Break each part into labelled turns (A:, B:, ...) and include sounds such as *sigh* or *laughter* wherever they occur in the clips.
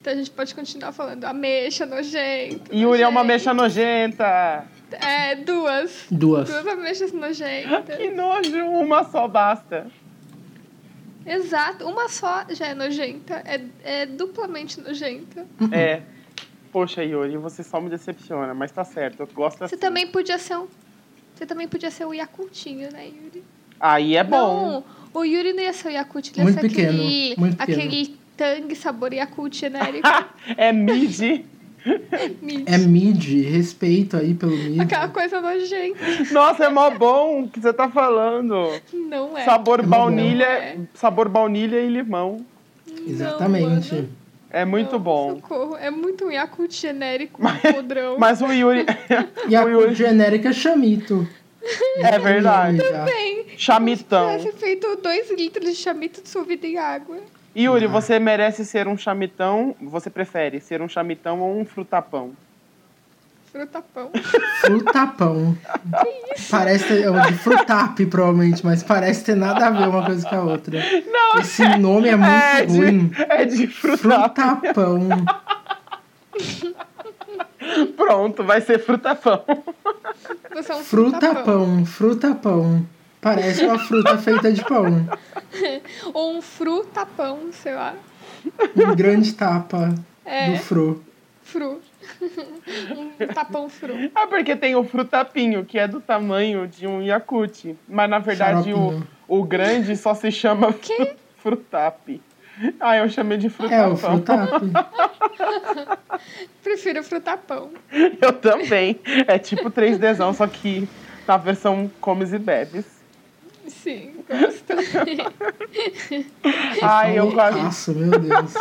A: nojenta, Então a gente pode continuar falando ameixa nojenta.
B: Yuri é uma
A: nojenta.
B: mecha nojenta.
A: É, duas.
C: Duas.
A: Duas ameixas nojentas.
B: Que nojo, uma só basta.
A: Exato, uma só já é nojenta. É, é duplamente nojenta.
B: É. Poxa, Yuri, você só me decepciona, mas tá certo, eu gosto
A: Você
B: assim.
A: também podia ser um. Você também podia ser o Yakultinho, né, Yuri?
B: Aí é bom.
A: Não, o Yuri não ia ser o Yakult, ele ia
C: Muito
A: ser
C: pequeno,
A: aquele.
C: muito pequeno.
A: aquele tangue sabor né, Yakult
B: *laughs*
A: genérico.
B: *laughs* é mid.
A: Mid.
C: É mid, respeito aí pelo mid.
A: Aquela coisa nojenta.
B: Nossa, é mó bom o que você tá falando.
A: Não é.
B: Sabor
C: É mó bom.
B: baunilha, sabor baunilha e limão.
C: Exatamente.
A: Não, mano.
B: É muito
A: Não,
B: bom.
A: Socorro. É muito um Yakult genérico, um podrão.
B: Mas *laughs* o Yuri
C: E a
B: Ui, ui.
C: cor genérica é chamito.
B: é verdade.
A: Bem,
B: Chamitão.
A: tivesse feito dois litros de chamito dissolvido em água.
C: Ah.
B: Yuri, você merece ser um chamitão. Você prefere ser um chamitão ou um frutapão?
A: Frutapão.
C: Frutapão. Parece ter, é um de frutap, provavelmente, mas parece ter nada a ver uma coisa com a outra.
B: Não,
C: Esse nome é muito
B: é,
C: ruim.
B: de, é de frutapão.
C: Frutapão.
B: Pronto, vai ser frutapão.
A: Você é um frutapão.
C: Frutapão. Frutapão. Parece uma fruta feita de pão.
A: Ou um frutapão, sei lá.
C: Um grande tapa do
A: É,
C: fru.
A: fru. *laughs* um tapão fru.
B: *laughs* Ah, porque tem o frutapinho, que é do tamanho de um Yakut. Mas na verdade o,
C: Xaropinho.
B: o grande só se
A: *laughs*
B: chama
A: Que?
B: frutap. Ah, eu chamei de
C: É,
B: frutapão.
C: o frutap.
A: Prefiro frutapão.
B: *laughs* Eu também. É tipo 3Dzão, só que na versão comes e bebes.
A: Sim, gosto.
B: Ai, eu *laughs* quase,
C: Nossa, É um meu Deus.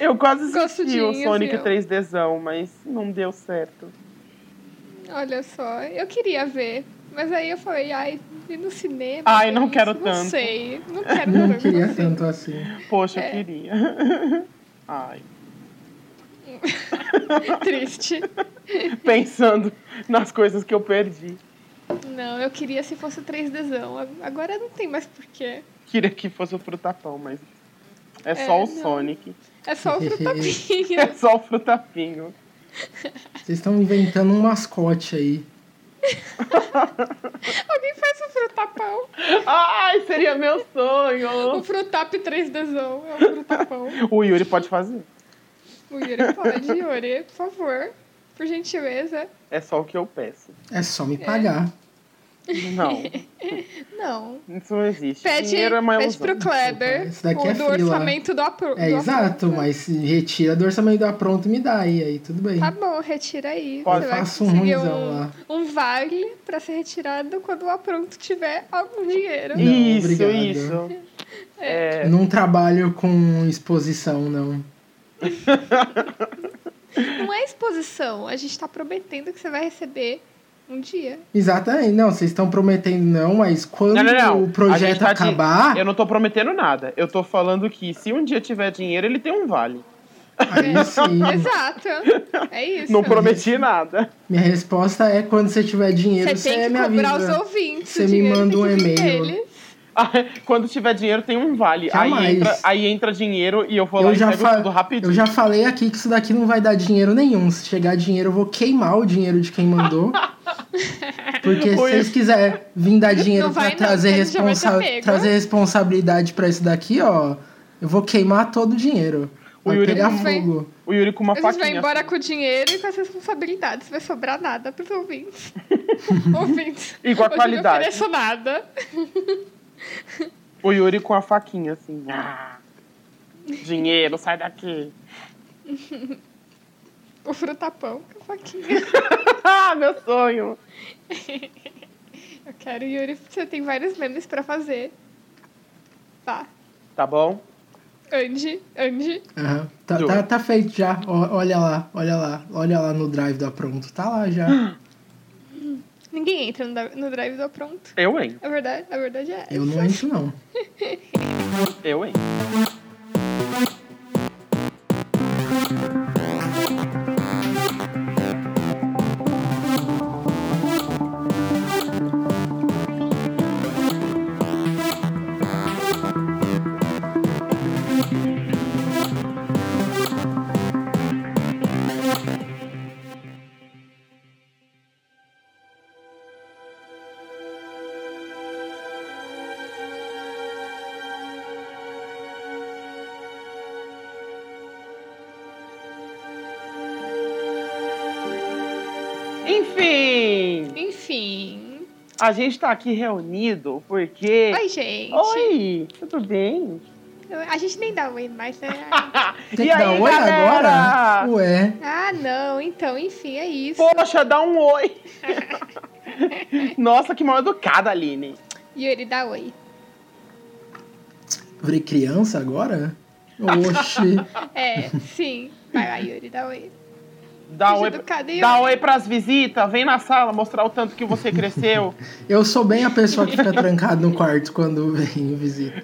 B: eu quase assisti o
A: Gostudinhos,
B: Sonic
A: viu?
B: 3Dzão, mas não deu certo.
A: Olha só, eu queria ver. Mas aí eu falei, ai, ir no cinema.
B: Ai,
A: ver
B: não
A: isso,
B: quero
A: não
B: tanto.
A: sei,
B: *laughs*
A: não quero
C: Não
A: tanto.
C: queria
A: assim.
C: tanto assim.
B: Poxa,
A: É.
B: eu queria. *laughs* Ai.
A: Triste.
B: Pensando nas coisas que eu perdi.
A: Não, eu queria se fosse 3Dzão. A- Agora não tem mais porquê.
B: Queria que fosse o frutapão, mas é só
A: É, não.
B: o Sonic.
A: É só
B: *laughs*
A: o
B: É
A: frutapinho.
B: só o frutapinho.
C: Vocês estão inventando um mascote aí.
A: Alguém faz o frutapão.
B: Ai, seria meu
A: O
B: sonho!
A: frutap 3Dzão é o frutapão.
B: O Yuri pode fazer.
A: O Yuri pode, Yuri, por favor. Por gentileza.
B: É só o que eu peço.
C: É só me pagar.
A: *laughs*
B: Não,
A: Não.
B: isso não existe.
A: Pede,
B: Dinheiro é uma
A: pede
B: ilusão.
A: pro Kleber
C: Esse daqui
A: o
C: é
A: do
C: frila.
A: orçamento do apro.
C: É,
A: do
C: exato,
A: apronto.
C: mas se retira do orçamento do apronto e me dá aí, aí tudo bem.
A: Tá bom, retira aí.
B: Pode-
A: Você vai
C: Faça um
A: conseguir
C: ruimzão
A: um,
C: lá.
A: um vale pra ser retirado quando o apronto tiver algum dinheiro.
C: Não,
B: isso,
C: obrigado.
B: isso. É,
C: Não trabalho com exposição, não.
A: Não é exposição, a gente tá prometendo que você vai receber um dia.
C: Exatamente, não, vocês estão prometendo não, mas quando
B: Não, não, não.
C: o
B: A gente
C: projeto
B: tá de-
C: acabar,
B: eu não tô prometendo nada. Eu tô falando que se um dia tiver dinheiro, ele tem um vale.
C: aí
B: *laughs*
C: sim.
A: Exato. É isso.
B: Não prometi nada.
C: Minha resposta é quando você tiver dinheiro,
A: Você
C: você,
A: tem que
C: me avisa.
A: cobrar os ouvintes.
C: Você
A: o
C: me
A: dinheiro
C: manda
A: tem
C: um
A: que vir
C: e-mail.
A: deles.
B: Ah, *laughs* Quando tiver dinheiro, tem um vale. Aí
C: Jamais.
B: entra, aí entra dinheiro e eu vou lá
C: Eu
B: e
C: já,
B: pego
C: fa-
B: tudo rapidinho.
C: eu já falei aqui que isso daqui não vai dar dinheiro nenhum. Se chegar dinheiro, eu vou queimar o dinheiro de
A: *laughs*
C: quem mandou. Porque se
B: Oi.
C: vocês quiserem vir dar dinheiro
A: Não vai
C: pra
A: não,
C: trazer,
A: porque a gente já vai
C: responsa-
A: ter pego.
C: trazer responsabilidade pra isso daqui, ó, eu vou queimar todo o dinheiro.
B: O
C: Vai
B: Yuri
C: pegar
A: não vem.
C: fogo.
B: O Yuri com uma
A: A gente vai
B: faquinha. assim.
A: embora com o dinheiro e com as responsabilidades. Vai sobrar nada pros
C: *laughs*
A: ouvintes. ouvintes.
B: E com a
A: hoje
B: qualidade.
A: Não ofereço nada.
B: O Yuri com a faquinha, assim. Ah, dinheiro, sai daqui. *laughs*
A: O frutapão com a faquinha.
B: Ah, meu sonho.
A: Eu quero, Yuri, você tem vários memes pra fazer. Tá.
B: Tá bom?
A: Ande, ande.
C: Aham. Tá,
B: Do-
C: tá- tá feito já. Ó, olha lá, olha lá. Olha lá no drive do Apronto. Tá lá já.
A: *gasps* Ninguém entra no, da- no drive do apronto.
B: Eu, hein?
A: A verdade, a verdade é
C: Eu
A: essa.
C: não entro, não.
B: Eu, hein? Enfim,
A: Enfim.
B: a gente tá aqui reunido porque.
A: Oi, gente.
B: Oi, tudo bem?
A: A gente nem dá oi mais,
B: *laughs*
A: né?
C: Tem que dar um oi agora? Ué.
A: Ah, não. Então, enfim, é isso.
B: Poxa, dá um oi. *laughs* Nossa, que mal educada, Aline.
A: Yuri, dá oi.
C: Virei criança agora? Oxi. *laughs*
A: É, sim. Vai lá, Yuri, dá oi.
B: Dá um
A: Seja
B: oi,
A: educada, Yuri.
B: dá oi pras visitas, vem na sala mostrar o tanto que você cresceu.
C: Eu sou bem a pessoa que fica trancada no quarto quando vem visita.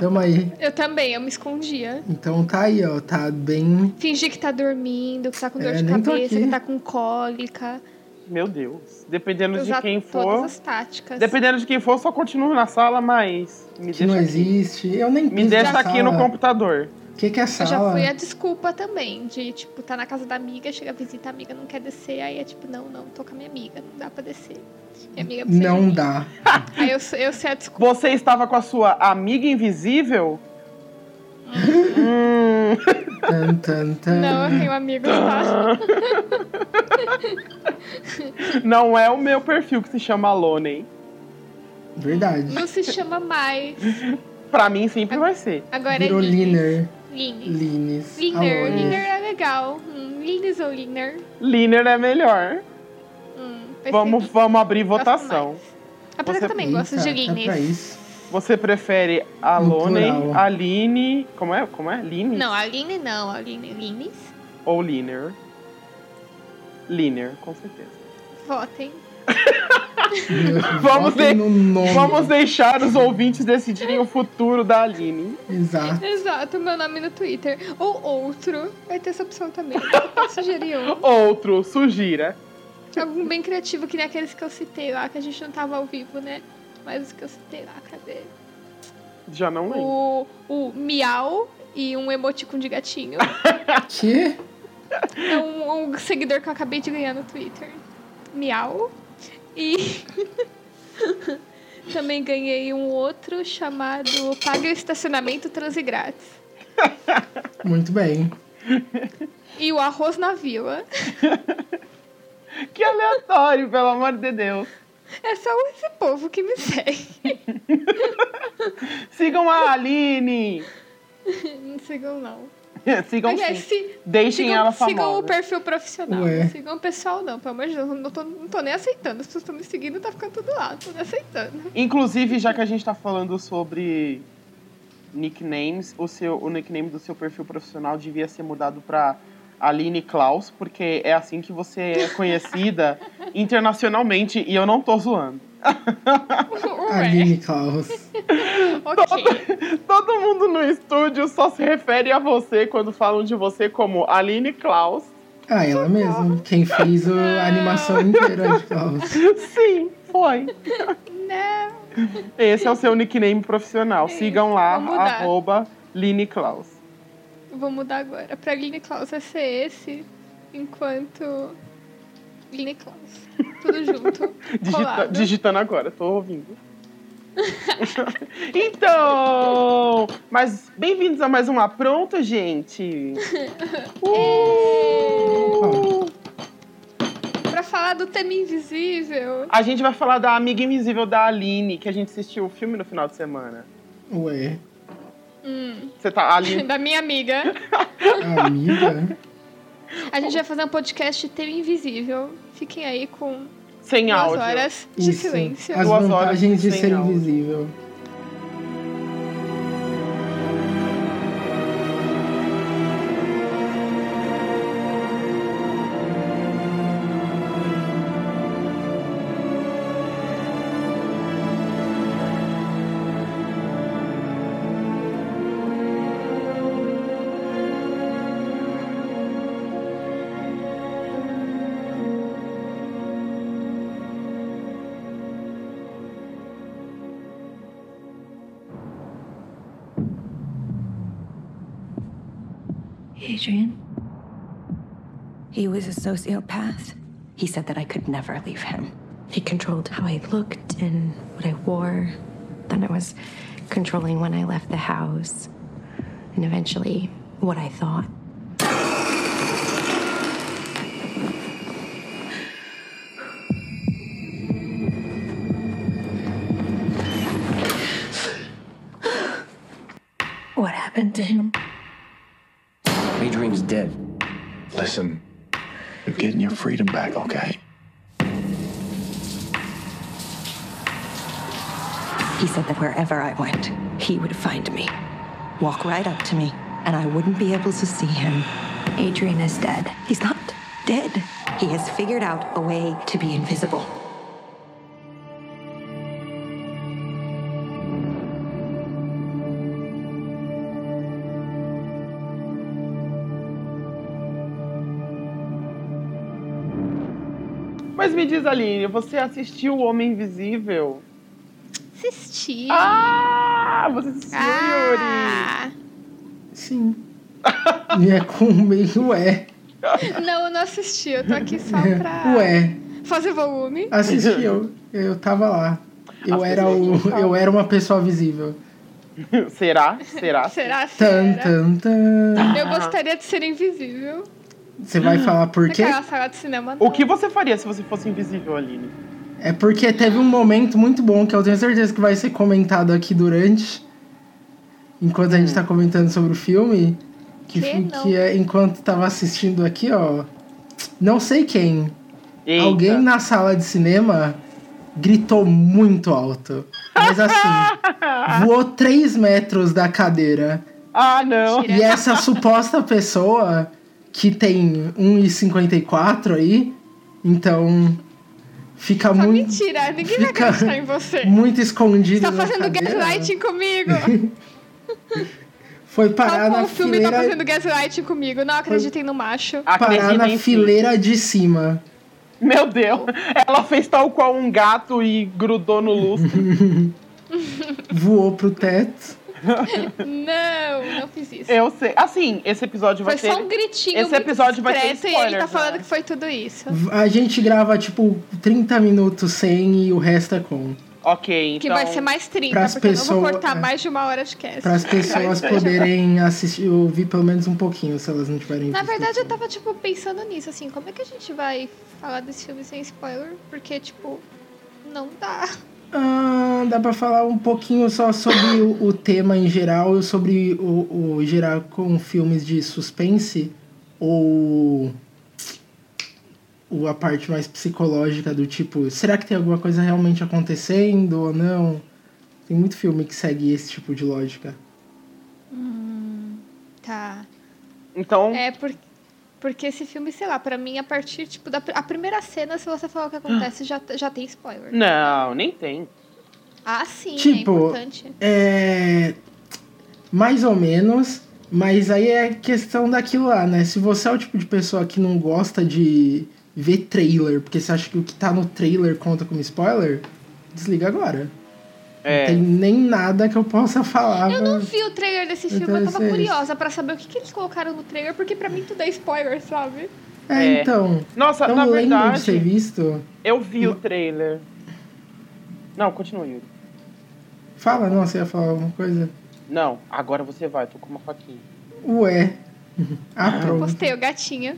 C: Tamo aí.
A: Eu também, eu me escondia.
C: Então tá aí, ó. Tá bem.
A: Fingir que tá dormindo, que tá com dor
C: É,
A: de
C: nem tô
A: cabeça,
C: aqui.
A: que tá com cólica.
B: *laughs* Meu Deus. Dependendo
A: Usar
B: de quem
A: todas
B: for.
A: as táticas.
B: Dependendo de quem for, só continuo na sala, mas. Me
C: Que não
B: deixa aqui.
C: existe. Eu nem
B: Me
C: piso na
B: deixa aqui
C: sala.
B: no computador.
C: O que, que é
A: Eu já
C: sala?
A: fui a desculpa também, de, tipo, tá na casa da amiga, chega a visita, a amiga não quer descer, aí é tipo, não, não, tô com a minha amiga, não dá pra descer. Minha amiga precisa de
C: Não
A: mim.
C: dá.
A: Aí eu, sou- eu sei a desculpa.
B: Você estava com a sua amiga invisível? Hum.
C: Tan, tan, tan.
A: Não, eu tenho amigos, tá?
C: *laughs*
B: Não é o meu perfil que se chama Alone.
C: Verdade.
A: Não se chama mais.
B: Pra mim sempre vai ser.
A: Agora é
C: Virou
A: Lines.
C: Liner.
A: Lines.
C: Lines.
A: Liner.
C: Alone.
A: Liner é legal. Hum, Lines ou Liner?
B: Liner é melhor.
A: Hum, perfeito.
B: Vamos, vamos abrir
A: Gosto
B: votação.
A: mais. Apesar que
B: Você-
A: eu também gosto de
C: Eita, Tá pra
A: Lines.
C: isso.
B: Você prefere
C: No
B: Alone,
C: plural.
B: Aline. Como é? Como é? Line?
A: Não, Aline não, Aline. Lines.
B: Ou Liner? Liner, com *laughs* certeza.
A: Votem.
C: Meu,
B: Vamos
C: votem
B: ver.
C: no nome.
B: Vamos deixar os ouvintes decidirem o futuro da Aline.
C: Exato.
A: Exato, meu nome é no Twitter. Ou outro. Vai ter essa opção também. Eu posso sugerir um.
B: Outro, sugira.
A: Algum bem criativo, que nem aqueles que eu citei lá, que a gente não tava ao vivo, né? Mas os que eu citei lá, cadê?
B: Já não lembro.
A: O, o miau e um emoticon de gatinho.
C: Que?
A: É um, um seguidor que eu acabei de ganhar no Twitter. Miau. E *laughs* também ganhei um outro chamado Pague o Estacionamento Transe Grátis.
C: Muito bem.
A: E o Arroz na Vila.
B: Que aleatório, pelo amor de Deus.
A: É só esse povo que me segue. *laughs*
B: Sigam a Aline.
A: Não sigam, não.
B: *laughs* Sigam
A: Aliás,
B: sim.
A: se-
B: Deixem
A: sigam,
B: ela
A: sigam o
B: famosa.
A: perfil profissional.
C: Ué.
A: Sigam o pessoal, não. Pelo amor de Deus, eu não tô, não tô nem aceitando. As pessoas estão me seguindo, tá ficando tudo lá. Não tô nem aceitando. *laughs*
B: Inclusive, já que a gente tá falando sobre nicknames, o, seu, o nickname do seu perfil profissional devia ser mudado pra Aline Klaus, porque é assim que você é
A: *laughs*
B: conhecida internacionalmente e eu não tô zoando.
A: Ué,
C: Aline Klaus.
A: ok.
B: Todo mundo no estúdio só se refere a você quando falam de você como Aline
A: *laughs*
B: Klaus.
C: Ah, ela mesma. Quem fez o- a animação inteira de Klaus.
B: Sim, foi.
A: Não.
B: Esse é o seu nickname profissional. Sigam lá,
A: Vou mudar.
B: arroba Line Klaus.
A: Eu Vou mudar agora. Pra Aline Klaus vai ser esse, enquanto. Aline Klaus. Tudo
C: *laughs*
A: junto.
B: Digita-
A: colado.
B: digitando agora, tô ouvindo. *laughs* então, mas bem-vindos a mais um
A: *laughs*
B: Apronto, gente.
A: É.
B: Uh!
A: Pra falar do tema invisível.
B: A gente vai falar da Amiga Invisível da Aline, que a gente assistiu o filme no final de semana.
C: Ué.
A: Hum,
B: Você tá, Aline,
A: *laughs* da minha amiga.
C: Amiga?
A: A gente vai fazer um podcast tema invisível. Fiquem aí com
B: sem
A: duas
B: áudio.
A: horas *laughs* de
C: Isso.
A: silêncio.
C: As
B: Duas horas
C: vantagens de
B: sem
C: ser
B: áudio.
C: invisível.
D: Adrian? He was a sociopath. He said that I could never leave him. He controlled how I looked and what I wore. Then I was controlling when I left the house and eventually what I thought. What happened to him?
E: Adrian's dead.
F: Listen, you're getting your freedom back, okay?
D: He said that wherever I went, he would find me, walk right up to me, and I wouldn't be able to see him. Adrian is dead. He's not dead. He has figured out a way to be invisible.
B: Mas me diz, Aline, você assistiu O Homem Invisível?
A: Assisti.
B: Ah, você assistiu,
A: Ah!
C: Sim. e é com meio é.
A: Não, eu não assisti. Eu tô aqui
C: *laughs*
A: só pra
C: Ué,
A: fazer volume.
C: assisti eu. Eu tava lá. Eu
B: As
C: era o.
B: pessoas não falam.
C: Eu era uma pessoa visível.
B: Yuri? *laughs* Será?
C: Ah,
B: Será?
A: *laughs* Será?
C: Tan,
A: Será?
C: tan, tan.
A: Eu gostaria de ser invisível. *gasps*
C: Você vai falar por quê?
A: Naquela sala de cinema, não.
B: O que você faria se você fosse invisível, Aline?
C: É porque teve um momento muito bom que eu tenho certeza que vai ser comentado aqui durante. Enquanto a
B: Hum.
C: gente tá comentando sobre o filme. Que,
A: Que
C: fi-
A: não.
C: que é enquanto tava assistindo aqui, ó. Não sei quem.
B: Eita.
C: Alguém na sala de cinema gritou muito alto. Mas assim,
A: *laughs*
C: voou 3 metros da cadeira.
B: Ah, não.
A: Mentira.
C: E essa suposta pessoa, que tem 1,54 aí, então fica
A: Só
C: muito,
A: mentira. Ninguém vai
C: Fica-
A: acreditar em você.
C: muito escondida.
A: Você tá
C: na
A: fazendo
C: cadeira.
A: gaslighting comigo.
C: *laughs* Foi parar
A: Tal qual
C: na
A: o filme tá fazendo
C: fileira,
A: gaslighting comigo. Não acreditem no macho.
C: parar
B: Acredita
C: na
B: em si.
C: fileira de cima.
B: Meu Deus. Ela fez tal qual um gato e grudou no lustre.
C: *laughs* Voou pro teto.
A: Não, não fiz isso.
B: Eu sei. Assim, esse episódio vai
A: Foi
B: ser...
A: só um gritinho
B: esse
A: muito
B: episódio vai ter
A: discreto e ele
B: spoilers,
A: tá falando
B: né?
A: que foi tudo isso.
C: A gente grava tipo 30 minutos sem e o resto é com.
B: Ok, então...
A: Que vai ser mais 30,
C: pras
A: porque eu não vou
C: pessoas-
A: cortar
C: é.
A: mais de uma hora de cast.
C: Para as pessoas poderem assistir, ouvir pelo menos um pouquinho, se elas não tiverem
A: Na
C: visto.
A: verdade, eu tava, tipo, pensando nisso, assim, como é que a gente vai falar desse filme sem spoiler? Porque, tipo, não dá.
C: Ah, dá pra falar um pouquinho só sobre o, o tema em geral e sobre o, o geral com filmes de suspense ou, ou a parte mais psicológica do tipo, será que tem alguma coisa realmente acontecendo ou não? Tem muito filme que segue esse tipo de lógica.
A: Tá.
B: Então,
A: É porque. Porque esse filme, sei lá, pra mim, a partir, tipo, da pr- a primeira cena, se você falar o que acontece, já, já tem spoiler.
B: não, nem tem.
A: Ah, sim, é
C: Hum. Tipo,
A: importante.
C: É. Mais ou menos. Mas aí é questão daquilo lá, né? Se você é o tipo de pessoa que não gosta de ver trailer, porque você acha que o que tá no trailer conta como spoiler, desliga agora.
B: É.
C: Não tem nem nada que eu possa falar.
A: Eu não vi o trailer desse filme, eu tava
C: interessante.
A: curiosa pra saber o que, que eles colocaram no trailer, porque pra mim tudo é spoiler, sabe?
C: É,
B: É.
C: então.
B: Nossa,
C: Não
B: na
C: lembro de ter
B: verdade,
C: visto.
B: eu vi o trailer. Não, continua, Yuri.
C: Fala, não, você ia falar alguma coisa?
B: Não, agora você vai, tô com uma faquinha.
C: Ué. Ah, pronto.
A: Postei o gatinha.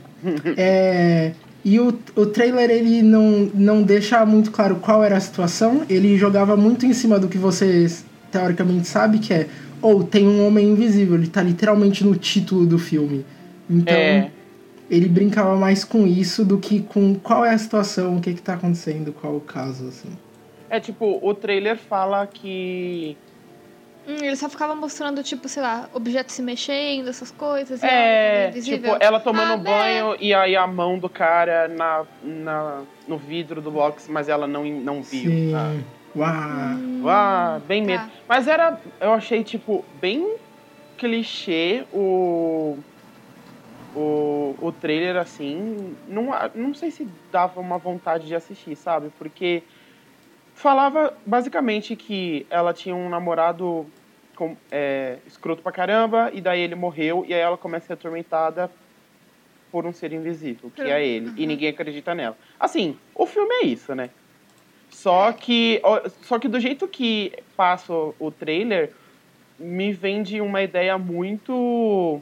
C: É, e o, o trailer ele não, não deixa muito claro qual era a situação. Ele jogava muito em cima do que você teoricamente sabe, que é ou tem um homem invisível, ele tá literalmente no título do filme. Então
B: É.
C: ele brincava mais com isso do que com qual é a situação, o que, que tá acontecendo, qual o caso, assim.
B: É tipo, o trailer fala que.
A: Hum, ele só ficava mostrando, tipo, sei lá, objetos se mexendo, essas coisas. e ela
B: É,
A: tava
B: tipo,
A: invisível.
B: ela tomando
A: Ah, né?
B: banho e aí a mão do cara na, na, no vidro do box, mas ela não, não viu.
C: Sim.
B: sabe?
C: Uau.
B: Ah, bem
A: tá.
B: medo. Mas era. Eu achei, tipo, bem clichê o. O, o trailer, assim. Não, a- não sei se dava uma vontade de assistir, sabe? Porque falava basicamente que ela tinha um namorado com, é, escroto pra caramba, e daí ele morreu, e aí ela começa a ser atormentada por um ser invisível, que
A: Uhum.
B: é ele, e ninguém acredita nela. Assim, o filme é isso, né?
A: É.
B: Só que, ó, só que do jeito que passa o- o trailer, me vende uma ideia muito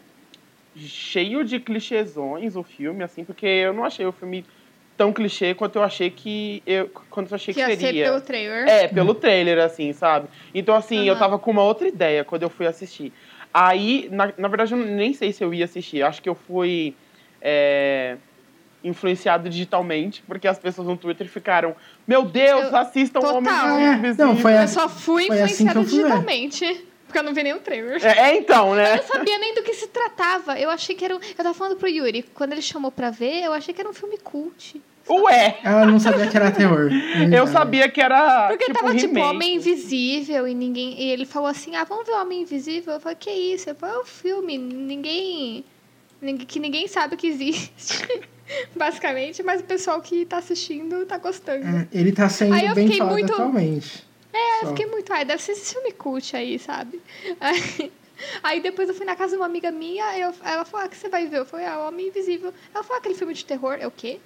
B: cheio de clichêzões o filme, assim, porque eu não achei o filme tão clichê quanto eu achei que eu quanto eu achei
A: Que
B: que,
A: ia
B: seria.
A: ser pelo trailer.
B: É, pelo trailer, assim, sabe? Então, assim, eu
A: Aham.
B: tava com uma outra ideia quando eu fui assistir. Aí, na, na verdade, eu nem sei se eu ia assistir. Acho que eu fui é, influenciado digitalmente, porque as pessoas no Twitter ficaram: Meu Deus,
A: Eu-
B: assistam
A: total.
B: Homens Invisíveis.
C: É, Não, foi
A: Ah, Eu
C: a...
A: só fui
C: Foi assim que
A: influenciada
C: eu fui ver.
A: digitalmente. Porque eu não vi nem o trailer.
B: É, é então,
A: Eu *laughs*
B: né?
A: não sabia nem do que se tratava. Eu achei que era um... Eu tava falando pro Yuri, quando ele chamou pra ver, eu achei que era um filme cult.
B: Ué,
C: Ela não sabia que
A: *laughs*
C: era terror.
B: eu sabia que era.
A: Porque
B: tipo,
A: tava tipo
B: remake.
A: Homem Invisível e ninguém. E ele falou assim: ah, vamos ver o Homem Invisível? Eu falei, que isso? Eu falei, é um filme, ninguém. ninguém- Que ninguém sabe que existe. *laughs* Basicamente, mas o pessoal que tá assistindo tá gostando.
C: É, Ele tá sendo
A: Aí eu
C: bem
A: fiquei
C: falado
A: muito-
C: atualmente.
A: É,
C: Só.
A: eu fiquei muito, ai, deve ser esse filme cult aí, sabe? *laughs* Aí, aí depois eu fui na casa de uma amiga minha, eu, ela falou, ah, o que você vai ver? Eu falei, ah, o Homem Invisível. Ela falou, "Ah, aquele filme de terror, é o quê?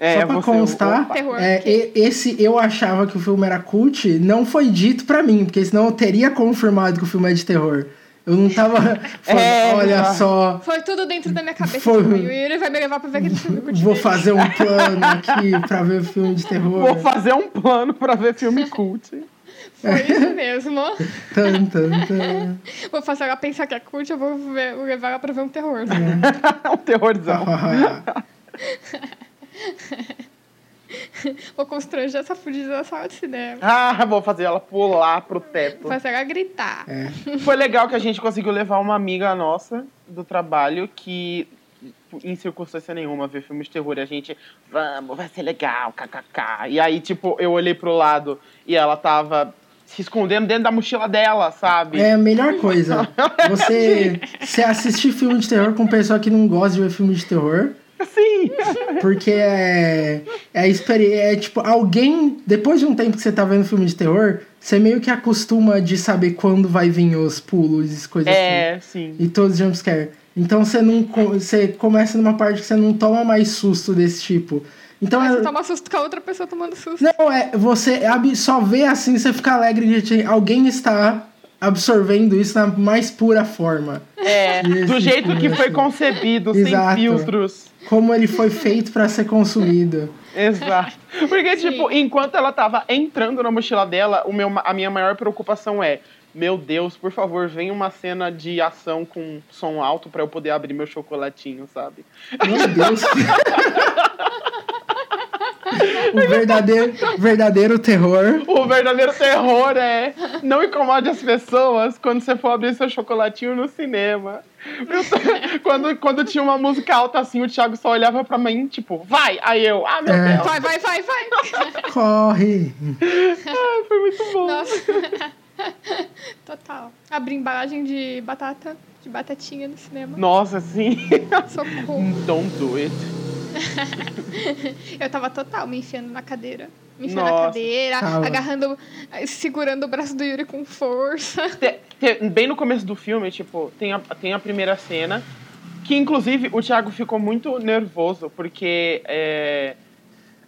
B: É,
C: Só pra
B: você-
C: constar,
A: Terror,
C: é,
A: ok.
C: e- esse eu achava que o filme era cult, não foi dito pra mim, porque senão eu teria confirmado que o filme é de terror. Eu não
B: *laughs*
C: tava falando,
B: É,
C: olha
B: exato.
C: só,
A: Foi tudo dentro da minha cabeça.
C: Foi.
A: Tipo, e o Yuri vai me levar pra ver aquele filme cult
C: vou
A: dele."
C: fazer um plano aqui pra ver filme de terror.
B: Vou fazer um plano pra ver
A: *laughs*
B: filme cult. *laughs*
C: *laughs*
A: Foi
C: É.
A: isso mesmo.
C: Tan, tan, tan.
A: Vou fazer ela pensar que é cult, eu vou ver- vou levar ela pra ver um terror.
C: É.
B: um terrorzão.
A: Vou constranger essa fudida da sala de cinema.
B: Ah, vou fazer ela pular pro teto.
A: Vou fazer ela gritar.
C: É.
B: Foi legal que a gente conseguiu levar uma amiga nossa do trabalho que, em circunstância nenhuma, vê filmes de terror. E a gente, vamos, vai ser legal, kkk. E aí, tipo, eu olhei pro lado e ela tava se escondendo dentro da mochila dela, sabe?
C: É a melhor
B: *laughs*
C: coisa. Você, você assistir filme de terror com pessoa que não gosta de ver filme de terror.
B: Sim!
C: Porque é, é, a experi- é tipo, alguém, depois de um tempo que você tá vendo filme de terror, você meio que acostuma de saber quando vai vir os pulos e coisas assim.
B: É, sim.
C: E todos os jumpscare. Então você não. co- Você começa numa parte que você não toma mais susto desse tipo. Então
A: Mas
C: é,
A: você toma susto com a outra pessoa tomando susto.
C: não, é. Você ab- só vê assim, você fica alegre de que alguém está absorvendo isso na mais pura forma.
B: É, do
C: Esse
B: jeito que
C: filme,
B: foi
C: assim.
B: concebido,
C: Exato.
B: sem filtros.
C: Como ele foi feito para ser consumido.
B: Exato. *laughs* Porque,
A: Sim.
B: tipo, enquanto ela tava entrando na mochila dela, o meu, a minha maior preocupação é: meu Deus, por favor, vem uma cena de ação com som alto pra eu poder abrir meu chocolatinho, sabe?
C: Meu Deus. o verdadeiro, verdadeiro terror.
B: O verdadeiro terror é não incomode as pessoas quando você for abrir seu chocolatinho no cinema. *laughs* Eu- quando, quando tinha uma música alta assim, o Thiago só olhava pra mim, tipo, vai! Aí eu, ah, meu
C: É.
B: Deus!
A: Vai, vai, vai, vai.
C: Corre.
B: *laughs* Ah, foi muito bom.
A: Nossa. *laughs* Total. Abri embalagem de batata, de batatinha no cinema.
B: Nossa, sim. *laughs* Então,
A: Socorro.
B: Don't do it.
A: Eu tava total me enfiando na cadeira. Me enfiando na
B: Nossa.
A: cadeira,
C: Tava.
A: agarrando, segurando o braço do Yuri com força.
B: Te- te- bem no começo do filme, tipo, tem a, tem a primeira cena. Que inclusive o Thiago ficou muito nervoso, porque é,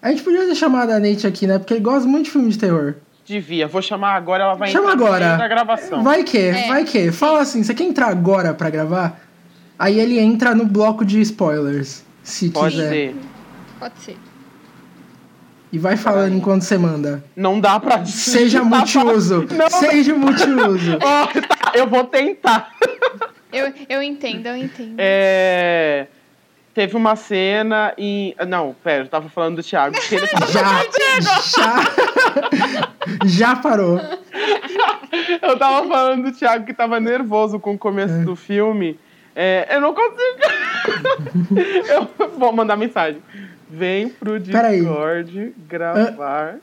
C: A gente podia ter chamado a Nate aqui, né? Porque ele gosta muito de filme de terror.
B: devia, vou chamar agora, ela vai
C: Chama
B: entrar no meio
C: agora.
B: da gravação.
C: Vai que, vai que. Fala assim, você quer entrar agora pra gravar? Aí ele entra no bloco de spoilers, se
B: Pode
C: quiser.
B: ser.
A: Pode ser.
C: E vai falando enquanto você manda.
B: Não dá pra dizer. *laughs*
C: *laughs* Seja multiuso. Seja multiuso.
B: Ó, tá, eu vou tentar.
A: Eu, eu entendo, eu entendo.
B: É, teve uma cena em. Não, pera, eu tava falando do Thiago. porque ele tava-
C: Já. Já. Já *laughs* parou.
B: eu tava falando do Thiago que tava nervoso com o começo do filme. É, eu não
C: *laughs*
B: consigo. eu vou mandar mensagem. Vem pro
C: Peraí. Ah.
B: Discord gravar.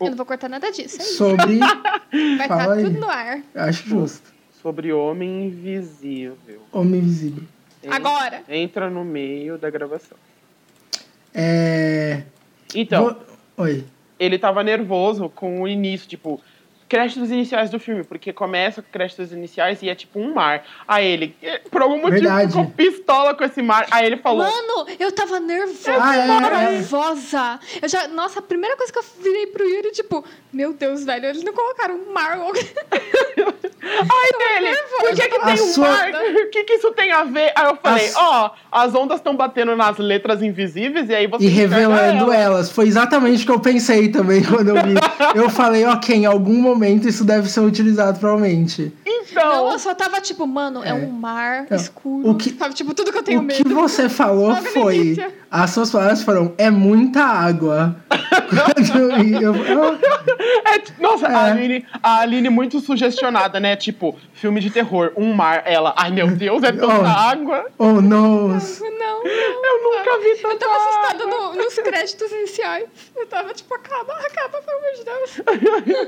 A: Eu não vou cortar nada disso. é isso.
C: Sobre.
A: Vai estar
C: fala aí.
A: tudo no ar.
C: Acho justo.
B: Sobre Homem Invisível.
C: Homem invisível.
B: Hein?
A: Agora.
B: Entra no meio da gravação.
C: É.
B: Então,
C: Vo- Oi.
B: ele tava nervoso com o início, tipo, créditos iniciais do filme, porque começa com créditos iniciais e é tipo um mar. Aí ele, eh, por algum motivo,
C: Verdade.
B: ficou pistola com esse mar. Aí ele falou.
A: Mano, eu tava nervosa.
C: Ah, é,
A: eu tava
C: é, é.
A: nervosa. Eu já, nossa, a primeira coisa que eu virei pro Yuri, tipo, meu Deus, velho, eles não colocaram um mar logo.
B: Ai, dele, por que, que
C: A
B: tem um
C: sua-
B: mar? O que, que isso tem a ver? Aí eu falei,
C: As-
B: ó, as ondas estão batendo nas letras invisíveis e aí você.
C: E
B: enxerga
C: revelando
B: ela.
C: é. elas. Foi exatamente o que eu
B: *laughs*
C: pensei também quando eu vi. Eu falei, ok, em algum momento isso deve ser utilizado, provavelmente.
B: Então. *laughs*
A: Não, eu só tava tipo, mano, é, um mar
C: Então,
A: escuro.
C: o que-
A: Tava tipo tudo que eu tenho
C: O
A: medo.
C: que você falou
A: Logo no
C: foi.
A: início.
C: As suas palavras foram: é muita
B: *laughs*
C: água. Quando eu- eu-
B: É, t- nossa, a,
C: É.
B: Aline, a Aline muito sugestionada, né? Tipo, filme de terror, um mar, ela. Ai meu Deus, é tanta
C: Oh.
B: água.
C: oh, no.
A: *laughs* Não, não.
B: Eu nunca vi
A: Eu
B: tanta
A: tava assustada
B: água.
A: no- nos créditos iniciais. Eu tava tipo, acaba, acaba, pelo amor de Deus.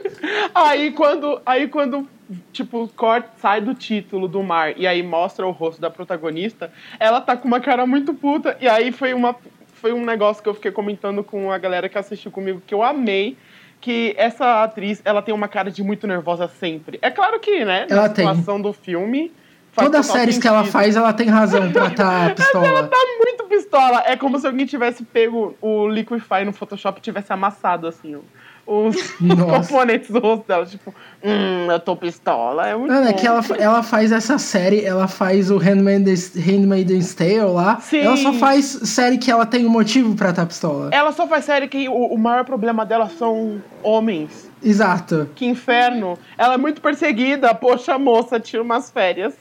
B: aí quando, aí quando tipo, corta, sai do título do mar e aí mostra o rosto da protagonista, ela tá com uma cara muito puta. E aí foi uma foi um negócio que eu fiquei comentando com a galera que assistiu comigo que eu amei. Que essa atriz, ela tem uma cara de muito nervosa sempre. É claro que, né?
C: Ela
B: na
C: tem.
B: situação do filme. faz
C: Todas as
B: total
C: séries que ela
B: sentido.
C: faz, ela tem razão pra estar
B: *laughs* Ela
C: pistola.
B: tá muito pistola. É como se alguém tivesse pego o Liquify no Photoshop e tivesse amassado, assim, o- os, os
C: Nossa.
B: componentes do rosto dela. Tipo, hum, eu tô pistola. É muito
C: Mano, é
B: bom.
C: que ela, fa- ela faz essa série, ela faz o Handmaid's, Handmaid's Tale lá.
B: Sim.
C: Ela só faz série que ela tem um motivo pra estar pistola.
B: Ela só faz série que o, o maior problema dela são homens.
C: Exato.
B: Que inferno. Ela é muito perseguida. Poxa, moça, tira umas férias.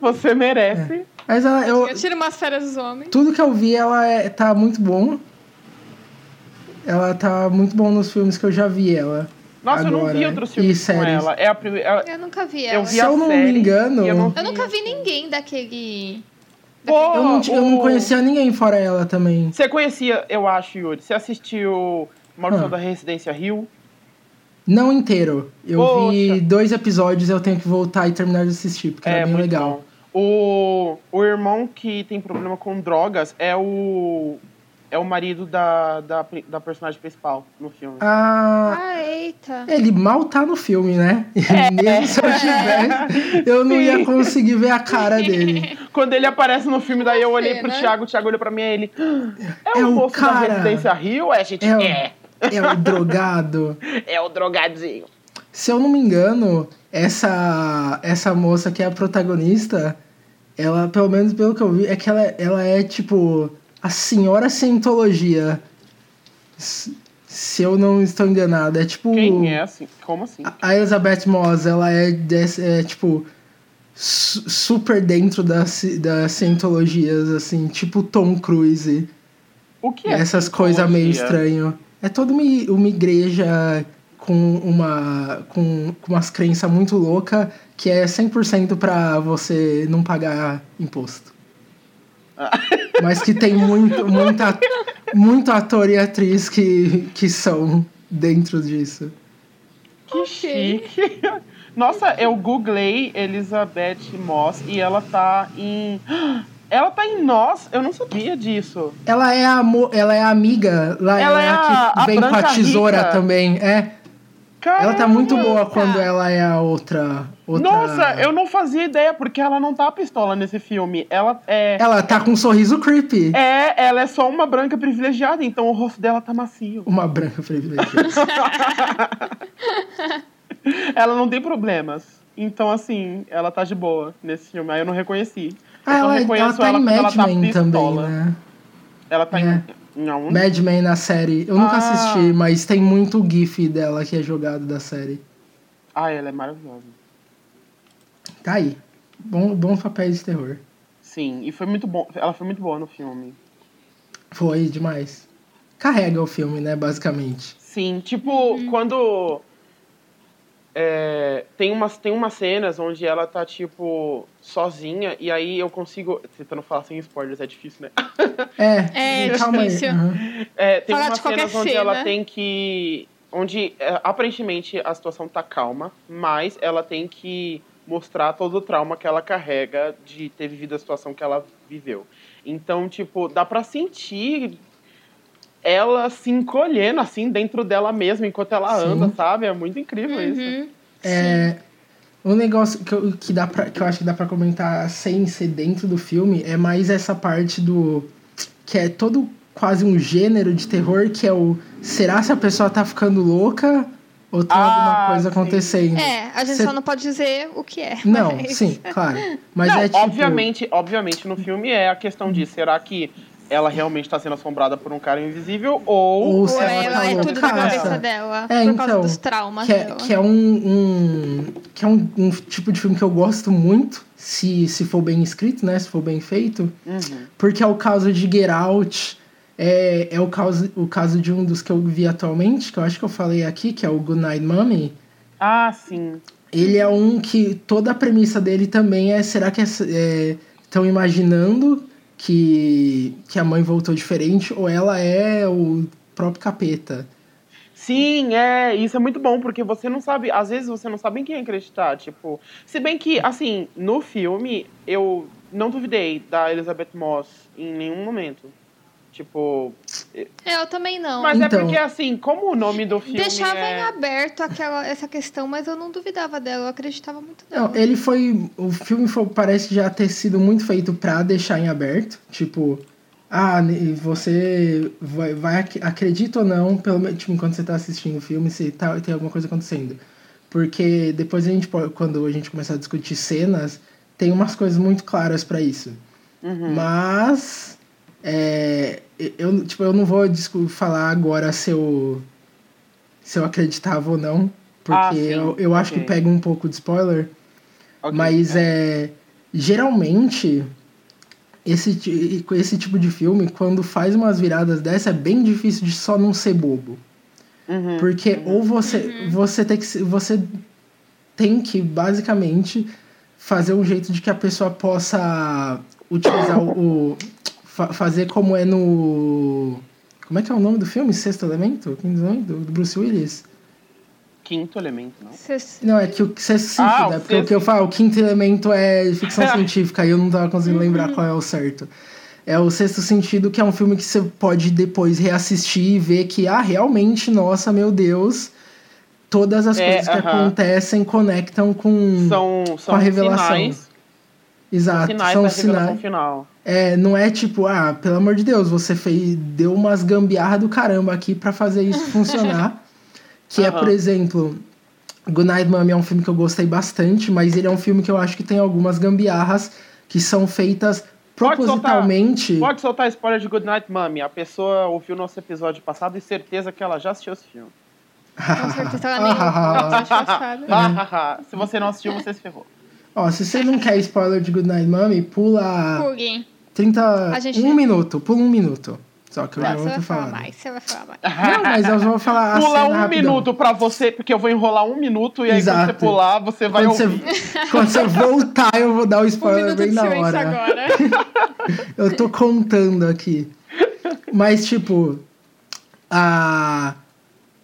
B: Você merece.
C: Mas ela, É, eu,
A: Eu tiro umas férias dos homens.
C: tudo que eu vi, ela é, tá muito bom. Ela tá muito bom nos filmes que eu já vi ela.
B: Nossa, eu não
C: Agora,
B: vi outros
C: e
B: filmes com
C: séries?
B: ela. É a primeira. ela-
A: Eu nunca vi
B: Eu
A: ela.
B: vi
C: Se
B: a
C: eu não me
B: série e
C: engano-
B: eu, não
A: Eu nunca vi ninguém daquele.
B: Pô,
C: Eu não, ti- eu não
B: o-
C: conhecia ninguém fora ela também.
B: Você conhecia, eu acho, Yuri. Você assistiu Maldição
C: Ah.
B: da Residência Rio?
C: Não inteiro. Eu vi
B: Poxa. É,
C: dois episódios eu tenho que voltar e terminar de assistir, porque era bem
B: muito
C: legal.
B: bom. O, o irmão que tem problema com drogas é o é o marido da, da, pri- da personagem principal no filme.
C: Ah,
A: Ah, eita.
C: ele mal tá no filme, né? *laughs*
B: É.
C: Mesmo se eu tivesse, eu não ia conseguir ver
B: *laughs*
C: a cara dele.
B: Quando ele aparece no filme, daí eu olhei pro
A: Cena.
B: Thiago, o Thiago olhou pra mim e ele. "Ah, É,
C: É
B: o
C: o
B: moço
C: cara.
B: da Residência Rio? É, gente,
C: É o-
B: é.
C: É o drogado.
B: É o drogadinho.
C: Se eu não me engano, essa, essa moça que é a protagonista, ela, pelo menos pelo que eu vi, é que ela, ela é tipo a senhora cientologia. Se, se eu não estou enganado, é tipo.
B: Quem é assim? Como assim?
C: A- A Elizabeth Moss, ela é, desse- é, tipo su- super dentro da, ci- da cientologias, assim, tipo Tom Cruise.
B: O que é?
C: essas coisas meio
B: psicologia?
C: estranho. É toda uma, uma igreja com uma com, com umas crenças muito louca que é 100% pra você não pagar imposto.
B: Ah.
C: Mas que tem muito muito, at- muito ator e atriz que, que são dentro disso.
B: Que chique. *laughs* Nossa, eu googlei Elizabeth Moss e ela tá em. *gasps* Ela tá em nós, eu não sabia disso.
C: Ela é a, mo- ela é a amiga lá,
B: Ela é a-
C: que
B: a
C: vem com a
B: branca
C: tesoura
B: rica.
C: também. É,
B: Caramba.
C: ela tá muito boa quando ela é a outra. outra...
B: Nossa, eu não fazia ideia, porque ela não tá pistola nesse filme. Ela é.
C: Ela tá com um sorriso creepy.
B: É, ela é só uma branca privilegiada, então o rosto dela tá macio. *laughs*
C: Uma branca privilegiada.
B: Ela não tem problemas. Então, assim, ela tá de boa nesse filme. Aí eu não reconheci.
C: ah,
B: eu só
C: ela, ela
B: reconheço
C: tá em
B: porque
C: Mad Men também, né?
B: Ela tá
C: É.
B: em. Não,
C: Mad Men na série. Eu nunca
B: Ah.
C: assisti, mas tem muito gif dela que é jogado da série.
B: Ah, ela é maravilhosa.
C: Tá aí. Bom, bom papel de terror.
B: Sim, e foi muito bom. Ela foi muito boa no filme.
C: Foi demais. Carrega o filme, né, basicamente.
B: Sim, tipo, quando. é, tem, umas, tem umas cenas onde ela tá, tipo, sozinha, e aí eu consigo. Tentando falar sem spoilers, é difícil, né?
C: É,
A: É
C: calma aí.
A: difícil.
C: Aham.
B: É, tem
A: Falar de
B: umas
A: qualquer
B: cenas onde
A: cena.
B: ela tem que. Onde é, aparentemente a situação tá calma, mas ela tem que mostrar todo o trauma que ela carrega de ter vivido a situação que ela viveu. Então, tipo, dá pra sentir ela se encolhendo assim dentro dela mesma enquanto ela
C: Sim.
B: anda, sabe? É muito incrível isso.
A: Uhum.
C: É, um negócio que eu, que, dá pra, que eu acho que dá pra comentar sem ser dentro do filme é mais essa parte do. que é todo quase um gênero de terror que é o. Será se a pessoa tá ficando louca ou tem
B: Ah,
C: alguma coisa
B: sim.
C: acontecendo?
A: É, a gente
C: Cê-
A: só não pode dizer o que é.
C: Não,
A: mas-
C: sim, claro. Mas
B: Não,
C: é tipo.
B: obviamente, obviamente no filme é a questão de será que ela realmente tá sendo assombrada por um cara invisível ou.
C: Ou
A: Ou
C: se ela,
A: ela,
C: tá
A: é
C: louca.
A: tudo da cabeça
C: Nossa.
A: dela, por
C: É,
A: causa
C: então,
A: dos traumas
C: que é,
A: dela.
C: que é um, um- que é um, um tipo de filme que eu gosto muito, se, se for bem escrito, né? Se for bem feito.
B: Uhum.
C: Porque é o caso de Get Out, é, é o, caso, o caso de um dos que eu vi atualmente, que eu acho que eu falei aqui, que é o Goodnight Mommy.
B: Ah, sim.
C: Ele é um que toda a premissa dele também é: será que estão imaginando que, que a mãe voltou diferente ou ela é o próprio capeta?
B: Sim, é, isso é muito bom, porque você não sabe, às vezes você não sabe em quem acreditar, tipo, se bem que, assim, no filme, eu não duvidei da Elizabeth Moss em nenhum momento, tipo,
A: Eu também não.
B: mas é
C: Então.
B: porque, assim, como o nome do filme
A: Deixava
B: é...
A: em aberto aquela, essa questão, mas eu não duvidava dela, eu acreditava muito nela.
C: Não, ele foi. O filme foi- parece já ter sido muito feito pra deixar em aberto. Tipo, ah, ne- você vai, vai ac- acredita ou não, pelo menos tipo, enquanto você tá assistindo o filme, se tá, tem alguma coisa acontecendo. Porque depois a gente pode, quando a gente começar a discutir cenas, tem umas coisas muito claras pra isso.
B: Uhum. Hum.
C: Mas é, eu, tipo, eu não vou discu- falar agora se eu, se eu acreditava ou não. Porque
B: Ah, sim.
C: eu, eu acho que
B: Ok.
C: pega um pouco de spoiler.
B: Ok,
C: Mas é. Geralmente, esse, ti- com esse tipo de filme, quando faz umas viradas dessa, é bem difícil de só não ser bobo.
B: Uhum.
C: Porque ou você, você tem que. se- Você tem que basicamente fazer um jeito de que a pessoa possa utilizar o. o- fa- fazer como é no. Como é que é o nome do filme? Sexto Elemento? Quinto Elemento? Do Bruce Willis?
B: Quinto elemento, não?
A: Vocês-
C: Não, é que o sexto sentido,
B: Ah, o
C: é porque o
B: sexto.
C: que eu falo, o quinto elemento é
B: *laughs*
C: ficção científica e eu não tava conseguindo lembrar qual é o certo. É o sexto sentido, que é um filme que você pode depois reassistir e ver que, ah, realmente, nossa, meu Deus, todas as
B: É,
C: coisas que
B: aham.
C: acontecem conectam com.
B: São, são
C: a revelação.
B: sinais,
C: Exato,
B: sinais
C: são
B: da
C: sinais.
B: revelação final.
C: É, não é tipo, ah, pelo amor de Deus, você fez, deu umas gambiarra do caramba aqui pra fazer
B: *laughs*
C: isso funcionar. que é, por
B: Aham.
C: exemplo, Goodnight Mommy é um filme que eu gostei bastante, mas ele é um filme que eu acho que tem algumas gambiarras que são feitas
B: Pode soltar.
C: propositalmente. *laughs*
B: Pode soltar spoiler de Goodnight Mommy, a pessoa ouviu nosso episódio passado e certeza que ela já assistiu esse filme.
A: Com certeza ela nem não tinha passado.
C: É.
B: Hahaha. Se você não assistiu, você se ferrou.
C: *laughs* Ó, se você não quer spoiler de Goodnight Mommy, pula
A: Puguem.
C: 30,
A: A gente-
C: um minuto, pula um minuto. Só que eu já
A: Não,
C: vou
A: você vai
C: ter
A: falar
C: falado.
A: mais, você vai falar mais.
C: Não, mas eu vou falar a
B: Pula
C: cena
B: um
C: rapidão.
B: minuto pra você, porque eu vou enrolar um minuto e aí quando você
C: Exato.
B: pular, você vai
C: Quando
B: ouvir.
C: você, *laughs* quando você voltar, eu vou dar o
A: Um
C: spoiler
A: minuto
C: bem
A: de
C: na
A: silêncio
C: hora.
A: agora.
C: Eu tô contando aqui. Mas, tipo, a.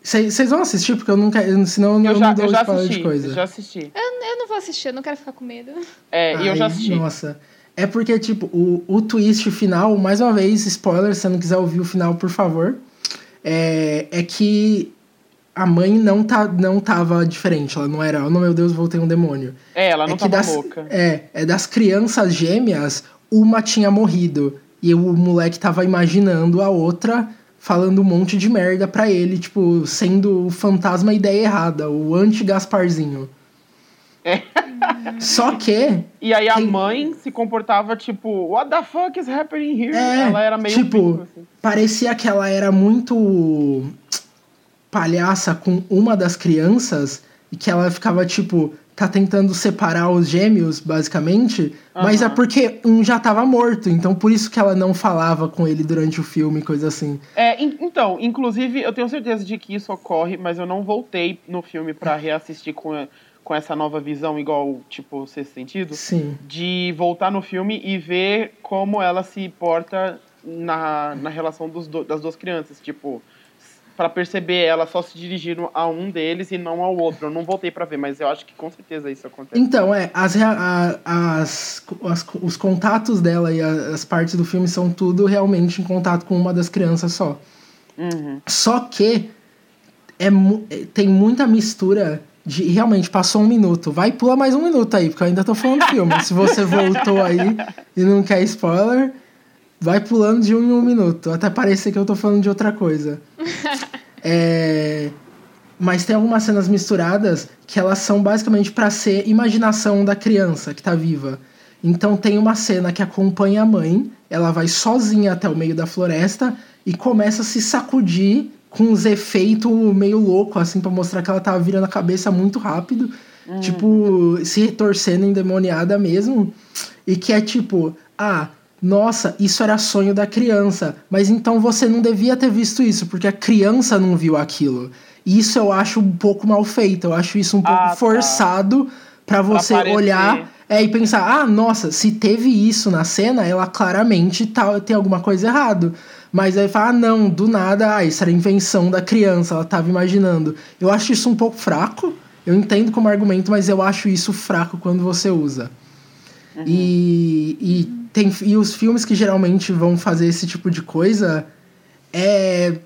C: Vocês vão assistir, porque eu nunca. Senão eu não
B: Eu já,
C: dou
B: eu já
C: spoiler
B: assisti.
C: de coisa.
B: Eu já assisti.
A: *laughs* Eu, eu não vou assistir, eu não quero ficar com medo.
B: É, e eu já
C: Ai,
B: assisti.
C: Nossa. É porque, tipo, o, o twist final, mais uma vez, spoiler, se você não quiser ouvir o final, por favor. É, é que a mãe não, tá, não tava diferente. Ela não era, oh meu Deus, voltei um demônio.
B: É, ela não
C: é que
B: tava
C: das,
B: louca.
C: É, é das crianças gêmeas, uma tinha morrido. E o moleque tava imaginando a outra falando um monte de merda pra ele, tipo, sendo o fantasma a ideia errada, o anti-Gasparzinho.
B: É.
C: Só que.
B: E aí a
C: Tem-
B: mãe se comportava tipo, what the fuck is happening here?
C: É,
B: ela era meio
C: tipo,
B: pico, assim.
C: parecia que ela era muito palhaça com uma das crianças e que ela ficava tipo tá tentando separar os gêmeos basicamente, mas é
B: Aham.
C: porque um já tava morto, então por isso que ela não falava com ele durante o filme, coisa assim.
B: É, in- então, inclusive, eu tenho certeza de que isso ocorre, mas eu não voltei no filme pra reassistir com, a- com essa nova visão, igual, tipo, sexto sentido.
C: Sim.
B: de voltar no filme e ver como ela se porta na, na relação dos do- das duas crianças. Tipo, pra perceber, ela só se dirigiram a um deles e não ao outro. Eu não voltei pra ver, mas eu acho que com certeza isso acontece.
C: Então, é, as, rea- a- as, as- os contatos dela e a- as partes do filme são tudo realmente em contato com uma das crianças só.
B: Uhum.
C: Só que é, mu- é, tem muita mistura de. Realmente, passou um minuto. Vai, pula mais um minuto aí, porque eu ainda tô falando do filme. Se você voltou aí e não quer spoiler, vai pulando de um em um minuto. Até parecer que eu tô falando de outra coisa. É, Mas tem algumas cenas misturadas que elas são basicamente pra ser imaginação da criança que tá viva. Então tem uma cena que acompanha a mãe, ela vai sozinha até o meio da floresta e começa a se sacudir com uns efeitos meio louco, assim, para mostrar que ela tava virando a cabeça muito rápido. Tipo, se retorcendo endemoniada mesmo. E que é tipo, ah, nossa, isso era sonho da criança. Mas então você não devia ter visto isso, porque a criança não viu aquilo. E Isso eu acho um pouco mal feito. Eu acho isso um pouco
B: Ah, tá.
C: forçado pra você
B: parecer.
C: olhar é, e pensar, ah, nossa, se teve isso na cena, ela claramente tá, tem alguma coisa errado. Mas aí fala, ah, não, do nada, ah, isso era invenção da criança, ela tava imaginando. Eu acho isso um pouco fraco. Eu entendo como argumento, mas eu acho isso fraco quando você usa. E, e, tem, e os filmes que geralmente vão fazer esse tipo de coisa é,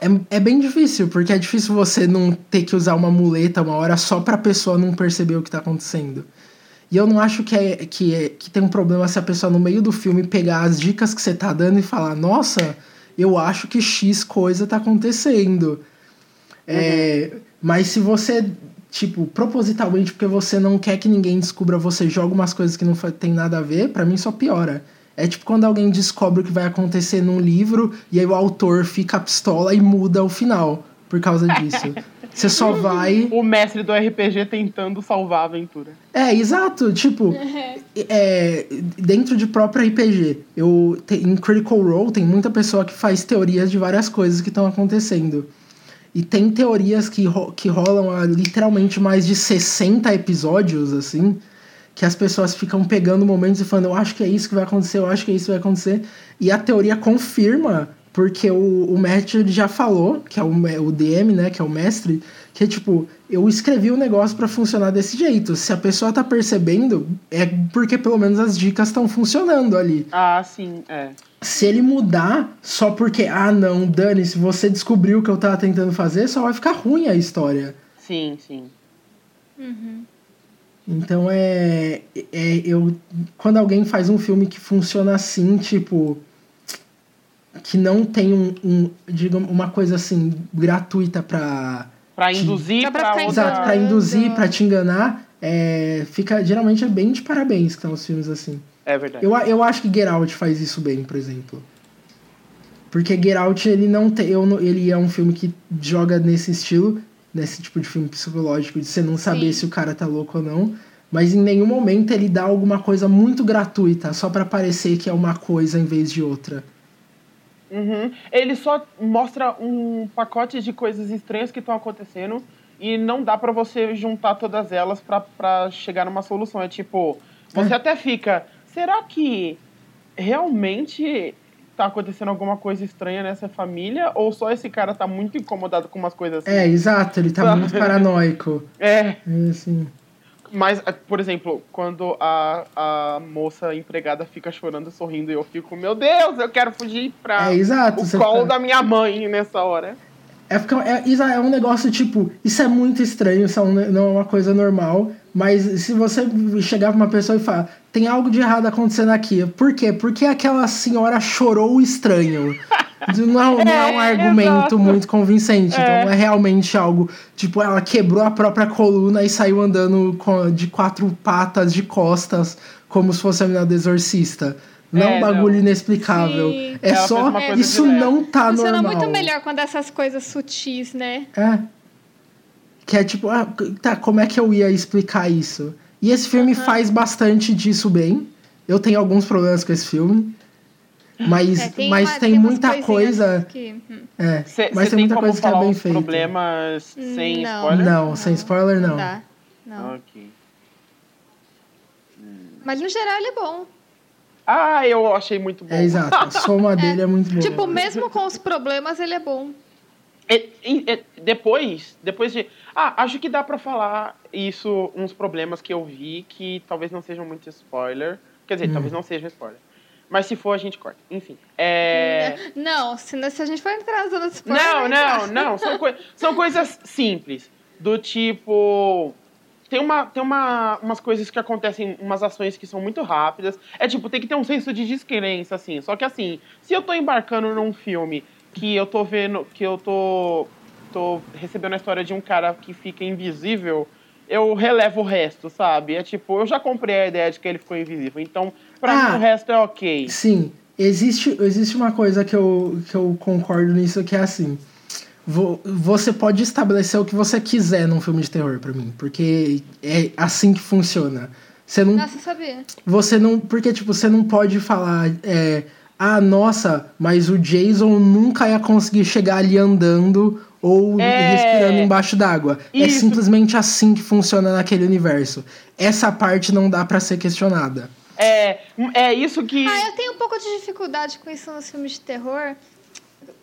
C: é, é bem difícil, porque é difícil você não ter que usar uma muleta uma hora só pra pessoa não perceber o que tá acontecendo. E eu não acho que, é, que, é- que tem um problema se a pessoa no meio do filme pegar as dicas que você tá dando e falar, nossa, eu acho que X coisa tá acontecendo. É, mas se você, tipo, propositalmente, porque você não quer que ninguém descubra, você joga umas coisas que não fa- tem nada a ver, pra mim só piora. É tipo quando alguém descobre o que vai acontecer num livro e aí o autor fica pistola e muda o final por causa disso. Você só vai.
B: O mestre do RPG tentando salvar a aventura.
C: É, exato. Tipo, é, dentro de próprio RPG, eu, te- em Critical Role tem muita pessoa que faz teorias de várias coisas que estão acontecendo. E tem teorias que, ro- que rolam há literalmente mais de 60 episódios, assim, que as pessoas ficam pegando momentos e falando, eu acho que é isso que vai acontecer, eu acho que é isso que vai acontecer. E a teoria confirma, porque o, o Matt ele já falou, que é o, me- o DM, né, que é o mestre, que é tipo, eu escrevi o negócio pra funcionar desse jeito. Se a pessoa tá percebendo, é porque pelo menos as dicas estão funcionando ali.
B: Ah, sim, é.
C: Se ele mudar só porque, ah não, Dani, se você descobriu o que eu tava tentando fazer, só vai ficar ruim a história.
B: Sim, sim.
C: Então é, é eu quando alguém faz um filme que funciona assim, tipo que não tem um, um diga uma coisa assim gratuita pra
B: Pra
C: Sim.
B: induzir
A: Só pra
B: pra
A: ficar em
C: exato,
B: outra.
C: para
A: Enganando.
C: induzir, pra te enganar, é, fica geralmente é bem de parabéns que estão os filmes assim.
B: É verdade.
C: Eu, a- eu acho que Get Out faz isso bem, por exemplo. Porque Get Out, ele não tem. eu não- ele é um filme que joga nesse estilo, nesse tipo de filme psicológico, de você não
A: Sim.
C: saber se o cara tá louco ou não. Mas em nenhum momento ele dá alguma coisa muito gratuita, só pra parecer que é uma coisa em vez de outra.
B: Uhum. Ele só mostra um pacote de coisas estranhas que estão acontecendo e não dá pra você juntar todas elas pra- pra chegar numa solução. É tipo, você até fica, será que realmente tá acontecendo alguma coisa estranha nessa família ou só esse cara tá muito incomodado com umas coisas assim?
C: É, exato, ele tá muito paranoico.
B: é.
C: É, assim.
B: Mas, eh, por exemplo, quando a, a moça empregada fica chorando, sorrindo, e eu fico, meu Deus, eu quero fugir pra
C: É, exato.
B: o
C: você
B: colo
C: tá-
B: da minha mãe nessa hora.
C: É, fica- é, isso é um negócio tipo, isso é muito estranho, isso é um ne- não é uma coisa normal, mas se você chegar pra uma pessoa e falar, tem algo de errado acontecendo aqui, por quê? Porque aquela senhora chorou estranho. Não, é um- não é um
B: É,
C: argumento
B: exato.
C: muito convincente,
B: É.
C: então não é realmente algo tipo, ela quebrou a própria coluna e saiu andando com- de quatro patas de costas, como se fosse a menina do exorcista. Não é um
B: É,
C: bagulho
B: não.
C: inexplicável.
A: Sim.
C: É
B: Ela
C: só.
B: fez uma coisa
C: Isso
B: de leve.
C: não tá
A: Funciona
C: normal.
A: muito melhor quando é essas coisas sutis, né?
C: É. Que é tipo, ah, tá, como é que eu ia explicar isso? E esse filme faz bastante disso bem. Eu tenho alguns problemas com esse filme. Mas
A: É,
C: tem,
A: tem
C: mas
A: uma-
C: tem,
A: umas
C: muita
A: coisinhas
C: coisa.
A: Que, hum,
C: É,
B: Cê,
C: mas
B: cê
C: tem muita
B: como
C: coisa que é
B: falar
C: bem
B: os
C: feita.
B: problemas sem
A: Não.
B: spoiler? Ah,
C: Não, sem spoiler não.
A: Não dá. Não.
B: Ok.
A: Mas no geral ele é bom.
B: Ah, eu achei muito bom.
C: É
B: *laughs*
C: exato.
A: *laughs*
C: A soma dele é muito boa.
A: Tipo, mesmo com os problemas, ele é bom.
B: E- e- e- depois, depois de... Ah, acho que dá pra falar isso, uns problemas que eu vi que talvez não sejam muito spoiler. Quer
C: Hum.
B: dizer, talvez não sejam spoiler. Mas se for, a gente corta. Enfim,
A: Hum,
B: é...
A: né? Não, se, se a gente for entrar na zona de spoiler.
B: Não,
A: vai
B: não,
A: entrar.
B: não. São, coi- são coisas simples. Do tipo. Tem, uma, tem uma, umas coisas que acontecem, umas ações que são muito rápidas. É tipo, tem que ter um senso de descrença, assim. Só que assim, se eu tô embarcando num filme que eu tô vendo. que eu tô. tô recebendo a história de um cara que fica invisível. eu relevo o resto, sabe? É tipo, eu já comprei a ideia de que ele ficou invisível. Então, pra
C: Ah.
B: mim, o resto é ok.
C: Sim, existe, existe uma coisa que eu, que eu concordo nisso que é assim. vo- Você pode estabelecer o que você quiser num filme de terror pra mim, porque é assim que funciona. Você não,
A: Nossa, sabia?
C: você não, porque tipo, você não pode falar, é, ah, nossa, mas o Jason nunca ia conseguir chegar ali andando ou
B: É.
C: respirando embaixo d'água. É
B: Isso.
C: simplesmente assim que funciona naquele universo. Essa parte não dá pra ser questionada.
B: É, é isso que.
A: Ah, eu tenho um pouco de dificuldade com isso nos filmes de terror.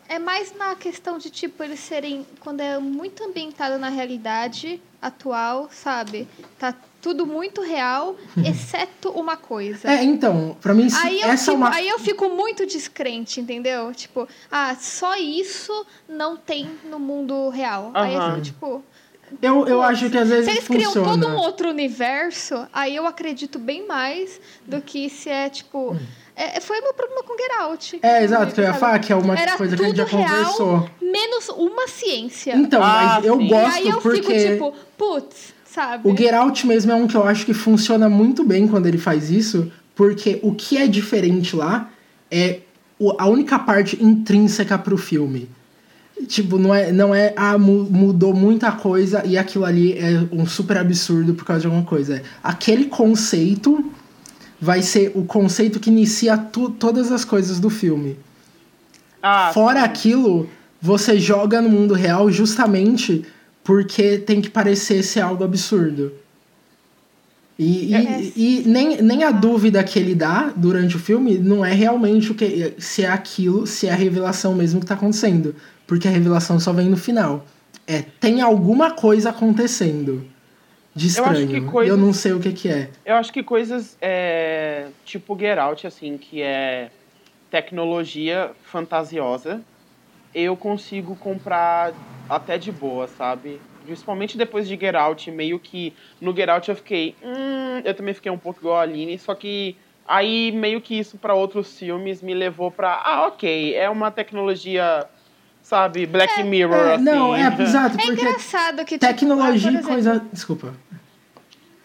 A: É mais na questão de, tipo, eles serem. Quando é muito ambientado na realidade atual, sabe? Tá tudo muito real,
B: Uhum.
A: exceto uma coisa.
C: É, então, pra mim
A: Aí eu, fico,
C: essa é uma
A: aí eu fico muito descrente, entendeu? Tipo, ah, só isso não tem no mundo real. Aí eu
B: Aham.
A: fico, tipo.
C: Eu, eu
A: Pô,
C: acho que às vezes
A: Se eles criam
C: funciona.
A: todo um outro universo, aí eu acredito bem mais do que se é, tipo... é- foi meu problema com Get Out.
C: Hum. É, exato, que eu ia
A: sabe?
C: falar que é uma
A: Era
C: coisa que a gente já
A: tudo real,
C: conversou.
A: Menos uma ciência.
C: Então,
B: Ah,
C: mas eu
B: sim.
A: e
C: gosto
A: aí eu
C: porque
A: fico, tipo, putz, sabe?
C: o Get Out mesmo é um que eu acho que funciona muito bem quando ele faz isso, porque o que é diferente lá é o- a única parte intrínseca pro filme. Tipo, não é, não é, ah, mu- mudou muita coisa e aquilo ali é um super absurdo por causa de alguma coisa. É, Aquele conceito vai ser o conceito que inicia tu- todas as coisas do filme.
B: Ah,
C: Fora aquilo, você joga no mundo real justamente porque tem que parecer ser algo absurdo. E, e-
A: É.
C: e nem, nem a dúvida que ele dá durante o filme não é realmente o que se é aquilo, se é a revelação mesmo que tá acontecendo. Porque a revelação só vem no final. É, tem alguma coisa acontecendo de
B: Eu acho que
C: estranho. Eu,
B: coisas-
C: não sei o que, que é.
B: Eu acho que coisas é, tipo Get Out, assim, que é tecnologia fantasiosa, eu consigo comprar até de boa, sabe? Principalmente depois de Get Out, meio que no Get Out eu fiquei, hum, eu também fiquei um pouco igual a Aline, só que aí meio que isso para outros filmes me levou pra, ah, ok, é uma tecnologia, sabe, Black Mirror,
C: É,
B: assim.
C: não, é, exato,
A: É
C: porque
A: engraçado que... tipo,
C: tecnologia
A: ah, por
C: e
A: exemplo,
C: coisa. Desculpa.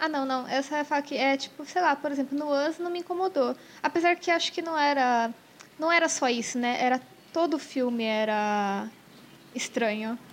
A: Ah, não, não. Eu só ia falar que é tipo, sei lá, por exemplo, no Us não me incomodou. Apesar que acho que não era. Não era só isso, né? Era. Todo o filme era estranho.
B: *laughs*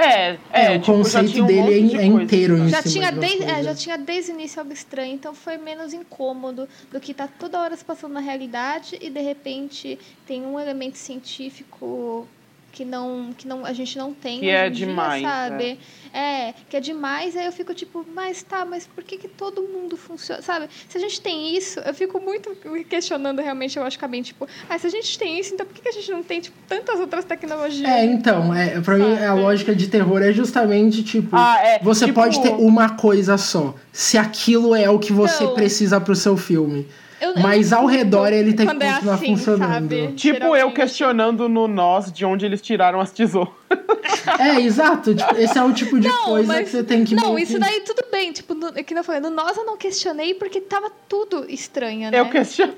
B: É,
C: É,
B: é,
C: o
B: tipo, já
C: conceito
B: tinha um
C: dele
B: monte de
C: é-
B: coisa,
C: é
B: assim.
C: inteiro
B: sabe?
C: em
A: Já
C: cima
A: tinha,
C: de uma
A: desde, é,
C: coisa.
A: já tinha desde o início algo estranho, então foi menos incômodo do que tá toda hora se passando na realidade e de repente tem um elemento científico que não que não a gente não tem
B: Que
A: hoje
B: é
A: em dia,
B: demais,
A: sabe? É. que é demais, aí eu fico tipo, mas tá, mas por que que todo mundo funciona, sabe? Se a gente tem isso, eu fico muito me questionando realmente logicamente, tipo, ah, se a gente tem isso, então por que que a gente não tem tipo, tantas outras tecnologias?
C: É, então, é, pra mim a
A: Sabe?
C: lógica de terror é justamente tipo.
B: Ah, é,
C: Você
B: tipo-
C: pode ter uma coisa só, se aquilo é o que você
A: Então-
C: precisa pro seu filme.
A: Eu- eu
C: Mas
A: não
C: ao
A: curto
C: redor ele tem que
A: quando é
C: continuar
A: assim,
C: funcionando.
A: sabe?
B: Tipo eu
A: Geralmente.
B: questionando no nós de onde eles tiraram as tesouras. *laughs*
A: *laughs*
C: É, exato. tipo, esse é o tipo de coisa
A: mas-
C: que você tem que meio
A: Não,
C: que-
A: isso daí tudo bem. Tipo, no, é que não foi. No nós eu não questionei porque tava tudo estranho,
C: É
A: né?
B: Eu questionei.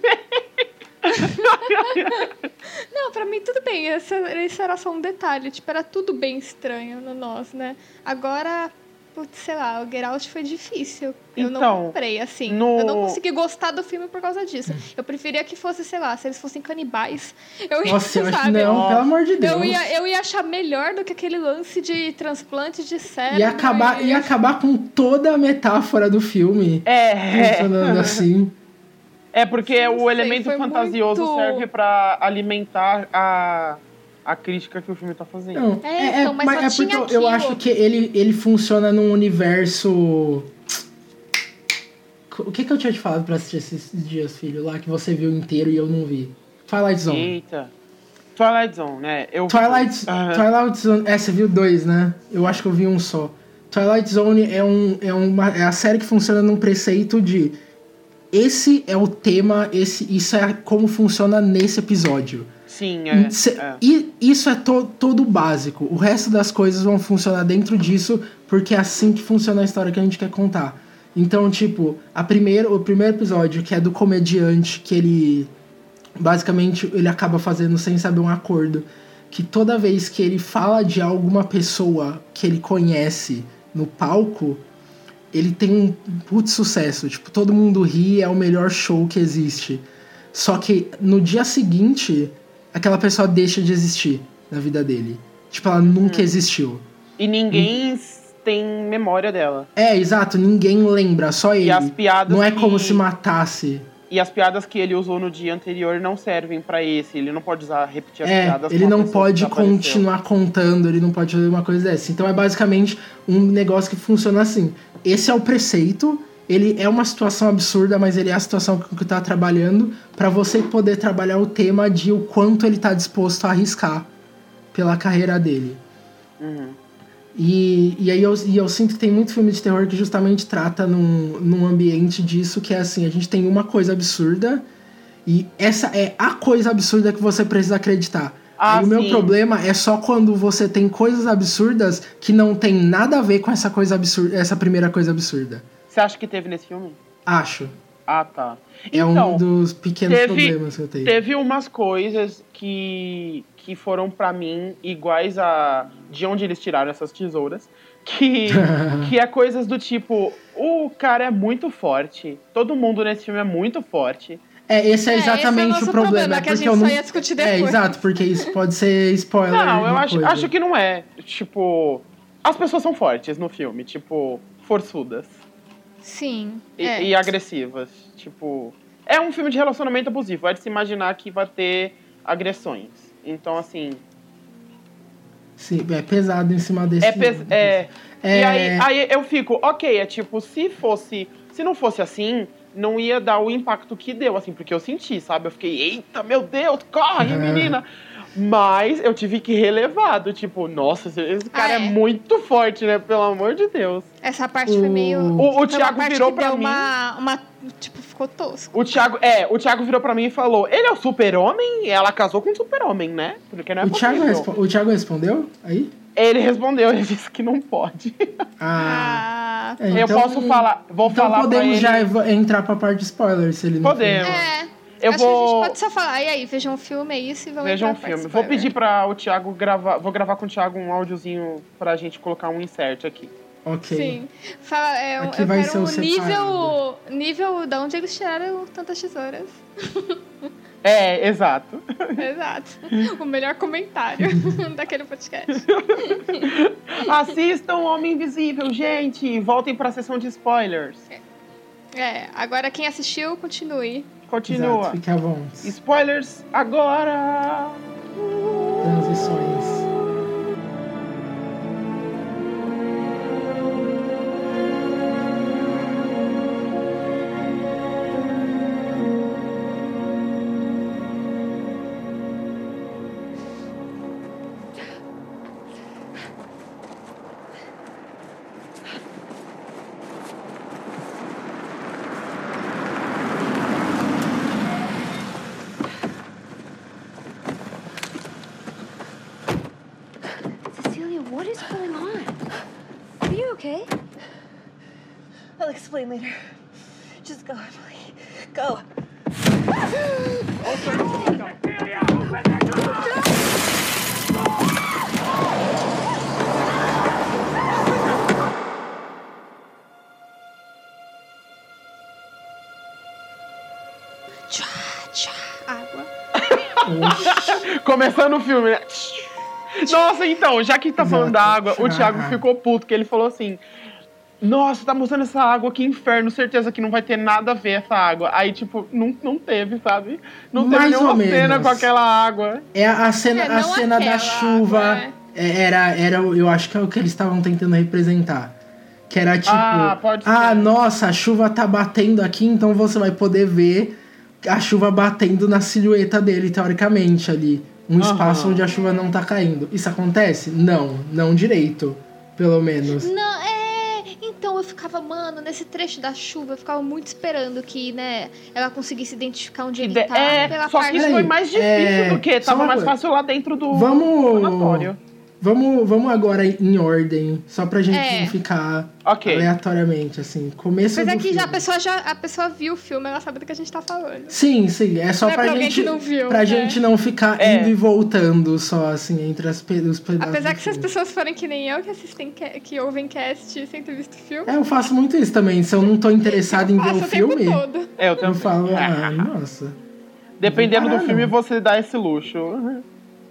A: Não, pra mim tudo bem. Esse, esse era só um detalhe. Tipo, era tudo bem estranho no nós, né? Agora, putz, sei lá, o Get Out foi difícil. eu
B: Então,
A: não comprei, assim.
B: no-
A: Eu não consegui gostar do filme por causa disso. Eu preferia que fosse, sei lá, se eles fossem canibais. *laughs* Eu ia,
C: Nossa, eu acho que
A: sabe?
C: não, pelo amor de Deus.
A: Eu ia, eu ia achar melhor do que aquele lance de transplante de cérebro.
C: Ia acabar, ia acabar com toda a metáfora do filme
B: É, é,
A: *laughs*
C: funcionando assim.
B: é porque
A: Não
B: o
A: sei,
B: elemento
A: foi
B: fantasioso
A: muito-
B: serve pra alimentar a, a crítica que o filme tá fazendo.
C: Não,
A: É, então, mas só
C: porque
A: tinha
C: eu- eu
A: aquilo.
C: acho que ele, ele funciona num universo. O que, que eu tinha te falado pra assistir esses dias, filho? Lá que você viu inteiro e eu não vi. Twilight Zone.
B: Eita. Twilight Zone, né? Eu...
C: Twilight,
A: Ah.
B: Aham.
C: Twilight Zone. É, você viu dois, né? Eu acho que eu vi um só. Twilight Zone é, um, é, uma, é a série que funciona num preceito de. Esse é o tema, esse, isso é como funciona nesse episódio.
B: Sim, é.
C: Cê-
B: é.
C: E isso é to- todo o básico. O resto das coisas vão funcionar dentro disso, porque é assim que funciona a história que a gente quer contar. Então, tipo, a primeiro, o primeiro episódio, que é do comediante, que ele basicamente ele acaba fazendo sem saber um acordo. Que toda vez que ele fala de alguma pessoa que ele conhece no palco, ele tem um puto sucesso. Tipo, todo mundo ri, é o melhor show que existe. Só que no dia seguinte, aquela pessoa deixa de existir na vida dele. Tipo, ela
B: Hum.
C: nunca existiu.
B: E
C: Hum.
B: ninguém tem memória dela.
C: É, exato, ninguém lembra, só ele.
B: as piadas
C: não é
B: que-
C: como se matasse.
B: E as piadas que ele usou no dia anterior não servem pra esse. Ele não pode usar, repetir as
C: É,
B: piadas.
C: ele
B: com a
C: não
B: pessoa que
C: pode
B: desapareceu.
C: continuar contando, ele não pode fazer uma coisa dessa. Então é basicamente um negócio que funciona assim. Esse é o preceito, ele é uma situação absurda, mas ele é a situação com que tá trabalhando pra você poder trabalhar o tema de o quanto ele tá disposto a arriscar pela carreira dele. E, e aí eu, e eu sinto que tem muito filme de terror que justamente trata num, num ambiente disso, que é assim, a gente tem uma coisa absurda e essa é a coisa absurda que você precisa acreditar.
B: Ah,
C: Aí o meu
B: sim.
C: problema é só quando você tem coisas absurdas que não tem nada a ver com essa coisa absurda, essa primeira coisa absurda.
B: Você acha que teve nesse filme?
C: Acho.
B: Ah, tá.
C: É um dos pequenos problemas que eu tenho.
B: Teve umas coisas que, que foram pra mim iguais a de onde eles tiraram essas tesouras.
C: *laughs*
B: Que, que é coisas do tipo, o cara é muito forte, todo mundo nesse filme é muito forte.
C: É, esse
A: É,
C: é
A: esse é o
C: exatamente
A: nosso
C: o problema.
A: problema,
C: é
A: que a
C: porque
A: gente
C: eu
A: só
C: não...
A: ia discutir
C: É,
A: depois.
C: exato, porque isso pode ser spoiler.
B: Não, eu
C: de
B: acho,
C: coisa.
B: acho que não é. Tipo, as pessoas são fortes no filme, tipo, forçudas
A: Sim.
B: e,
A: é.
B: e agressivas. Tipo, é um filme de relacionamento abusivo, é de se imaginar que vai ter agressões. Então, assim,
C: Sim, é pesado em cima desse.
B: É, pes- é.
C: É.
B: E aí, aí eu fico, ok, é tipo, se fosse. Se não fosse assim, não ia dar o impacto que deu, assim, porque eu senti, sabe? Eu fiquei, eita, meu Deus, corre,
C: É.
B: menina! Mas eu tive que relevar, do tipo, nossa, esse, esse cara
A: Ah,
B: é.
A: é.
B: muito forte, né? Pelo amor de Deus.
A: Essa parte foi meio.
C: O-
B: o
A: foi uma
B: Thiago
A: parte
B: virou
A: que
B: pra
A: deu
B: mim.
A: Uma, uma. Tipo, ficou tosco.
B: O Thiago, é, o Thiago virou pra mim e falou: ele é o super-homem? Ela casou com o super-homem, né? Porque não é
C: O Thiago,
B: possível.
C: respo- o Thiago respondeu? Aí?
B: Ele respondeu, *laughs* ele disse que não pode.
C: Ah.
A: Ah.
C: é,
B: eu
C: então-
B: posso falar, vou
C: Então
B: falar pra
C: podemos
B: ele.
C: já ev- entrar pra parte de spoiler, se ele não.
B: Podemos.
A: É.
B: Eu
A: acho que a
B: vou-
A: gente pode só falar. E aí, vejam um filme, é isso e vamos
B: Vejam o
A: entrar pra
B: um filme. Vou
A: spoiler.
B: pedir pra o Thiago gravar. Vou gravar com o Thiago um áudiozinho pra gente colocar um insert aqui.
C: Ok.
A: Sim. Fala, é, um-
C: Aqui
A: eu
C: vai ser
A: quero
C: o
A: o nível.
C: separado.
A: Nível de onde eles tiraram tantas
B: *laughs*
A: tesouras.
B: É, exato. *laughs*
A: Exato. O melhor comentário *laughs* daquele podcast.
B: Assistam Homem Invisível, gente! e Voltem pra sessão de spoilers.
A: É, agora quem assistiu, continue.
B: Continua.
C: Exato, fique à vontade.
B: Spoilers agora!
C: Transições.
G: Cecilia, what is going on? Are you okay?
H: I'll explain later. Just go, Emily. Go.
A: Tchá, tchá. Água.
B: Começando o filme, né? Nossa, então, já que tá falando da água, o
C: Ah.
B: Thiago ficou puto, que ele falou assim: Nossa, tá mostrando essa água, que inferno, certeza que não vai ter nada a ver essa água. Aí, tipo, não, não teve, sabe? Não teve
C: Mais
B: nenhuma
C: ou
B: cena
C: menos.
B: com aquela água.
C: É a a cena,
A: É,
C: a
A: não
C: cena da
A: aquela né?
C: chuva.
A: água,
C: é, Era, era, o- eu acho que é o que eles estavam tentando representar. Que era tipo.
B: Ah, pode ser.
C: "Ah, nossa, a chuva tá batendo aqui, então você vai poder ver a chuva batendo na silhueta dele, teoricamente, ali. Um
B: Aham.
C: espaço onde a chuva não tá caindo. Isso acontece? Não, não direito, pelo menos.
A: Não, é. Então eu ficava, mano, nesse trecho da chuva, eu ficava muito esperando que, né, ela conseguisse identificar onde ele tá.
B: é,
A: pela
B: só que
A: parte.
B: isso
C: Peraí,
B: foi mais difícil
C: é,
B: do que
C: só
B: tava
C: uma
B: mais
C: coisa.
B: fácil lá dentro do
C: Vamos.
B: sanatório.
C: Vamos, vamos agora em ordem, só pra gente
A: É.
C: não ficar
B: Ok.
C: aleatoriamente, assim. Começo
A: Mas
C: do
A: aqui
C: filme.
A: já a pessoa já a pessoa viu o filme, ela sabe do que a gente tá falando.
C: Sim, sim, é só
A: Não é
C: pra,
A: pra alguém
C: gente,
A: que não viu,
C: pra
A: né?
C: gente não ficar
B: É.
C: indo e voltando só, assim, entre as, pe- os pedaços.
A: Apesar
C: do
A: que se as
C: filme.
A: pessoas forem que nem eu, que assistem, ca- que ouvem cast sem ter visto o filme,
C: É, eu faço muito isso também. Se eu não tô interessado em ver
A: passa
C: o
A: o tempo
C: É, um filme, eu
A: todo.
B: É, eu também.
C: falo, ah, nossa.
B: Dependendo do
C: Caralho.
B: filme, você dá esse luxo.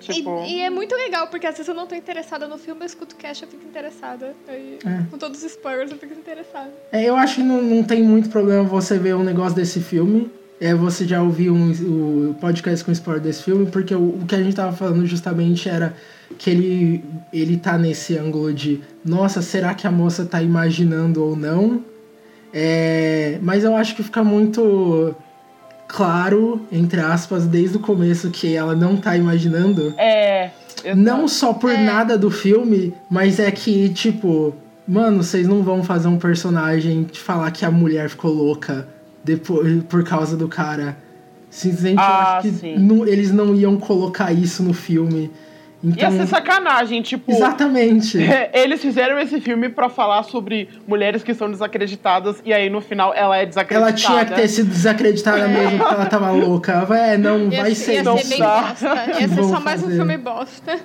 B: Tipo.
A: E, e é muito legal, porque às vezes eu não tô interessada no filme, eu escuto o cast, eu fico interessada. Aí,
C: É.
A: Com todos os spoilers, eu fico interessada.
C: É, eu acho que não, não tem muito problema você ver um negócio desse filme. É, você já ouviu um- o podcast com spoiler desse filme, porque o, o que a gente tava falando justamente era que ele, ele tá nesse ângulo de nossa, será que a moça tá imaginando ou não? É, mas eu acho que fica muito claro, entre aspas, desde o começo que ela não tá imaginando.
B: É. exato.
C: Não só
A: É.
C: por nada do filme, mas é que, tipo, mano, vocês não vão fazer um personagem te falar que a mulher ficou louca depois, por causa do cara. Simplesmente
B: Ah,
C: eu acho que
B: sim.
C: não- eles não iam colocar isso no filme.
B: Ia
C: Então,
B: ser sacanagem, é, tipo. *laughs*
C: exatamente.
B: Eles fizeram esse filme pra falar sobre mulheres que são desacreditadas e aí no final ela é desacreditada.
C: Ela tinha que ter sido desacreditada mesmo porque ela tava louca. Ela vai, É, não, vai
A: É. ia
C: ser
A: ia
B: não
A: ser é bem
B: dá.
C: *laughs*
A: bosta. Ia ser
C: Vão
A: só mais um
C: fazer.
A: filme bosta.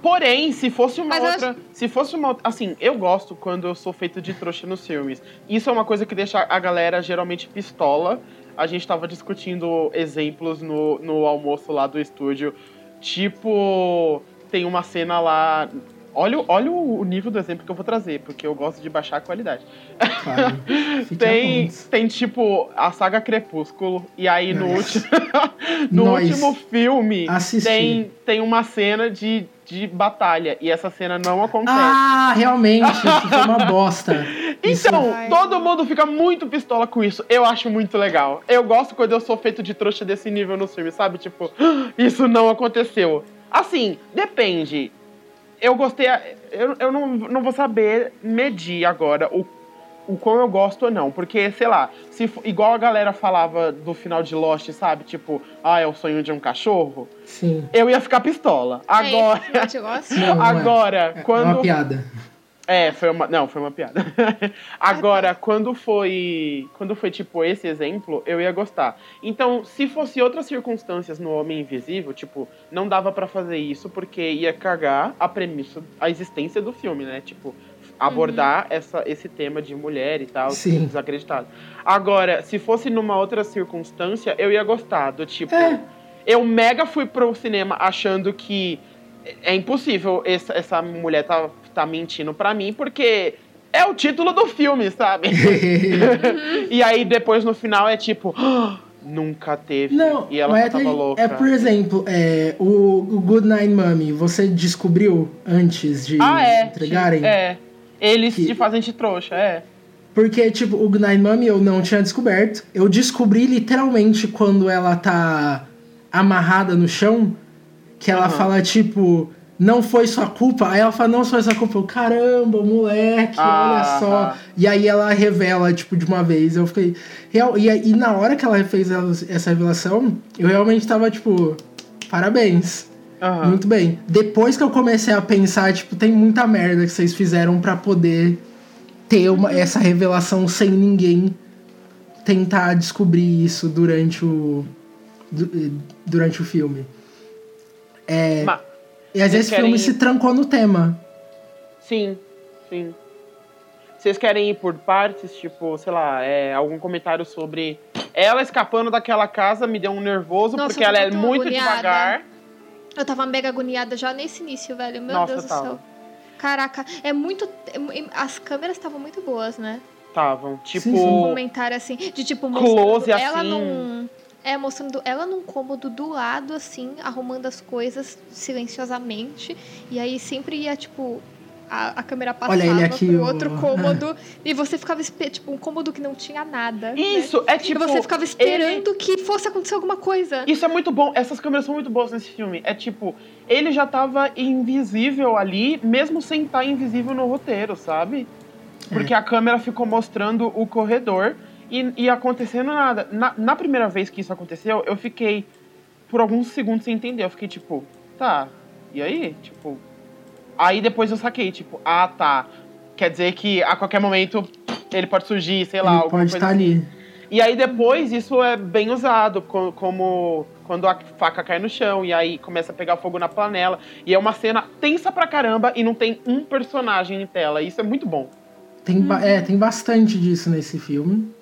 B: Porém, se fosse uma
A: Mas eu
B: outra. Se fosse uma outra. Assim, eu gosto quando eu sou feito de trouxa nos filmes. Isso é uma coisa que deixa a galera geralmente pistola. A gente tava discutindo exemplos no, no almoço lá do estúdio. Tipo, tem uma cena lá. Olha, o- olha o nível do exemplo que eu vou trazer, porque eu gosto de baixar a qualidade. *laughs*
C: Claro. Fiquem
B: Tem,
C: atentos.
B: tem, tipo, a saga Crepúsculo. E aí, no,
C: Nice.
B: último, *laughs* no
C: Nice.
B: último filme,
C: Assisti.
B: tem, tem uma cena de, de batalha. E essa cena não acontece.
C: Ah, realmente, isso foi
B: *laughs*
C: uma bosta. Isso-
B: então,
A: Ai.
B: todo mundo fica muito pistola com isso. Eu acho muito legal. Eu gosto quando eu sou feito de trouxa desse nível no filme, sabe? Tipo, *gasps* "Ah, isso não aconteceu. Assim, depende. Eu gostei. a- Eu, eu não, não vou saber medir agora o, o quão eu gosto ou não. Porque, sei lá, se, fo- igual a galera falava do final de Lost, sabe? Tipo, ah, é o sonho de um cachorro.
C: Sim.
B: Eu ia ficar pistola.
A: É esse
B: Agora.
A: filme que eu gosto.
C: Não, não
B: *laughs*
C: é.
B: agora,
C: É
B: quando
C: uma piada.
B: é, foi uma. Não, foi uma piada. *laughs* Agora, quando foi. Quando foi tipo esse exemplo, eu ia gostar. Então, se fosse outras circunstâncias no Homem Invisível, tipo, não dava pra fazer isso porque ia cagar a premissa, a existência do filme, né? Tipo, abordar essa, esse tema de mulher e tal,
C: Uhum. Sim.
B: desacreditado. Agora, se fosse numa outra circunstância, eu ia gostar do tipo.
C: É.
B: Eu mega fui pro cinema achando que é impossível essa, essa mulher tá, tá mentindo pra mim, porque é o título do filme,
C: *laughs*
B: sabe? *laughs* e aí depois no final é tipo, "Ah, nunca teve.
C: Não,
B: e ela
C: mas
B: só tava
C: até-
B: louca.
C: É, por exemplo, é, o, o Good Night Mommy, você descobriu antes de
B: ah, é.
C: entregarem?
B: É. Eles
C: Que-
B: te fazem de trouxa, é.
C: Porque, tipo, o Good Night Mommy eu não tinha descoberto. Eu descobri literalmente quando ela tá amarrada no chão, que ela
B: Aham.
C: fala, tipo, não foi sua culpa. Aí ela fala, não foi sua culpa. Eu, caramba, moleque, olha
B: Ah,
C: só.
B: tá.
C: E aí ela revela, tipo, de uma vez. Eu fiquei. Real, e, aí- e na hora que ela fez ela- essa revelação, eu realmente tava, tipo, parabéns.
B: Aham.
C: Muito bem. Depois que eu comecei a pensar, tipo, tem muita merda que vocês fizeram pra poder ter uma, essa revelação sem ninguém tentar descobrir isso durante o du- durante o filme. é.
B: Ma-
C: E às
B: Vocês
C: vezes o filme
B: querem-
C: se trancou no tema.
B: Sim, sim. Vocês querem ir por partes, tipo, sei lá, é, algum comentário sobre ela escapando daquela casa me deu um nervoso
A: Nossa,
B: porque
A: eu tô
B: ela é
A: tão
B: muito
A: agoniada.
B: devagar.
A: Eu tava mega agoniada já nesse início, velho. Meu
B: Nossa,
A: Deus do
B: tava.
A: céu. Caraca, é muito. é mu- As câmeras estavam muito boas, né?
B: Estavam, tipo,
C: Sim, sim.
A: Comentário assim, de tipo,
B: Close,
A: mostrando ela
B: assim.
A: num. É, mostrando ela num cômodo do lado, assim, arrumando as coisas silenciosamente. E aí sempre ia, tipo. A, a câmera passava
C: Olha ele aqui,
A: pro
C: o- É.
A: outro
C: *laughs*
A: cômodo e você ficava, espe- tipo, um cômodo que não tinha nada. né?
B: Isso, é
A: E
B: tipo.
A: você ficava esperando que fosse acontecer alguma coisa.
B: Isso é muito bom, essas câmeras são muito boas nesse filme. É tipo, ele já tava invisível ali, mesmo sem estar invisível no roteiro, sabe? Porque
C: É.
B: a câmera ficou mostrando o corredor e, e acontecendo nada. Na, na primeira vez que isso aconteceu, eu fiquei por alguns segundos sem entender. Eu fiquei tipo, tá, e aí? Tipo, Aí depois eu saquei, tipo, ah, tá. Quer dizer que a qualquer momento ele pode surgir, sei lá,
C: Ele
B: alguma
C: pode
B: coisa
C: estar
B: assim.
C: ali.
B: E aí depois isso é bem usado, co- como quando a faca cai no chão e aí começa a pegar fogo na planela. E é uma cena tensa pra caramba e não tem um personagem em tela. Isso é muito bom.
C: Tem, ba- É, tem bastante disso nesse filme.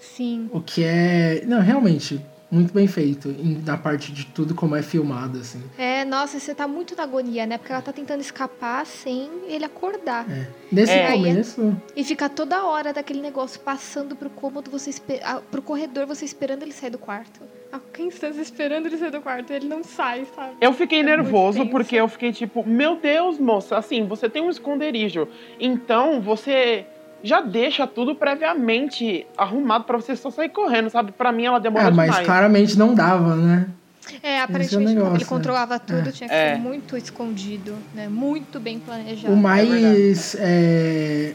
A: Sim.
C: O que é. Não, realmente, muito bem feito. em- Na parte de tudo como é filmado, assim.
A: É, nossa, você tá muito na agonia, né? Porque ela tá tentando escapar sem ele acordar.
C: Nesse
B: É.
C: começo.
A: E fica toda hora daquele negócio passando pro cômodo, você espe- ah, pro corredor, você esperando ele sair do quarto. A instância Ah, esperando ele sair do quarto, ele não sai, sabe?
B: Eu fiquei
A: É muito
B: nervoso
A: tenso.
B: porque eu fiquei tipo, meu Deus, moça, assim, você tem um esconderijo. Então você já deixa tudo previamente arrumado pra você só sair correndo, sabe? Pra mim ela demorou
C: Ah, mas
B: demais.
C: claramente não dava, né?
A: É,
C: é o
A: aparentemente
C: negócio,
A: ele controlava tudo, tinha que
B: É.
A: ser muito escondido, né? Muito bem planejado.
C: O mais. é,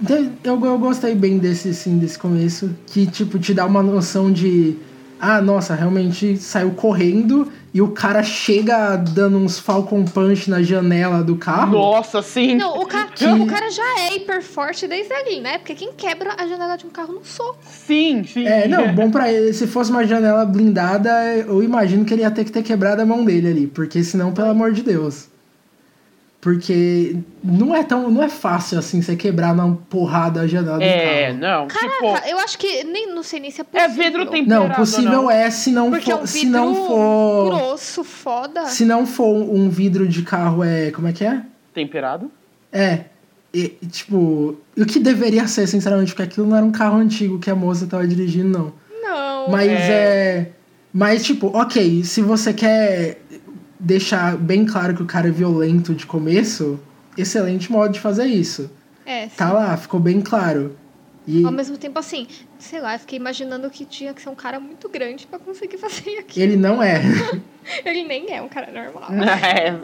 C: de- Eu, eu gostei bem desse, sim, desse começo. Que, tipo, te dá uma noção de. Ah, nossa, realmente saiu correndo e o cara chega dando uns Falcon Punch na janela do carro.
B: Nossa, sim.
A: Não, o, ca...
C: Que-
A: o cara já é hiper forte desde ali, né? Porque quem quebra a janela de um carro não sou.
B: Sim, sim.
C: É, não, bom pra ele. Se fosse uma janela blindada, eu imagino que ele ia ter que ter quebrado a mão dele ali, porque senão, pelo amor de Deus. Porque não é tão, não é fácil assim você quebrar na porrada a
B: *laughs*
C: janela
B: É,
C: do carro.
B: não. tipo,
A: Caraca, eu acho que nem não sei nem se é possível.
B: é vidro temperado.
C: Não, possível
B: não.
C: é se não
A: Porque é
C: for,
A: um
C: se
A: vidro
C: não for,
A: grosso, foda.
C: se não for um vidro de carro é, como é que é?
B: Temperado?
C: É, e, e, tipo, o que deveria ser, sinceramente, porque aquilo não era um carro antigo que a moça tava dirigindo, não.
A: Não.
C: Mas é. Mas, tipo, ok, se você quer deixar bem claro que o cara é violento de começo, excelente modo de fazer isso.
A: É, sim.
C: Tá lá, ficou bem claro. E
A: Ao mesmo tempo, assim, sei lá, eu fiquei imaginando que tinha que ser um cara muito grande pra conseguir *laughs* fazer aquilo.
C: ele Né? não é. *laughs*
A: Ele nem é um cara normal.
B: *laughs*